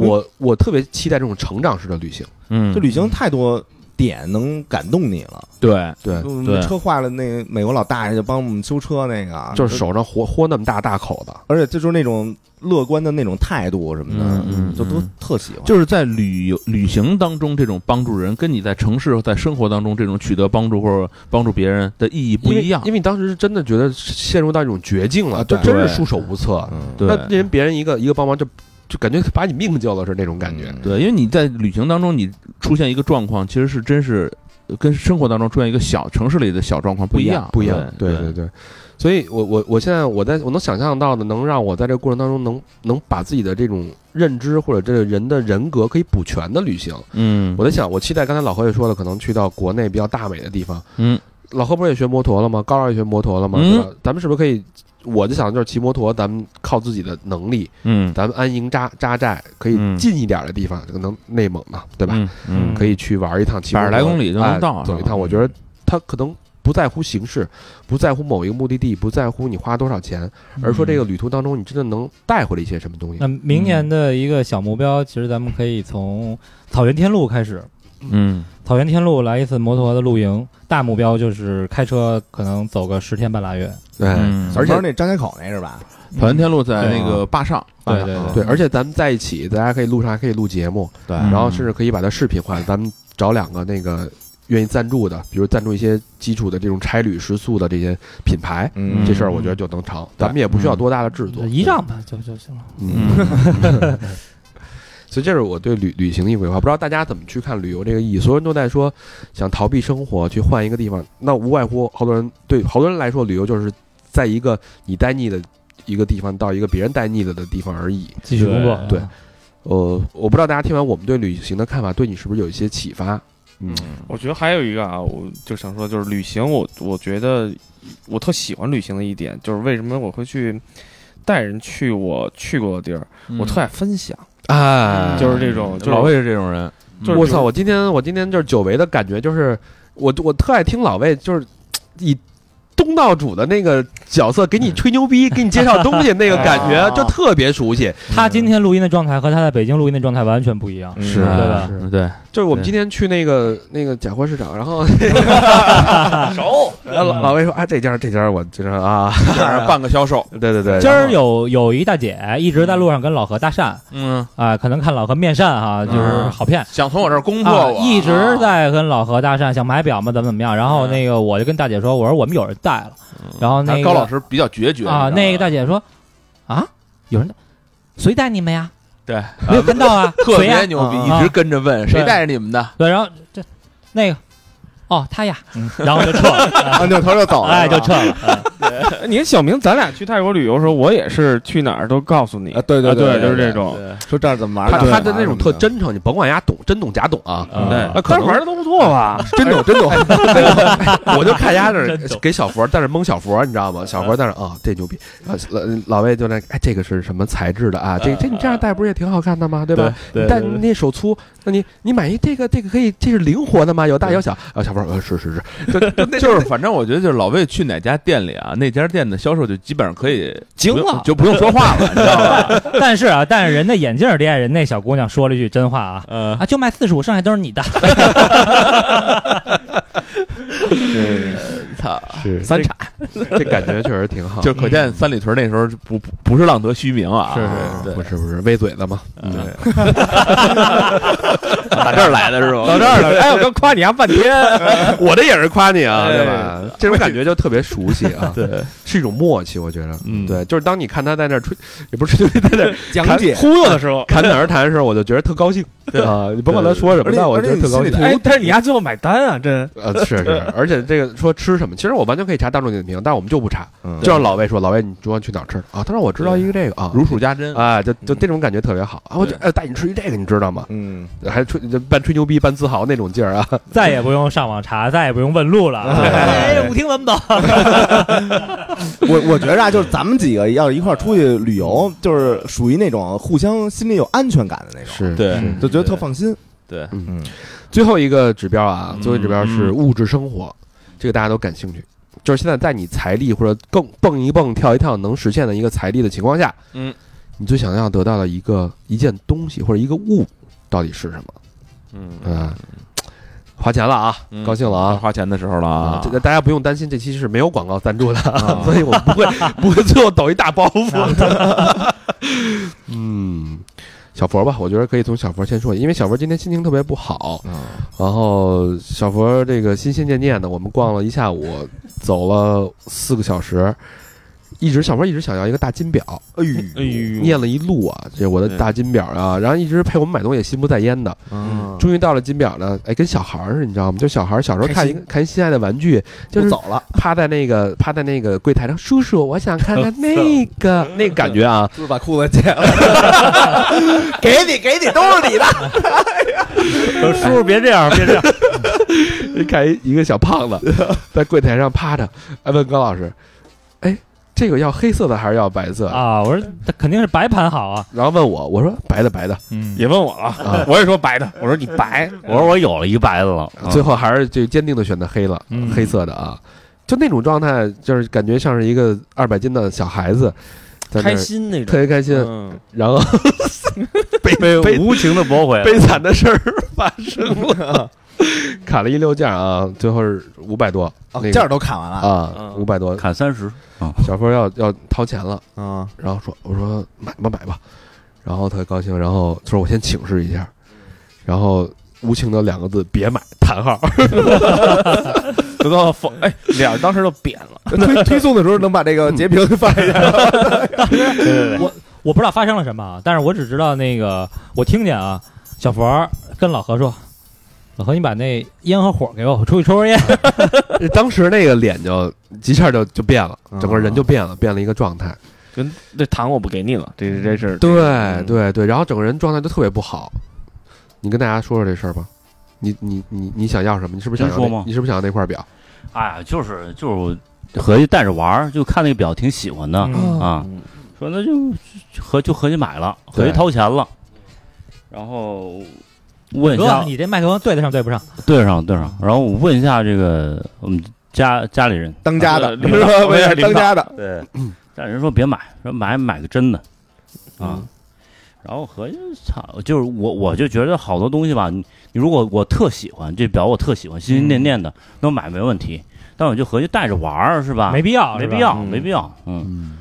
我我特别期待这种成长式的旅行。
嗯，
这旅行太多点能感动你了。
对，
对
我
对
们车坏了，那美国老大爷就帮我们修车啊那个，
就是，手上豁豁那么大大口子，
而且这就是那种乐观的那种态度什么的，
嗯嗯
就都
嗯
特喜欢。
就是在旅游旅行当中，这种帮助人跟你在城市在生活当中这种取得帮助或者帮助别人的意义不
因为
一样
因。为你当时是真的觉得陷入到一种绝境了，
啊
就
对
真是束手无策。
嗯，
对
那那人别人一个一个帮忙，就就感觉把你命救了是那种感觉。
嗯
对，因为你在旅行当中你出现一个状况，其实是真是跟生活当中出现一个小城市里的小状况不一样，
不一样。
对
对对对，所以我我我现在我在我能想象到的，能让我在这个过程当中能能把自己的这种认知或者这个人的人格可以补全的旅行。
嗯，
我在想，我期待刚才老何也说了，可能去到国内比较大美的地方。
嗯，
老何不是也学摩托了吗？高二也学摩托了吗？
嗯
对吧？咱们是不是可以？我就想就是骑摩托，咱们靠自己的能力，
嗯，
咱们安营扎扎寨，可
嗯
以近一点的地方，可能内蒙嘛，对吧？
嗯嗯，
可以去玩一趟，骑
百十来公里就能
哎
到啊
走一
是吧
趟。我觉得他可能不在乎形式，不在乎某一个目的地，不在乎你花多少钱，而
嗯
说这个旅途当中你真的能带回来一些什么东西。
嗯那明年的一个小目标，其实咱们可以从草原天路开始，
嗯
草原天路来一次摩托的露营。大目标就是开车，可能走个十天半拉月。
对，
嗯，
哎而且
那张家口那是吧？
草原天路在那个坝上，
对对
啊对，而且咱们在一起，大家可以路上还可以录节目，
对
嗯
然后甚至可以把它视频化。咱们找两个那个愿意赞助的，比如赞助一些基础的这种差旅、食宿的这些品牌，
嗯
这事儿我觉得就能成。咱们也不需要多大的制作，
嗯一让吧就就行了。
嗯，
所以这是我对旅旅行的一个规划，不知道大家怎么去看旅游这个意义。所有人都在说想逃避生活，去换一个地方，那无外乎好多人对好多人来说，旅游就是在一个你待腻的一个地方到一个别人待腻了的地方而已。
继续工作，
对
嗯
呃，我不知道大家听完我们对旅行的看法，对你是不是有一些启发？
我觉得还有一个啊，我就想说，就是旅行我，我觉得我特喜欢旅行的一点，就是为什么我会去带人去我去过的地儿，我特爱分享，
啊
哎
就是这种，就是
老魏是这种人，
就是
我操！我今天我今天就是久违的感觉，就是我我特爱听老魏，就是以东道主的那个角色给你吹牛逼，给你介绍东西那个感觉，就特别熟悉。
他今天录音的状态和他在北京录音的状态完全不一样。
是
对吧
是嗯对，
就是我们今天去那个那个假货市场，然后熟，然
哎
后老老魏说啊，这家这家我就是啊，
半 个销售，
对对对，
今
然
儿
后
有有一大姐一直在路上跟老何搭讪啊、
嗯，
可能看老何面善哈、就是
嗯
好骗。
想从我这儿攻
啊
破，我，
一直在跟老何搭讪，想买表吗？怎么怎么样？然
嗯
后那个我就跟大姐说，我说我们有人带了，然后那
但嗯
个
是高老师比较决绝
啊，那个大
姐
姐说啊，有人带，谁带你们呀？
对，
没有跟到啊，
特
谁呀
别牛逼，
啊
一直跟着问谁带着你们的，
对，然后这那个哦他呀， 然后就撤了，
啊，扭头就
哦
走了，
哎，就是
吧
撤了。
哎 你看小明，咱俩去泰国旅游的时候，我也是去哪儿都告诉你
啊，，对对
啊对就是这种
说这儿怎么玩
他
啊儿，
他的那种特真诚，你甭管人家懂真懂假懂啊，
嗯
那可能
的都不错吧？
真懂哎真懂，我就看人家这儿给小佛，但是蒙小佛，你知道吗？小佛在那儿啊，这牛逼。啊老老魏就那，哎，这个是什么材质的啊？这这你这样戴不是也挺好看的吗？对吧？
对
但那手粗，那你你买一这个这个可以，这是灵活的吗？有大有小啊。小佛呃是是是，
就是反正我觉得就是老魏去哪家店里啊，那家店的销售就基本上可以
惊
不用
啊
了，
就不用说话了，你知道吧？
但是啊，但是人家眼镜店人那小姑娘说了一句真话啊，
嗯
呃，
啊，就卖四十五，剩下都是 你的。
操，
三产，这感觉确实挺好。
就可见三里屯那时候不不不是浪得虚名啊，嗯
是不是不是歪嘴子嘛？对，
打这儿来的是 吧？
到这儿了，哎，我刚夸你啊半天， 我这也是夸你啊，对吧？这种感觉就特别熟悉啊，对，是一种默契，我觉得，
嗯
对，就是当你看他在那儿吹，也不是吹牛逼，在那儿
讲解嗯
侃忽悠的时候，侃侃而谈的时候，我就觉得特高兴，啊，你甭管他说什么，
而且
但我觉得特高
而且你
兴
心里头。
哎，但是你丫最后买单啊，真
呃，是是，而且这个说吃什么，其实我完全可以查大众点评，但是我们就不查，
嗯
就让老魏说，老魏你昨晚去哪儿吃的啊？他说我知道一个这个啊，
如数家珍，嗯
啊，就就这种感觉特别好啊！我就哎带你吃一这个，你知道吗？
嗯，
还吹就半吹牛逼半自豪那种劲儿啊！
再也不用上网查，再也不用问路了。 哎，舞厅文保，
我我觉着啊，就是咱们几个要一块儿出去旅游，就是属于那种互相心里有安全感的那种，
是
对
就觉得特放心。
对，
嗯，
最后一个指标啊，
嗯
最后一个指标是物质生活，这个大家都感兴趣。就是现在在你财力或者更蹦一蹦、跳一跳能实现的一个财力的情况下，
嗯，
你最想要得到的一个一件东西或者一个物，到底是什么？
嗯，
嗯，花钱了啊，
嗯
高兴了
啊，
啊！
花钱的时候了啊，
这大家不用担心，这期是没有广告赞助的，
啊
所以我不会不会最后抖一大包袱。 嗯，小佛吧，我觉得可以从小佛先说，因为小佛今天心情特别不好，然后小佛这个心心念念的，我们逛了一下午，走了四个小时。一直小时候一直想要一个大金表，
哎
哎呦，
念了一路啊，这我的
对
大金表啊，然后一直陪我们买东西也心不在焉的。
嗯，
终于到了金表呢，哎，跟小孩儿似的，你知道吗？就小孩儿小时候看一个看一心爱的玩具，就
就是走了，
趴在那个趴在那个柜台上，叔叔，我想看看那个那个感觉 啊。
就是把裤子解了，给你给你都是你的，
叔叔别这样，别这样，
看一一个小胖子在柜台上趴着，哎，问高老师，哎，这个要黑色的还是要白色？
啊！我说他肯定是白盘好啊，
然后问我，我说白的白的，
也问我了， 我也说白的，我说你白，
我说我有了一白的了，啊
最后还是就坚定的选择黑了，黑色的啊，就那种状态，就是感觉像是一个二百斤的小孩子，在那
开
儿
心那
特
种，
别开心，
嗯，
然后 被 被
被无情的驳回了，
悲惨的事儿发生了，砍了一溜价啊，最后是五百多，
哦
那
这
个
儿都砍完了
啊
嗯
五百多，
砍三十，
小峰要要掏钱了，
啊，
然后说我说买吧买吧，然后他高兴，然后他说我先请示一下，然后无情的两个字别买，叹号，
得到否，哎，脸儿当时就扁 了，
推推送的时候能把这个截屏放 一下，
我不知道发生了什么啊，但是我只知道那个我听见啊，小佛儿跟老何说。老何，你把那烟和火给我，我出去抽根烟。
当时那个脸就一下就就变了，整个人就变了，变了一个状态，
跟这糖我不给你了，这这
嗯
事儿，
对对对，然后整个人状态就特别不好。你跟大家说说这事儿吧，你你你你想要什么？你是不是想
真
要
说
那
吗
你是不是想要那块表？
哎呀，就是就是我合计带着玩儿，就看那个表挺喜欢的
嗯
啊，
嗯
说那就就合就合计买了，合计
对
掏钱了，然后问一
哥，
下
你这麦克风对得上对不上？
对上对上，然后我问一下这个我们家家里人，
当家
呃
的
啊，对
是吧？
我也是
当家的，
对，家里人说别买，说买买个真的啊。然后合计，操，就是我，我就觉得好多东西吧，你你如果我特喜欢这表，我特喜欢，心心念念的，那我买没问题。但我就合计带着玩儿是
啊
吧？
没必要，
没
是吧
必要，
嗯
没必要，嗯。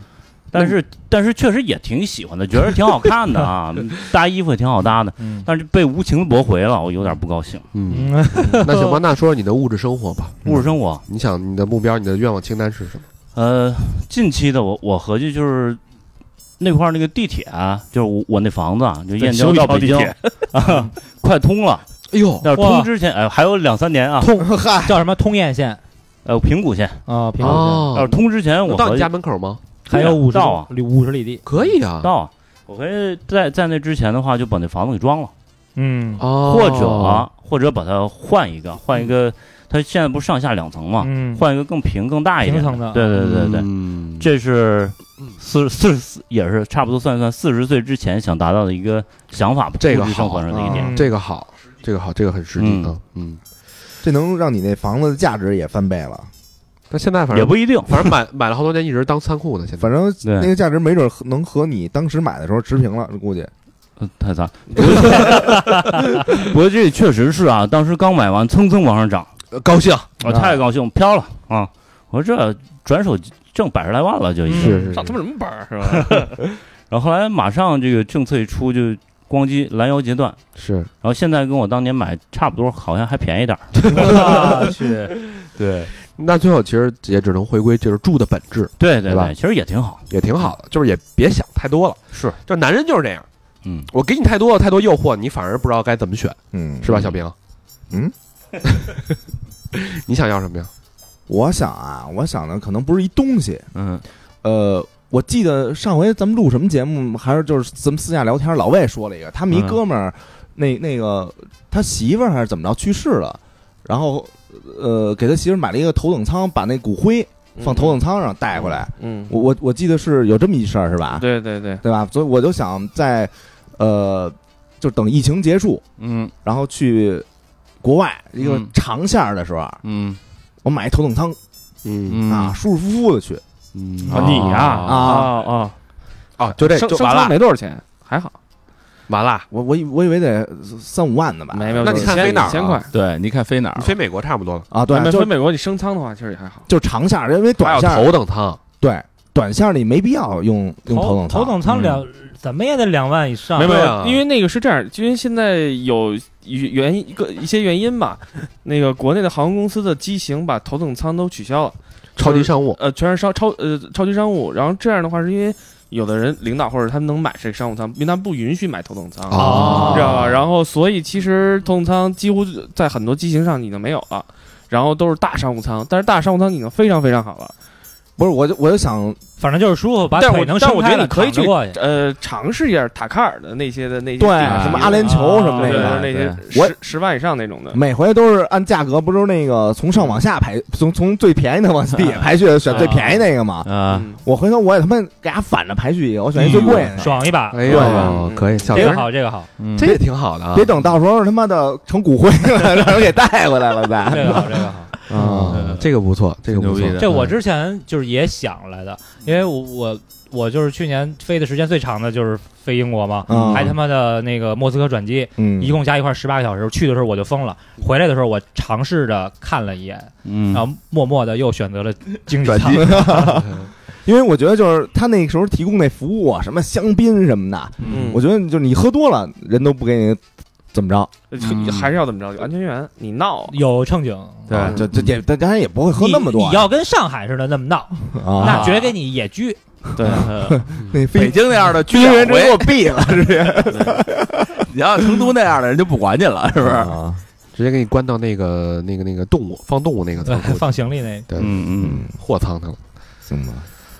但是但是确实也挺喜欢的，觉得挺好看的 啊，搭衣服也挺好搭的，但是被无情地驳回了，我有点不高兴。
嗯，
嗯，
那行吧，那说说你的物质生活吧。
物质生活，
你想你的目标、你的愿望清单是什么？
呃，近期的我我合计就是那块儿那个地铁啊、就是我我那房子啊，就燕郊
修一
到
条
北
地
京
铁
啊，快通了。
哎呦，
但是
哇
通之前，哎，还有两三年啊，
通
嗨，
叫什么通燕县
呃，平谷线。
啊，平谷
要是
哦，
通之前，我
到
合
你
计
家门口吗？
县还有五十
到啊
里五十里地。
可以啊，
到啊，我合计在在那之前的话，就把那房子给装了，
嗯
哦，
或者、啊或者把它换一个，换一个，它现在不是上下两层嘛，
嗯
换一个更平更大一点
平层的
对对对对，
嗯
这是四四四也是差不多算一算四十岁之前想达到的一个想法吧，
这个
物质生活上的
嗯
一点。
啊这个好，这个好，这个很实际啊。嗯，
这能让你那房子的价值也翻倍了。
但现在反
嗯也
正
不一定，
反正买买了好多年，一直当仓库呢。现在
反正
对
嗯那个价值没准和能和你当时买的时候持平了，估计。
呃太惨。 不过不过这确实是啊，当时刚买完，蹭蹭往上涨，
呃高兴
我太高兴，飘了啊！我说这转手挣百十来万了，就已
嗯
经。
是是
上他妈什么班儿
啊
是吧？
然后后来马上这个政策一出，就光机拦腰截断。
是，
然后现在跟我当年买差不多，好像还便宜点儿。
我去，
对
那最后其实也只能回归就是住的本质，
对
对
对
吧
对，其实也挺好。
也挺好的，就是也别想太多了。
是，
就男人就是这样，
嗯，
我给你太多太多诱惑，你反而不知道该怎么选，
嗯，
是吧，小平？
嗯，
你想要什么呀？
我想啊，我想的可能不是一东西，
嗯，
呃，我记得上回咱们录什么节目，还是就是咱们私下聊天，老魏说了一个，他们一
嗯
哥们儿，那那个他媳妇儿还是怎么着去世了，然后呃给他媳妇儿买了一个头等舱，把那骨灰放头等舱上带回来。
嗯，
我我我记得是有这么一事儿是吧？
对对对，
对吧？所以我就想在呃，就等疫情结束，
嗯
然后去国外一个
嗯
长线儿的时候，啊
嗯
我买一头等舱
嗯
嗯
啊，，舒舒服服的去
嗯
啊你呀
啊
啊
啊，就这
升
就
升
完
舱
了
没多少钱，还好，
完了。
我我以我以为得三五万呢吧？
没没有，
那你看飞哪儿啊
一千块。
对，你看飞哪儿
你
了？
飞美国差不多了，
啊，对
对，，
就
飞美国你升舱的话，其实也还好。
就长线儿，因为
还
短
有
线儿
头等舱，
对短线儿里没必要用用头等舱。
头等舱两怎么也得两万以上，
没
没
对
有
啊，
因为那个是这样，因为现在有 原一个一些原因吧，那个国内的航空公司的机型把头等舱都取消了，
超级商务，
呃，全是商超呃超级商务。然后这样的话，是因为有的人领导或者他们能买这个商务舱，因为他们不允许买头等舱，
哦
啊
啊
你知道吧？然后所以其实头等舱几乎在很多机型上已经没有了，然后都是大商务舱，但是大商务舱已经非常非常好了。
不是，我就我就想，
反正就是舒服，把
但是
腿
我
能
但
伸
我觉
开
得
了，
你可以
躺着
去
过去。
呃尝试一下塔喀尔的那些的那些
对
地方
什么阿联酋什么那
对
个，
啊对对那些
我
十十万以上那种的。
每回都是按价格，不是那个从上往下排，从从最便宜的往底下排序，选最便宜那个嘛。
啊，
嗯，
我回头我也他妈给他反着排序一个，我选一最贵的，
爽一把，
哎
对
呦哎
啊，
可以，小
这个
张
好，这个好，
嗯
这也挺好的啊，
别等到时候他妈的成骨灰了， 让人给带回来了
这
再。
个好，这个 好。
啊，这个不错，这个不
挺
错嗯
牛逼，的
这我之前就是也想来的，因为我我我就是去年飞的时间最长的就是飞英国嘛，
嗯
还他妈的那个莫斯科转机，一
嗯，
共加一块十八个小时。去的时候我就疯了，回来的时候我尝试着看了一眼，
嗯
然后默默的又选择了经济舱。
因为我觉得就是他那时候提供那服务啊，什么香槟什么的，
嗯
我觉得就是你喝多了，人都不给你怎么着，
呃还是要怎么着？有安全员，你闹啊，
有正经，
啊就就也当然也不会喝
你
那么多
你要跟上海似的那么闹，
啊。
那绝对给你野居。
对，
北
那飞
京那样的居
军
委
人直接给
会
我，毙了，是不是？
你要成都那样的人就不管你 了，是不是？
啊
直接给你关到那个那个那个动物放动物那个
对
仓 库，
放行李那
对，
嗯
货仓去了。
行吧，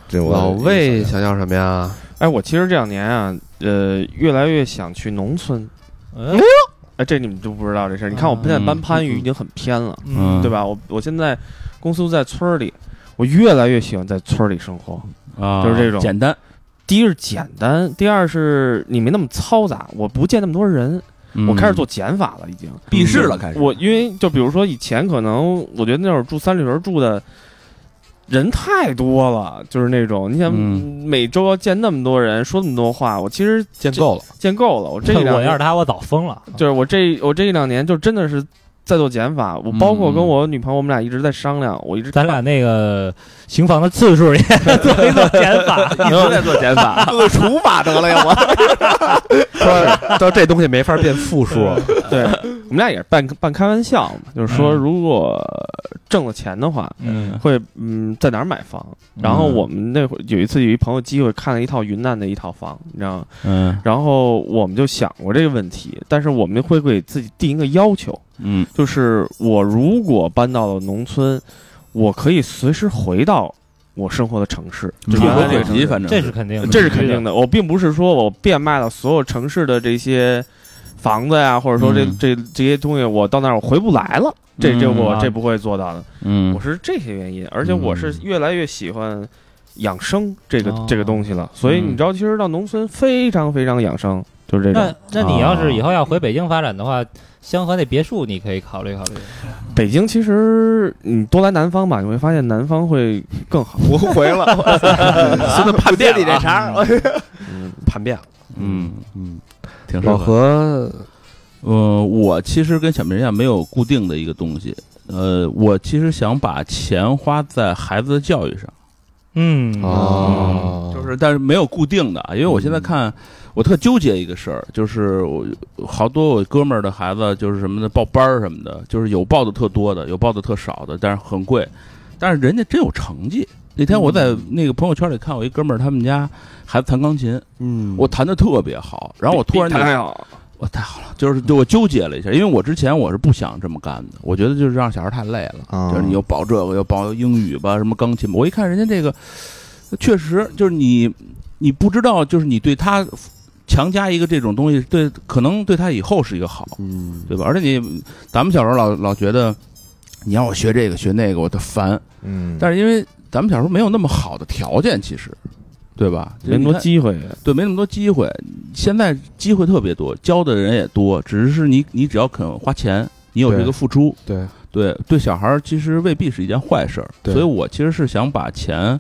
这我
老魏想要什么呀？
哎，我其实这两年啊，呃，越来越想去农村。
嗯
哎，这你们就不知道这事儿。你看，我现在搬番禺已经很偏了，
嗯
对吧？我我现在公司在村儿里，我越来越喜欢在村儿里生活。
啊
就是这种
简单。
第一是简单，第二是你没那么嘈杂，我不见那么多人。
嗯
嗯
我开始做减法了，已经。
避世了，开始
我因为就比如说以前可能我觉得那会儿住三里屯住的人太多了，就是那种你想
嗯
每周要见那么多人，说那么多话，我其实
见够了，
见够了。我这两
我
年
要是他，我早疯了。
就是我这我这一两年就真的是在做减法，我包括
嗯
跟我女朋友我们俩一直在商量，我一直
咱俩那个行房的次数也 做一做减法。
一直在做减法，
做个除法得了呀，我
说到这东西没法变负数，
对我们俩也是半半开玩笑嘛，就是说
嗯
如果挣了钱的话，
嗯
会嗯在哪儿买房？然后我们那会儿有一次有一朋友机会看了一套云南的一套房，你知道吗？
嗯
然后我们就想过这个问题，但是我们会给自己定一个要求，
嗯
就是我如果搬到了农村，我可以随时回到我生活的城市，就
出
原
国
来嗯
北
这个城
极，
市。
反正
这是肯定的，
这是肯定
的。
的。我并不是说我变卖了所有城市的这些房子呀，或者说这、
嗯
这这些东西，我到那儿我回不来了。这这
嗯
我、
啊
这不会做到的。
嗯
我是这些原因，而且我是越来越喜欢养生这个、
哦
这个东西了。所以
嗯
你知道，其实到农村非常非常养生，就是这
那
种。
那你要是以后要回北京发展的话，香河那别墅你可以考虑考虑。
北京其实你多来南方吧，你会发现南方会更好。
我回 了，真的判别你这茬儿，
嗯，
叛变了。
嗯嗯，挺适
老
合。
何
呃，我其实跟小明一样，没有固定的一个东西。呃，我其实想把钱花在孩子的教育上，
嗯
哦，
啊
嗯就是但是没有固定的啊，因为我现在看，我特纠结一个事儿，就是我好多我哥们儿的孩子就是什么的报班儿什么的，就是有报的特多的，有报的特少的，但是很贵，但是人家真有成绩。那天我在那个朋友圈里看，我一哥们儿他们家孩子弹钢琴，
嗯
我弹的特别好，然后哦我突然就哎
太好，
我太好了，就是就我纠结了一下，因为我之前我是不想这么干的，我觉得就是让小孩太累了，
啊
就是你又
哦
报这个又报英语吧，什么钢琴吧，我一看人家这个，确实就是你你不知道，就是你对他强加一个这种东西，对可能对他以后是一个好，
嗯，
对吧？而且你咱们小时候老老觉得你让我学这个学那个，我特烦，
嗯
但是因为咱们小时候没有那么好的条件，其实。对吧？
没那么
你
多
看
机会。
对，没那么多机会。现在机会特别多，教的人也多，只是你你只要肯花钱，你有这个付出，
对，
对对小孩儿其实未必是一件坏事儿。
对
所以我其实是想把钱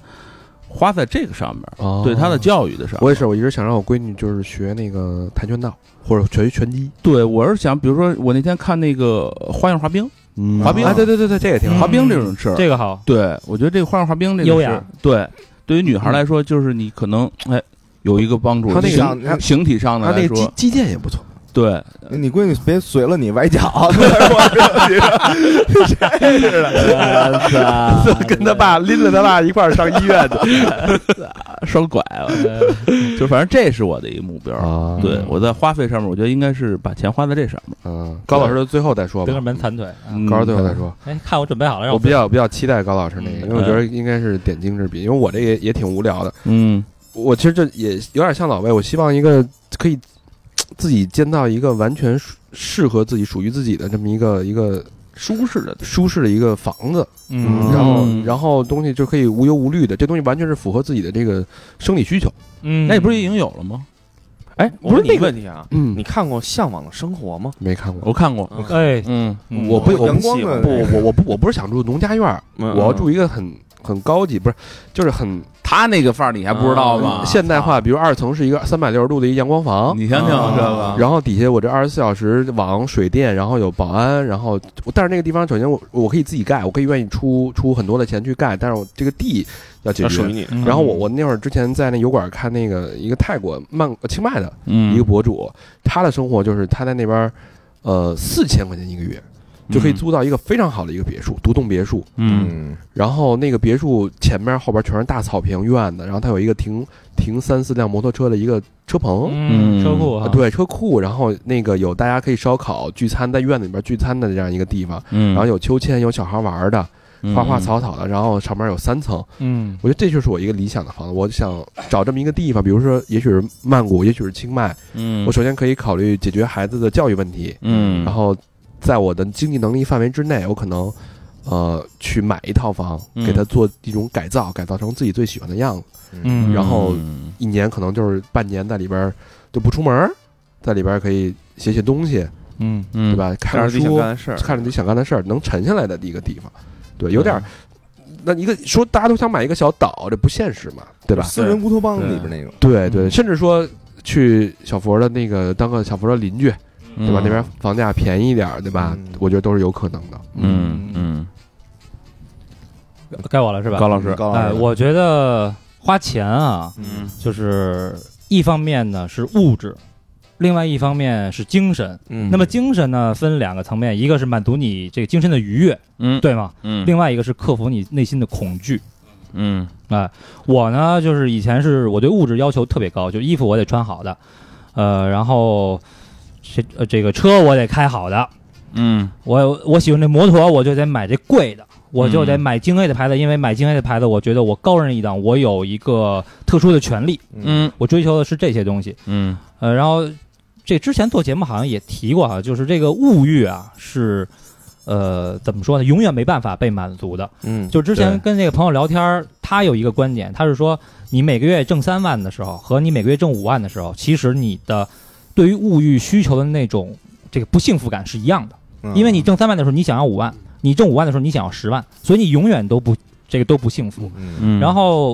花在这个上面，
哦
对他的教育的上面。
我也是，我一直想让我闺女就是学那个跆拳道或者学拳击，
对我是想，比如说我那天看那个花样滑冰，
嗯
滑冰
啊，对对对对，这个挺
嗯
滑冰这种事儿，
这个好，
对我觉得这个花样滑冰这个
优
事
雅嗯
儿，对，对于女孩来说，就是你可能哎有一个帮助，
她那个
形
她
形体上的
他那
嗯来
个
说，
击击剑也不错，
对，
你闺女别随了你崴脚， 真是
呃
的，
跟他
哎
爸拎着他爸一块儿上医院去
双拐了，就反正这是我的一个目标。
啊
对，我在花费上面，我觉得应该是把钱花在这上面。
嗯，高老师的最后再说
蹲
吧
个，门残腿。啊
嗯
高老师最后再说。
哎，看我准备好了，让
我
我
比较比较期待高老师那个，因为我觉得应该是点睛之笔，因为我这个也也挺无聊的。
嗯
我其实这也有点像老魏，我希望一个可以自己建造一个完全属适合自己、属于自己的这么一个一个舒适的、舒适的一个房子。
嗯
然后
嗯
然后东西就可以无忧无虑的，这东西完全是符合自己的这个生理需求。
嗯，
那你不是已经有了吗？
哎，
不是那
那
个
问题啊，
嗯
你看过《向往的生活》吗？
没看过。
我看过。
嗯
哎，
嗯，
嗯
我不
我
我
阳
不
光的
不我我不我不是想住农家院儿，
嗯
我要住一个很很高级，不是就是很
他那个范儿你还不知道吗？
嗯现代化，比如二层是一个三百六十度的一阳光房，
你想想这个，
哦然后底下我这二十四小时网水电，然后有保安，然后但是那个地方首先我我可以自己盖，我可以愿意出出很多的钱去盖，但是我这个地要解
要属于
决。
你。
嗯
然后我我那会儿之前在那油管看那个一个泰国曼清迈的
嗯
一个博主，他的生活就是他在那边，呃，四千块钱一个月就可以租到一个非常好的一个别墅，独栋别墅，
嗯
然后那个别墅前面后边全是大草坪院子，然后它有一个停停三四辆摩托车的一个车棚，
嗯
嗯
车库哈
啊，，哦对，车库，然后那个有大家可以烧烤聚餐，在院子里边聚餐的这样一个地方，
嗯，
然后有秋千，有小孩玩的，花花草草的，然后上面有三层，
嗯
我觉得这就是我一个理想的房子，我想找这么一个地方，比如说也许是曼谷，也许是清迈，
嗯，
我首先可以考虑解决孩子的教育问题，
嗯，
然后在我的经济能力范围之内，我可能呃去买一套房，
嗯
给它做一种改造，改造成自己最喜欢的样子。
嗯，
然后一年可能就是半年在里边儿就不出门儿，在里边儿可以写写东西，
嗯
对
对？吧？看
看着
点
自己想
书，
干的事儿，
看着自己想干的事儿，嗯能沉下来的一个地方。对，有点儿。那一个说大家都想买一个小岛，这不现实嘛，对吧？
私人乌托邦里边那种，
对对，甚至说去小佛的那个当个小佛的邻居，
嗯
对吧？那边房价便宜一点儿，对吧
嗯？
我觉得都是有可能的。
嗯嗯，
该我了是吧？
高老师，
高老
哎，
师，
我觉得花钱啊，
嗯
就是一方面呢是物质，另外一方面是精神。
嗯
那么精神呢分两个层面，一个是满足你这个精神的愉悦，
嗯，，
对吗？
嗯，
另外一个是克服你内心的恐惧。
嗯
哎，我呢就是以前是我对物质要求特别高，就衣服我得穿好的，呃，然后这呃这个车我得开好的，
嗯
我我喜欢这摩托，我就得买这贵的，我就得
嗯
买京 A 的牌子，因为买京 A 的牌子，我觉得我高人一等，我有一个特殊的权利，
嗯
我追求的是这些东西。
嗯
呃，然后这之前做节目好像也提过哈，就是这个物欲啊是。呃，怎么说呢？永远没办法被满足的。
嗯
就之
对
前跟那个朋友聊天儿，他有一个观点，他是说，你每个月挣三万的时候和你每个月挣五万的时候，其实你的对于物欲需求的那种这个不幸福感是一样的。
嗯
因为你挣三万的时候你想要五万，你挣五万的时候你想要十万，所以你永远都不这个都不幸福。
嗯，
然后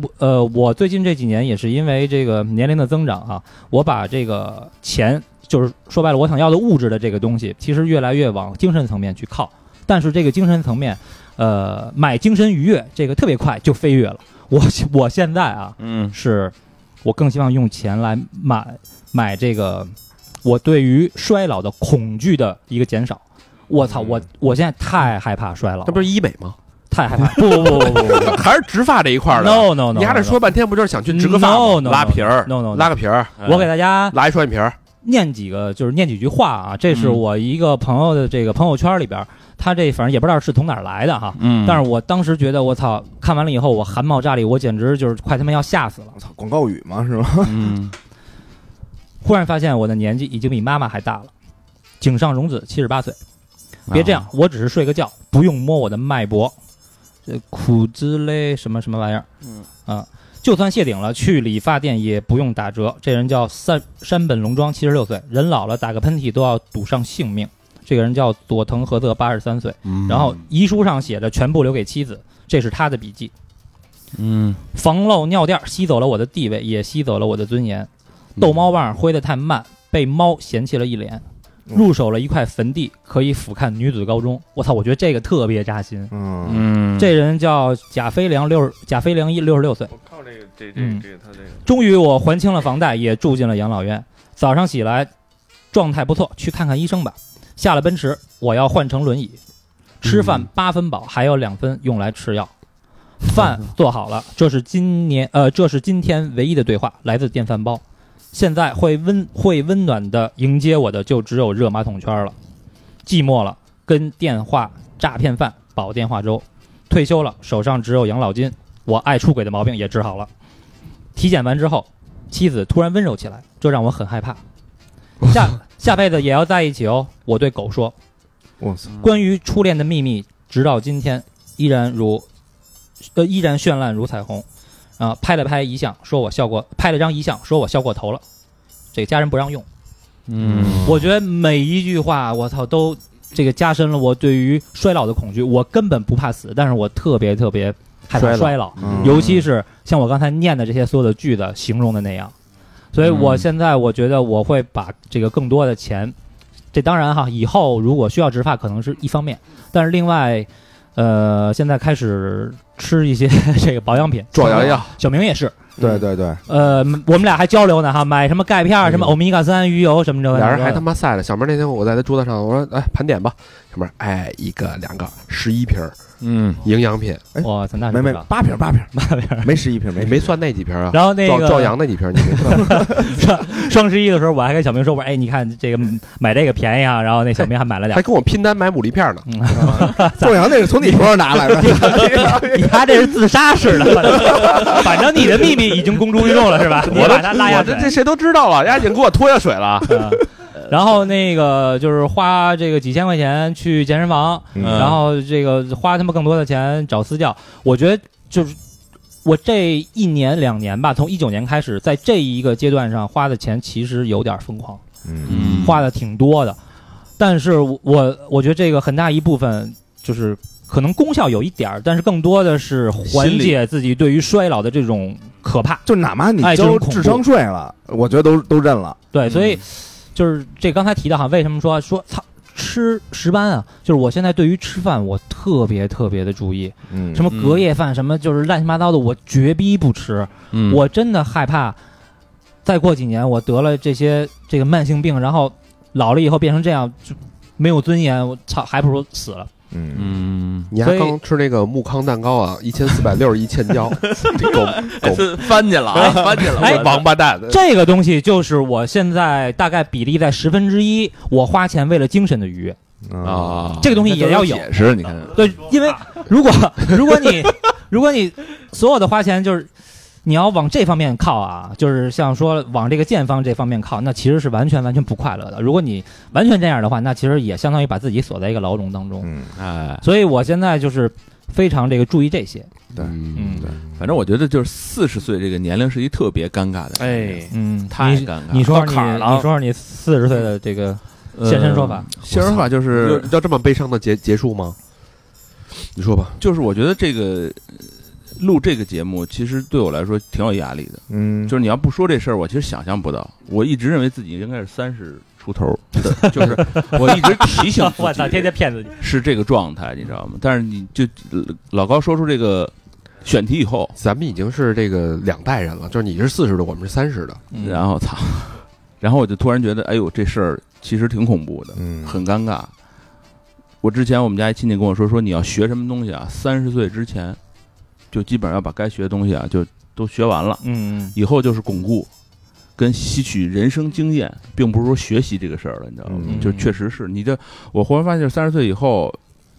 我呃，我最近这几年也是因为这个年龄的增长啊，我把这个钱就是说白了，我想要的物质的这个东西，其实越来越往精神层面去靠。但是这个精神层面，呃，买精神愉悦这个特别快就飞跃了。 我我现在啊，
嗯
是我更希望用钱来买买这个我对于衰老的恐惧的一个减少。我操，我我现在太害怕衰老了，
那嗯不是医美吗？
太害怕？不不不不不不
还是植发这一块儿的。
，no no no，
你还得说半天，不就是想去植个发吗？
no no
拉皮儿，
no no，
拉个皮儿，
我给大家
拉一双眼皮 儿。
念几个，就是念几句话啊。这是
嗯
我一个朋友的这个朋友圈里边，他这反正也不知道是从哪儿来的哈。
嗯，
但是我当时觉得，我操！看完了以后，我汗毛炸裂，我简直就是快他妈要吓死了。
我操，广告语嘛是吧？
嗯
忽然发现我的年纪已经比妈妈还大了。井上荣子七十八岁，别这样，我只是睡个觉，不用摸我的脉搏。这苦之嘞什么什么玩意儿？嗯啊，就算谢顶了，去理发店也不用打折。这人叫山山本龙庄，七十六岁，人老了打个喷嚏都要赌上性命。这个人叫佐藤和则，八十三岁，然后遗书上写着全部留给妻子，这是他的笔记。
嗯
防漏尿垫儿吸走了我的地位，也吸走了我的尊严。逗猫棒挥得太慢，被猫嫌弃了一脸。入手了一块坟地，可以俯瞰女子高中。我操，我觉得这个特别扎心。
嗯
嗯，
这人叫贾飞良，六十贾飞良一六十六岁。
我靠，这个这
嗯
这个他这个
终于我还清了房贷，也住进了养老院。早上起来，状态不错，去看看医生吧。下了奔驰，我要换成轮椅。吃饭八分饱，还有两分用来吃药。饭做好了，这是今年呃，这是今天唯一的对话，来自电饭煲。现在会温会温暖的迎接我的，就只有热马桶圈了。寂寞了，跟电话诈骗犯煲电话粥。退休了，手上只有养老金。我爱出轨的毛病也治好了。体检完之后，妻子突然温柔起来，这让我很害怕。下下辈子也要在一起哦，我对狗说。
我操，
关于初恋的秘密，直到今天依然如，呃，依然绚烂如彩虹。啊、拍了拍遗像，说我笑过；拍了张遗像，说我笑过头了。这个家人不让用。
嗯，
我觉得每一句话，我操，都这个加深了我对于衰老的恐惧。我根本不怕死，但是我特别特别害怕衰老，
嗯
嗯
尤其是像我刚才念的这些所有的句子形容的那样。所以
嗯
我现在我觉得我会把这个更多的钱，这当然哈，以后如果需要植发可能是一方面，但是另外，呃，现在开始吃一些这个保养品，
壮阳 药，
小明也是，
对对对，
呃，我们俩还交流呢哈，买什么钙片儿、什么欧米伽三鱼油什么这个那
嗯俩
个的，
人还他妈赛了。小明那天我在他桌子上，我说：“哎，盘点吧。”小明，哎，一个两个，十一
哦
瓶儿
嗯，
营养品，
我操，那是
没
不
没
知道
八瓶八瓶八瓶，没十一瓶
你
没
没算那几瓶啊？
然后那
壮
个
壮阳那几瓶你 没算，
双十一的时候，我还跟小明说我说，哎，你看这个买这个便宜啊，然后那小明还买了点
还。跟我拼单买牡蛎片呢。
壮阳那是从你头上拿来 的，
你他这是自杀式的，反正 反正你的秘密已经公诸于众了，是吧？你
我都
把他拉下
我
水
这。这谁都知道了，人家已经给我拖下水 了。
啊然后那个就是花这个几千块钱去健身房，
嗯
然后这个花他妈更多的钱找私教。我觉得就是我这一年两年吧，从一九年开始，在这一个阶段上花的钱其实有点疯狂，
嗯
花的挺多的。但是我我我觉得这个很大一部分就是可能功效有一点儿，但是更多的是缓
心理
解自己对于衰老的这种可怕。
就哪怕你
哎这
交
种恐怖
智商税了，我觉得都都认了。
对，所
嗯
以就是这刚才提到哈，为什么说说操吃石斑啊？就是我现在对于吃饭我特别特别的注意，
嗯
什么隔夜饭，什么就是乱七八糟的，我绝逼不吃。
嗯
我真的害怕，再过几年我得了这些这个慢性病，然后老了以后变成这样，就没有尊严，我操，还不如死了。
嗯，
嗯，
你
所
还
以
刚吃那个木糠蛋糕啊，一千四百六十一千 焦，这狗狗
哎翻去了，啊，翻去了，
哎
我
王八蛋，
呃
这个东西就是我现在大概比例在十分之一，我花钱为了精神的愉悦，
嗯
啊，
这个东西也要有。
解释，你看，
对，因为如 果如果你如果你所有的花钱就是你要往这方面靠啊，就是像说往这个健方这方面靠，那其实是完全完全不快乐的。如果你完全这样的话，那其实也相当于把自己锁在一个牢笼当中。
哎，
所以我现在就是非常这个注意这些。嗯
反正我觉得 就是四十岁这个年龄是一特别尴尬的，
哎，
嗯，
太
你
尴尬了。
你说说
到坎儿
你
了
你说说你四十岁的这个
呃
现身说法，
现身说法就
要
是
要这么悲伤的结结束吗？你说吧，
就是我觉得这个呃录这个节目其实对我来说挺有压力的，
嗯，
就是你要不说这事儿，我其实想象不到。我一直认为自己应该是三十出头的，就是我一直提醒
我操，
自
天
己
天骗自己，
是这个状态，你知道吗？但是你就呃老高说出这个选题以后，
咱们已经是这个两代人了，就是你是四十的，我们是三十的，
嗯
然后操， 然后我就突然觉得，哎呦，这事儿其实挺恐怖的，
嗯
很尴尬。我之前我们家一亲戚跟我说，说你要学什么东西啊，三十岁之前就基本上要把该学的东西啊就都学完了，
嗯
以后就是巩固跟吸取人生经验，并不是说学习这个事儿了，你知道吗？
嗯
就确实是你这，我忽然发现三十岁以后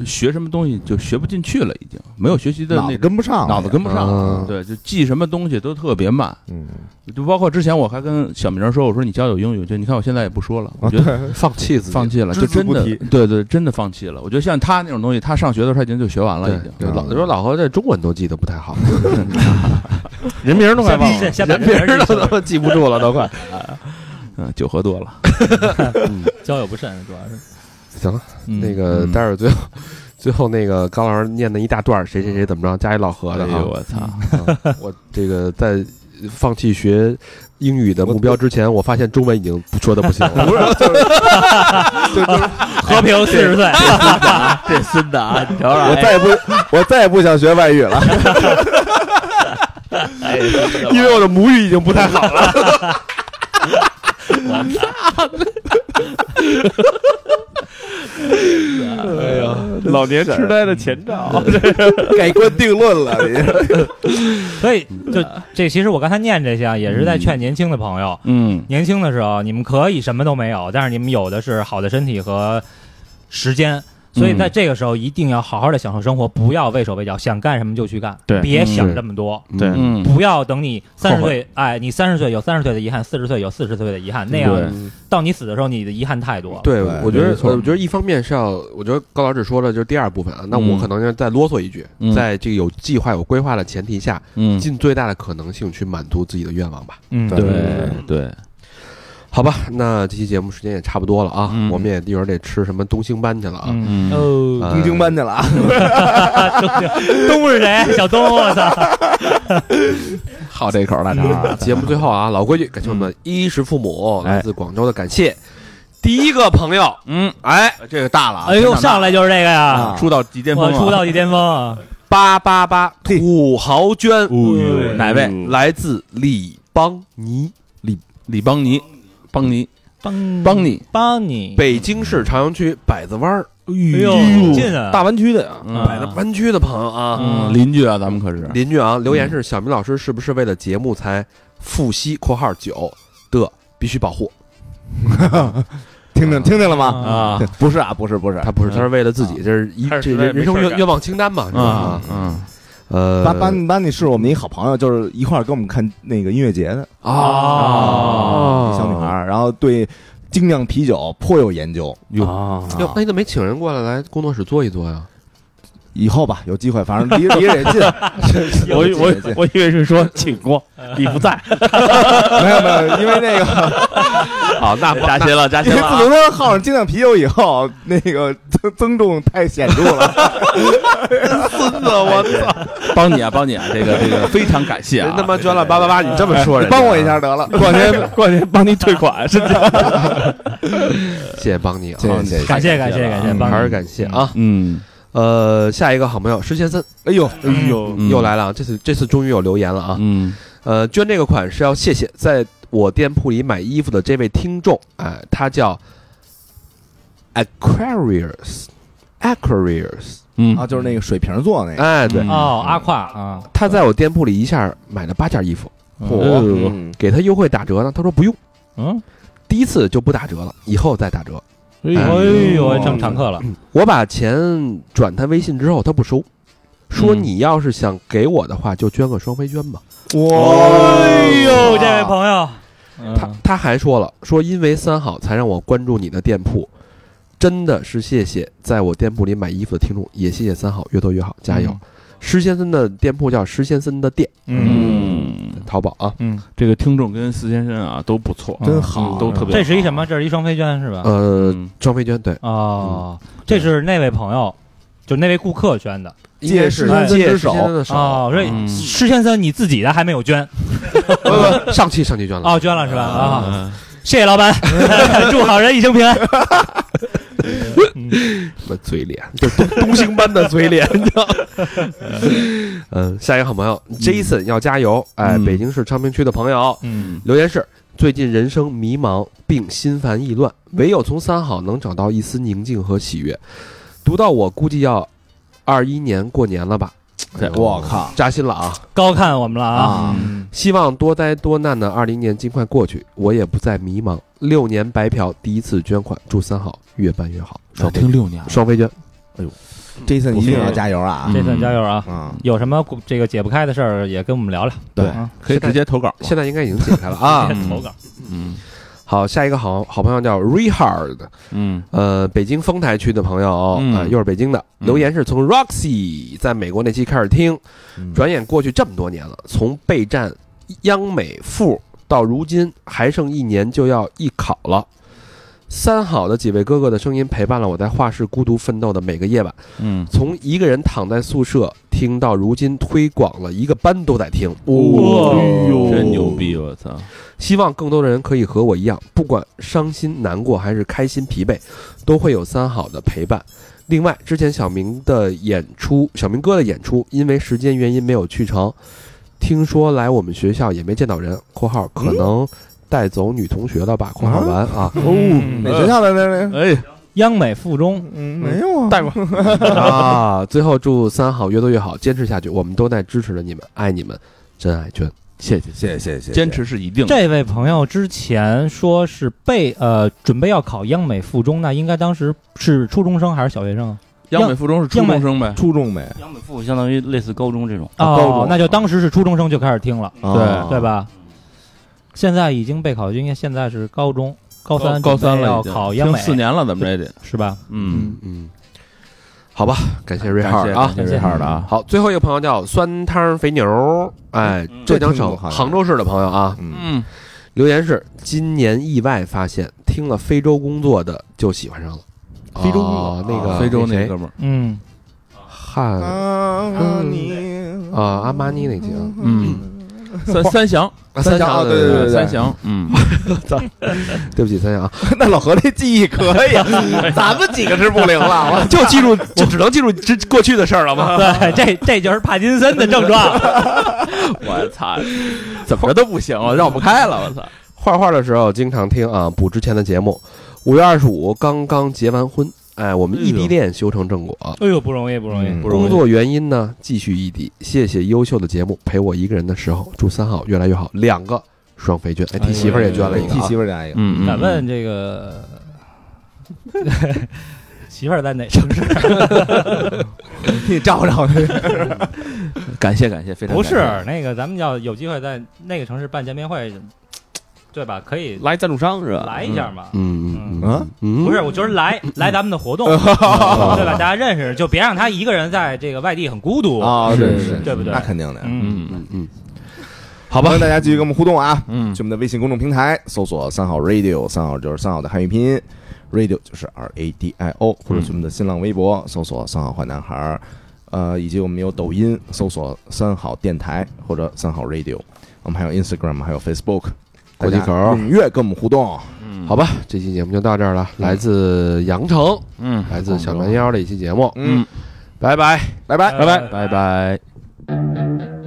学什么东西就学不进去了，已经没有学习的
脑
那
子
种
跟不上了，
脑子跟不上了
嗯，
对，就记什么东西都特别慢。
嗯，
就包括之前我还跟小明说，我说你教我英语，就你看我现在也不说了，我觉得
放弃自己，
放弃了，就
只字
真
不
的
提
对对，真的放弃了。我觉得像他那种东西，他上学的时候他已经就学完了，
对
已经。
对
嗯
老说老何这中文都记得不太好，
人名都快
先
忘了
先，先把
别
人
人都他妈记不住了，都快。
嗯，酒喝多了。
交友不慎，主要是
行了，
嗯
那个待会儿最后最后那个高老师念的一大段儿谁谁谁怎么着，加一老何
哎
的
呦
啊，
我操！
啊我这个在放弃学英语的目标之前，我发现中文已经说的不行了。
不是，就是就就是
和平四十岁，
这孙子啊，你瞧
我再也不我再也不想学外语了，
因为我的母语已经不太好了。
哎呀，
老年痴呆的前兆。
盖棺定论了，你
所以就这，其实我刚才念这些啊，也是在劝年轻的朋友，
嗯，
年轻的时候你们可以什么都没有，但是你们有的是好的身体和时间。所以在这个时候，一定要好好的享受生活，不要畏手畏脚，想干什么就去干，
对
别想
是
这么多，
对
嗯，
不要等你三十
后
岁，哎，你三十岁有三十岁的遗憾，四十岁有四十岁的遗憾，那
对
样到你死的时候，你的遗憾太多了。
对，
对
我觉
没
得，呃
错
我觉得一方面是要，我觉得高老师说了就是第二部分啊，那我
嗯
可能要再啰嗦一句，
嗯
在这个有计划、有规划的前提下，
嗯，
尽最大的可能性去满足自己的愿望吧。
嗯，
对对，
好吧，那这期节目时间也差不多了啊，
嗯
我们也一会儿得吃什么东星斑去了啊。
嗯
哦，
呃
东京搬去了啊！
东是谁？小东，我操！
好这口大肠，
节目最后啊，老规矩，感谢我们衣食父母来自广州的感谢。第一个朋友，
嗯，
哎，这个大了啊，
哎呦，上来就是这个呀
啊！
出道即巅
我
峰，
出道即巅峰啊！
八八八土豪捐，
哎呦
哪位？来自李邦尼，
李邦尼，邦尼，
帮
邦尼，
帮你，
北京市朝阳区百子湾儿
哎呦，近啊！
大湾区的呀，
嗯
百子湾区的朋友啊，
嗯，邻居啊，咱们可是，
邻居啊，留言是小明老师是不是为了节目才复吸（括号九）的必须保护？
听听听见了吗？
啊，
不是啊，不是
哎
不是，
他不是，他是为了自己，这是一
开
这
始实在
人
没
人
事儿
生愿
干
愿望清单嘛，是吧
啊
啊？
嗯，
呃，
班班班尼是我们一好朋友，就是一块儿跟我们看那个音乐节的
啊，
小女孩，儿，然后对精酿啤酒颇有研究。
啊，
哟，那你怎么没请人过来来工作室坐一坐呀？
以后吧，有机会，反正离离着也近。
我
离着
我
也近
我以为是说请过，
嗯
你不在，
没有没有，因为那 个，
好，那加薪了，加
因为自从他号上精酿啤酒以后，那个增增重太显 著了。
邦尼啊，邦尼啊，这个这个非常感谢
人
啊
他，妈哎捐了八八八，你这么说
你
人，
帮我一，下得了，
过年过年帮你退款，是这样。
谢谢帮你啊，
谢谢谢谢。
感谢感谢感谢，
嗯
帮
还
你
是感谢啊。
嗯
呃，下一个好朋友施先生
哎呦，
哎呦，
嗯
又来了，啊，这次这次终于有留言了啊。
嗯
呃，捐这个款是要谢谢在我店铺里买衣服的这位听众，哎、他叫 Aquarius。Aquarius，
嗯
啊，就是那个水瓶座那个，
哎，对，
哦，阿胯啊，
他在我店铺里一下买了八件衣服，
嗯
哦
嗯
给他优惠打折呢，他说不用，
嗯，
第一次就不打折了，以后再打折。
哎
哎
呦，
呦
成常客了，
我把钱转他微信之后，他不收，说
嗯
你要是想给我的话，就捐个双飞捐吧。
哎呦，这位
友，
朋友，
他他还说了，说因为三好才让我关注你的店铺，真的是谢谢在我店铺里买衣服的听众，也谢谢三好，越多越好，加油！施先生的店铺叫施先生的店，
嗯，
淘宝啊，
嗯，
这个听众跟司先生啊都不错，
真
嗯
好
都特别好，
这是一什么？这是一双飞娟是吧？
呃，
嗯
张飞娟对，
哦，这是那位朋友，就那位顾客捐的
借施
先
生之
借啊
手
施先生的手，
哦，所
嗯
以施先生你自己的还没有捐
不不不上期上期捐了，
哦，捐了是吧？啊，谢谢老板，祝好人一生平安。
什么嘴脸，就是东东星般的嘴 脸，你知道吗？嗯，下一个好朋友 Jason 要加油，哎，
嗯
北京市昌平区的朋友，
嗯
留言是：最近人生迷茫并心烦意乱，唯有从三好能找到一丝宁静和喜悦。读到我估计要二一年过年了吧？哎呦
我靠，
扎心了啊！
高看我们了
啊
啊！
嗯
希望多灾多难的二零年尽快过去，我也不再迷茫。六年白嫖，第一次捐款，祝三好越办越好。双飞
听六年了，
双飞捐，
，Jason 一定要加油啊！
这算加油啊！
嗯，
有什么这个解不开的事儿也跟我们聊聊。
对
啊
可以直接投稿了，
现在应该已经解开了啊
。嗯
投稿。
嗯
好，下一个好好朋友叫 Rehard，
嗯
呃，北京丰台区的朋友啊、
嗯
又是北京的，
嗯
留言是从 Roxy 在美国那期开始听，
嗯
转眼过去这么多年了，从备战央美附到如今还剩一年就要艺考了。三好的几位哥哥的声音陪伴了我在画室孤独奋斗的每个夜晚，
嗯，
从一个人躺在宿舍听到如今推广了一个班都在听，
哇
哎呦真牛逼，我操！
希望更多的人可以和我一样，不管伤心、难过还是开心、疲惫，都会有三好的陪伴。另外，之前小明的演出，小明哥的演出，因为时间原因没有去成。听说来我们学校也没见到人（括号可能带走女同学的吧？括号完啊，
嗯
哦哪学校的那那？
哎，
央美附中，
嗯，没有啊，
带过。
啊！最后祝三好越做越好，坚持下去，我们都在支持着你们，爱你们，真爱圈。
谢谢，
谢谢谢谢，
坚持是一定的。
这位朋友之前说是备呃准备要考央美附中，那应该当时是初中生还是小学生啊？
央美附中是初中生呗？
初中呗，
央美附相当于类似高中这种，
高中
哦，那就当时是初中生就开始听了，
啊
对吧？现在已经备考，就应该现在是高中高三
哦高三了
要
已经，
考央美
听四年了，怎么着也 得，
是吧？
嗯，
嗯，好吧，感谢瑞
感
哈
谢
尔啊。
感谢
谢
这号的啊，
好，最后一个朋友叫酸汤肥牛，哎，浙江
嗯这听
省
过好像
杭州市的朋友啊，
嗯，
嗯，
留言是：今年意外发现，听了非洲工作的就喜欢上了。
非洲工作
哦那个
非洲那
谁
哥们儿，
嗯，
汉啊
啊你
阿玛尼那集啊，
嗯，三三祥，
啊三
峡
峡
的
对对对对
三祥，嗯，
对不起三峡啊，
那老何这记忆可以，啊咱们几个是不灵了，我
就记住就只能记住这过去的事儿了吗？
对，这这就是帕金森的症状。
我操，怎么着都不 行，我绕不开了，我操，
画画的时候经常听啊，补之前的节目。五月二十五刚刚结完婚，哎，我们异地恋修成正果。
哎呦，不容易，不容易。
嗯
工作原因呢，继续异地。谢谢优秀的节目，陪我一个人的时候，祝三好越来越好。两个双飞券，哎，替媳妇儿也捐了一个、
替
啊
媳。妇儿家一个，
嗯，嗯
敢问这个 媳妇儿在哪城市？
你照照去，
感谢感谢，非常
不是
感谢
那个，咱们要有机会在那个城市办见面会，对吧？可以
来赞助商是吧？
来一下嘛。
嗯嗯
嗯，
嗯，
不是，我就是来来咱们的 活动，对吧？大家认识，就别让他一个人在这个外地很孤独，
啊，
是
对
是
对
对不对
那肯定的。
嗯
嗯，
嗯
嗯
嗯，
好吧，欢迎大家继续跟我们互动啊！
嗯
去我们的微信公众平台搜索“三好 radio”，三好就是三好的汉语拼音，radio 就是 R A D I O，或者去我们的新浪微博搜索“三好坏男孩儿”，呃，以及我们有抖音搜索“三好电台”或者“三好 radio”，我们还有 Instagram，还有 Facebook，
国际
大家
口
踊跃跟我们互动。
嗯，
好吧，这期节目就到这儿了。来自羊城，
嗯，
来自小蛮腰的一期节目，
嗯，
拜拜。
拜拜。
拜拜。
拜拜。
拜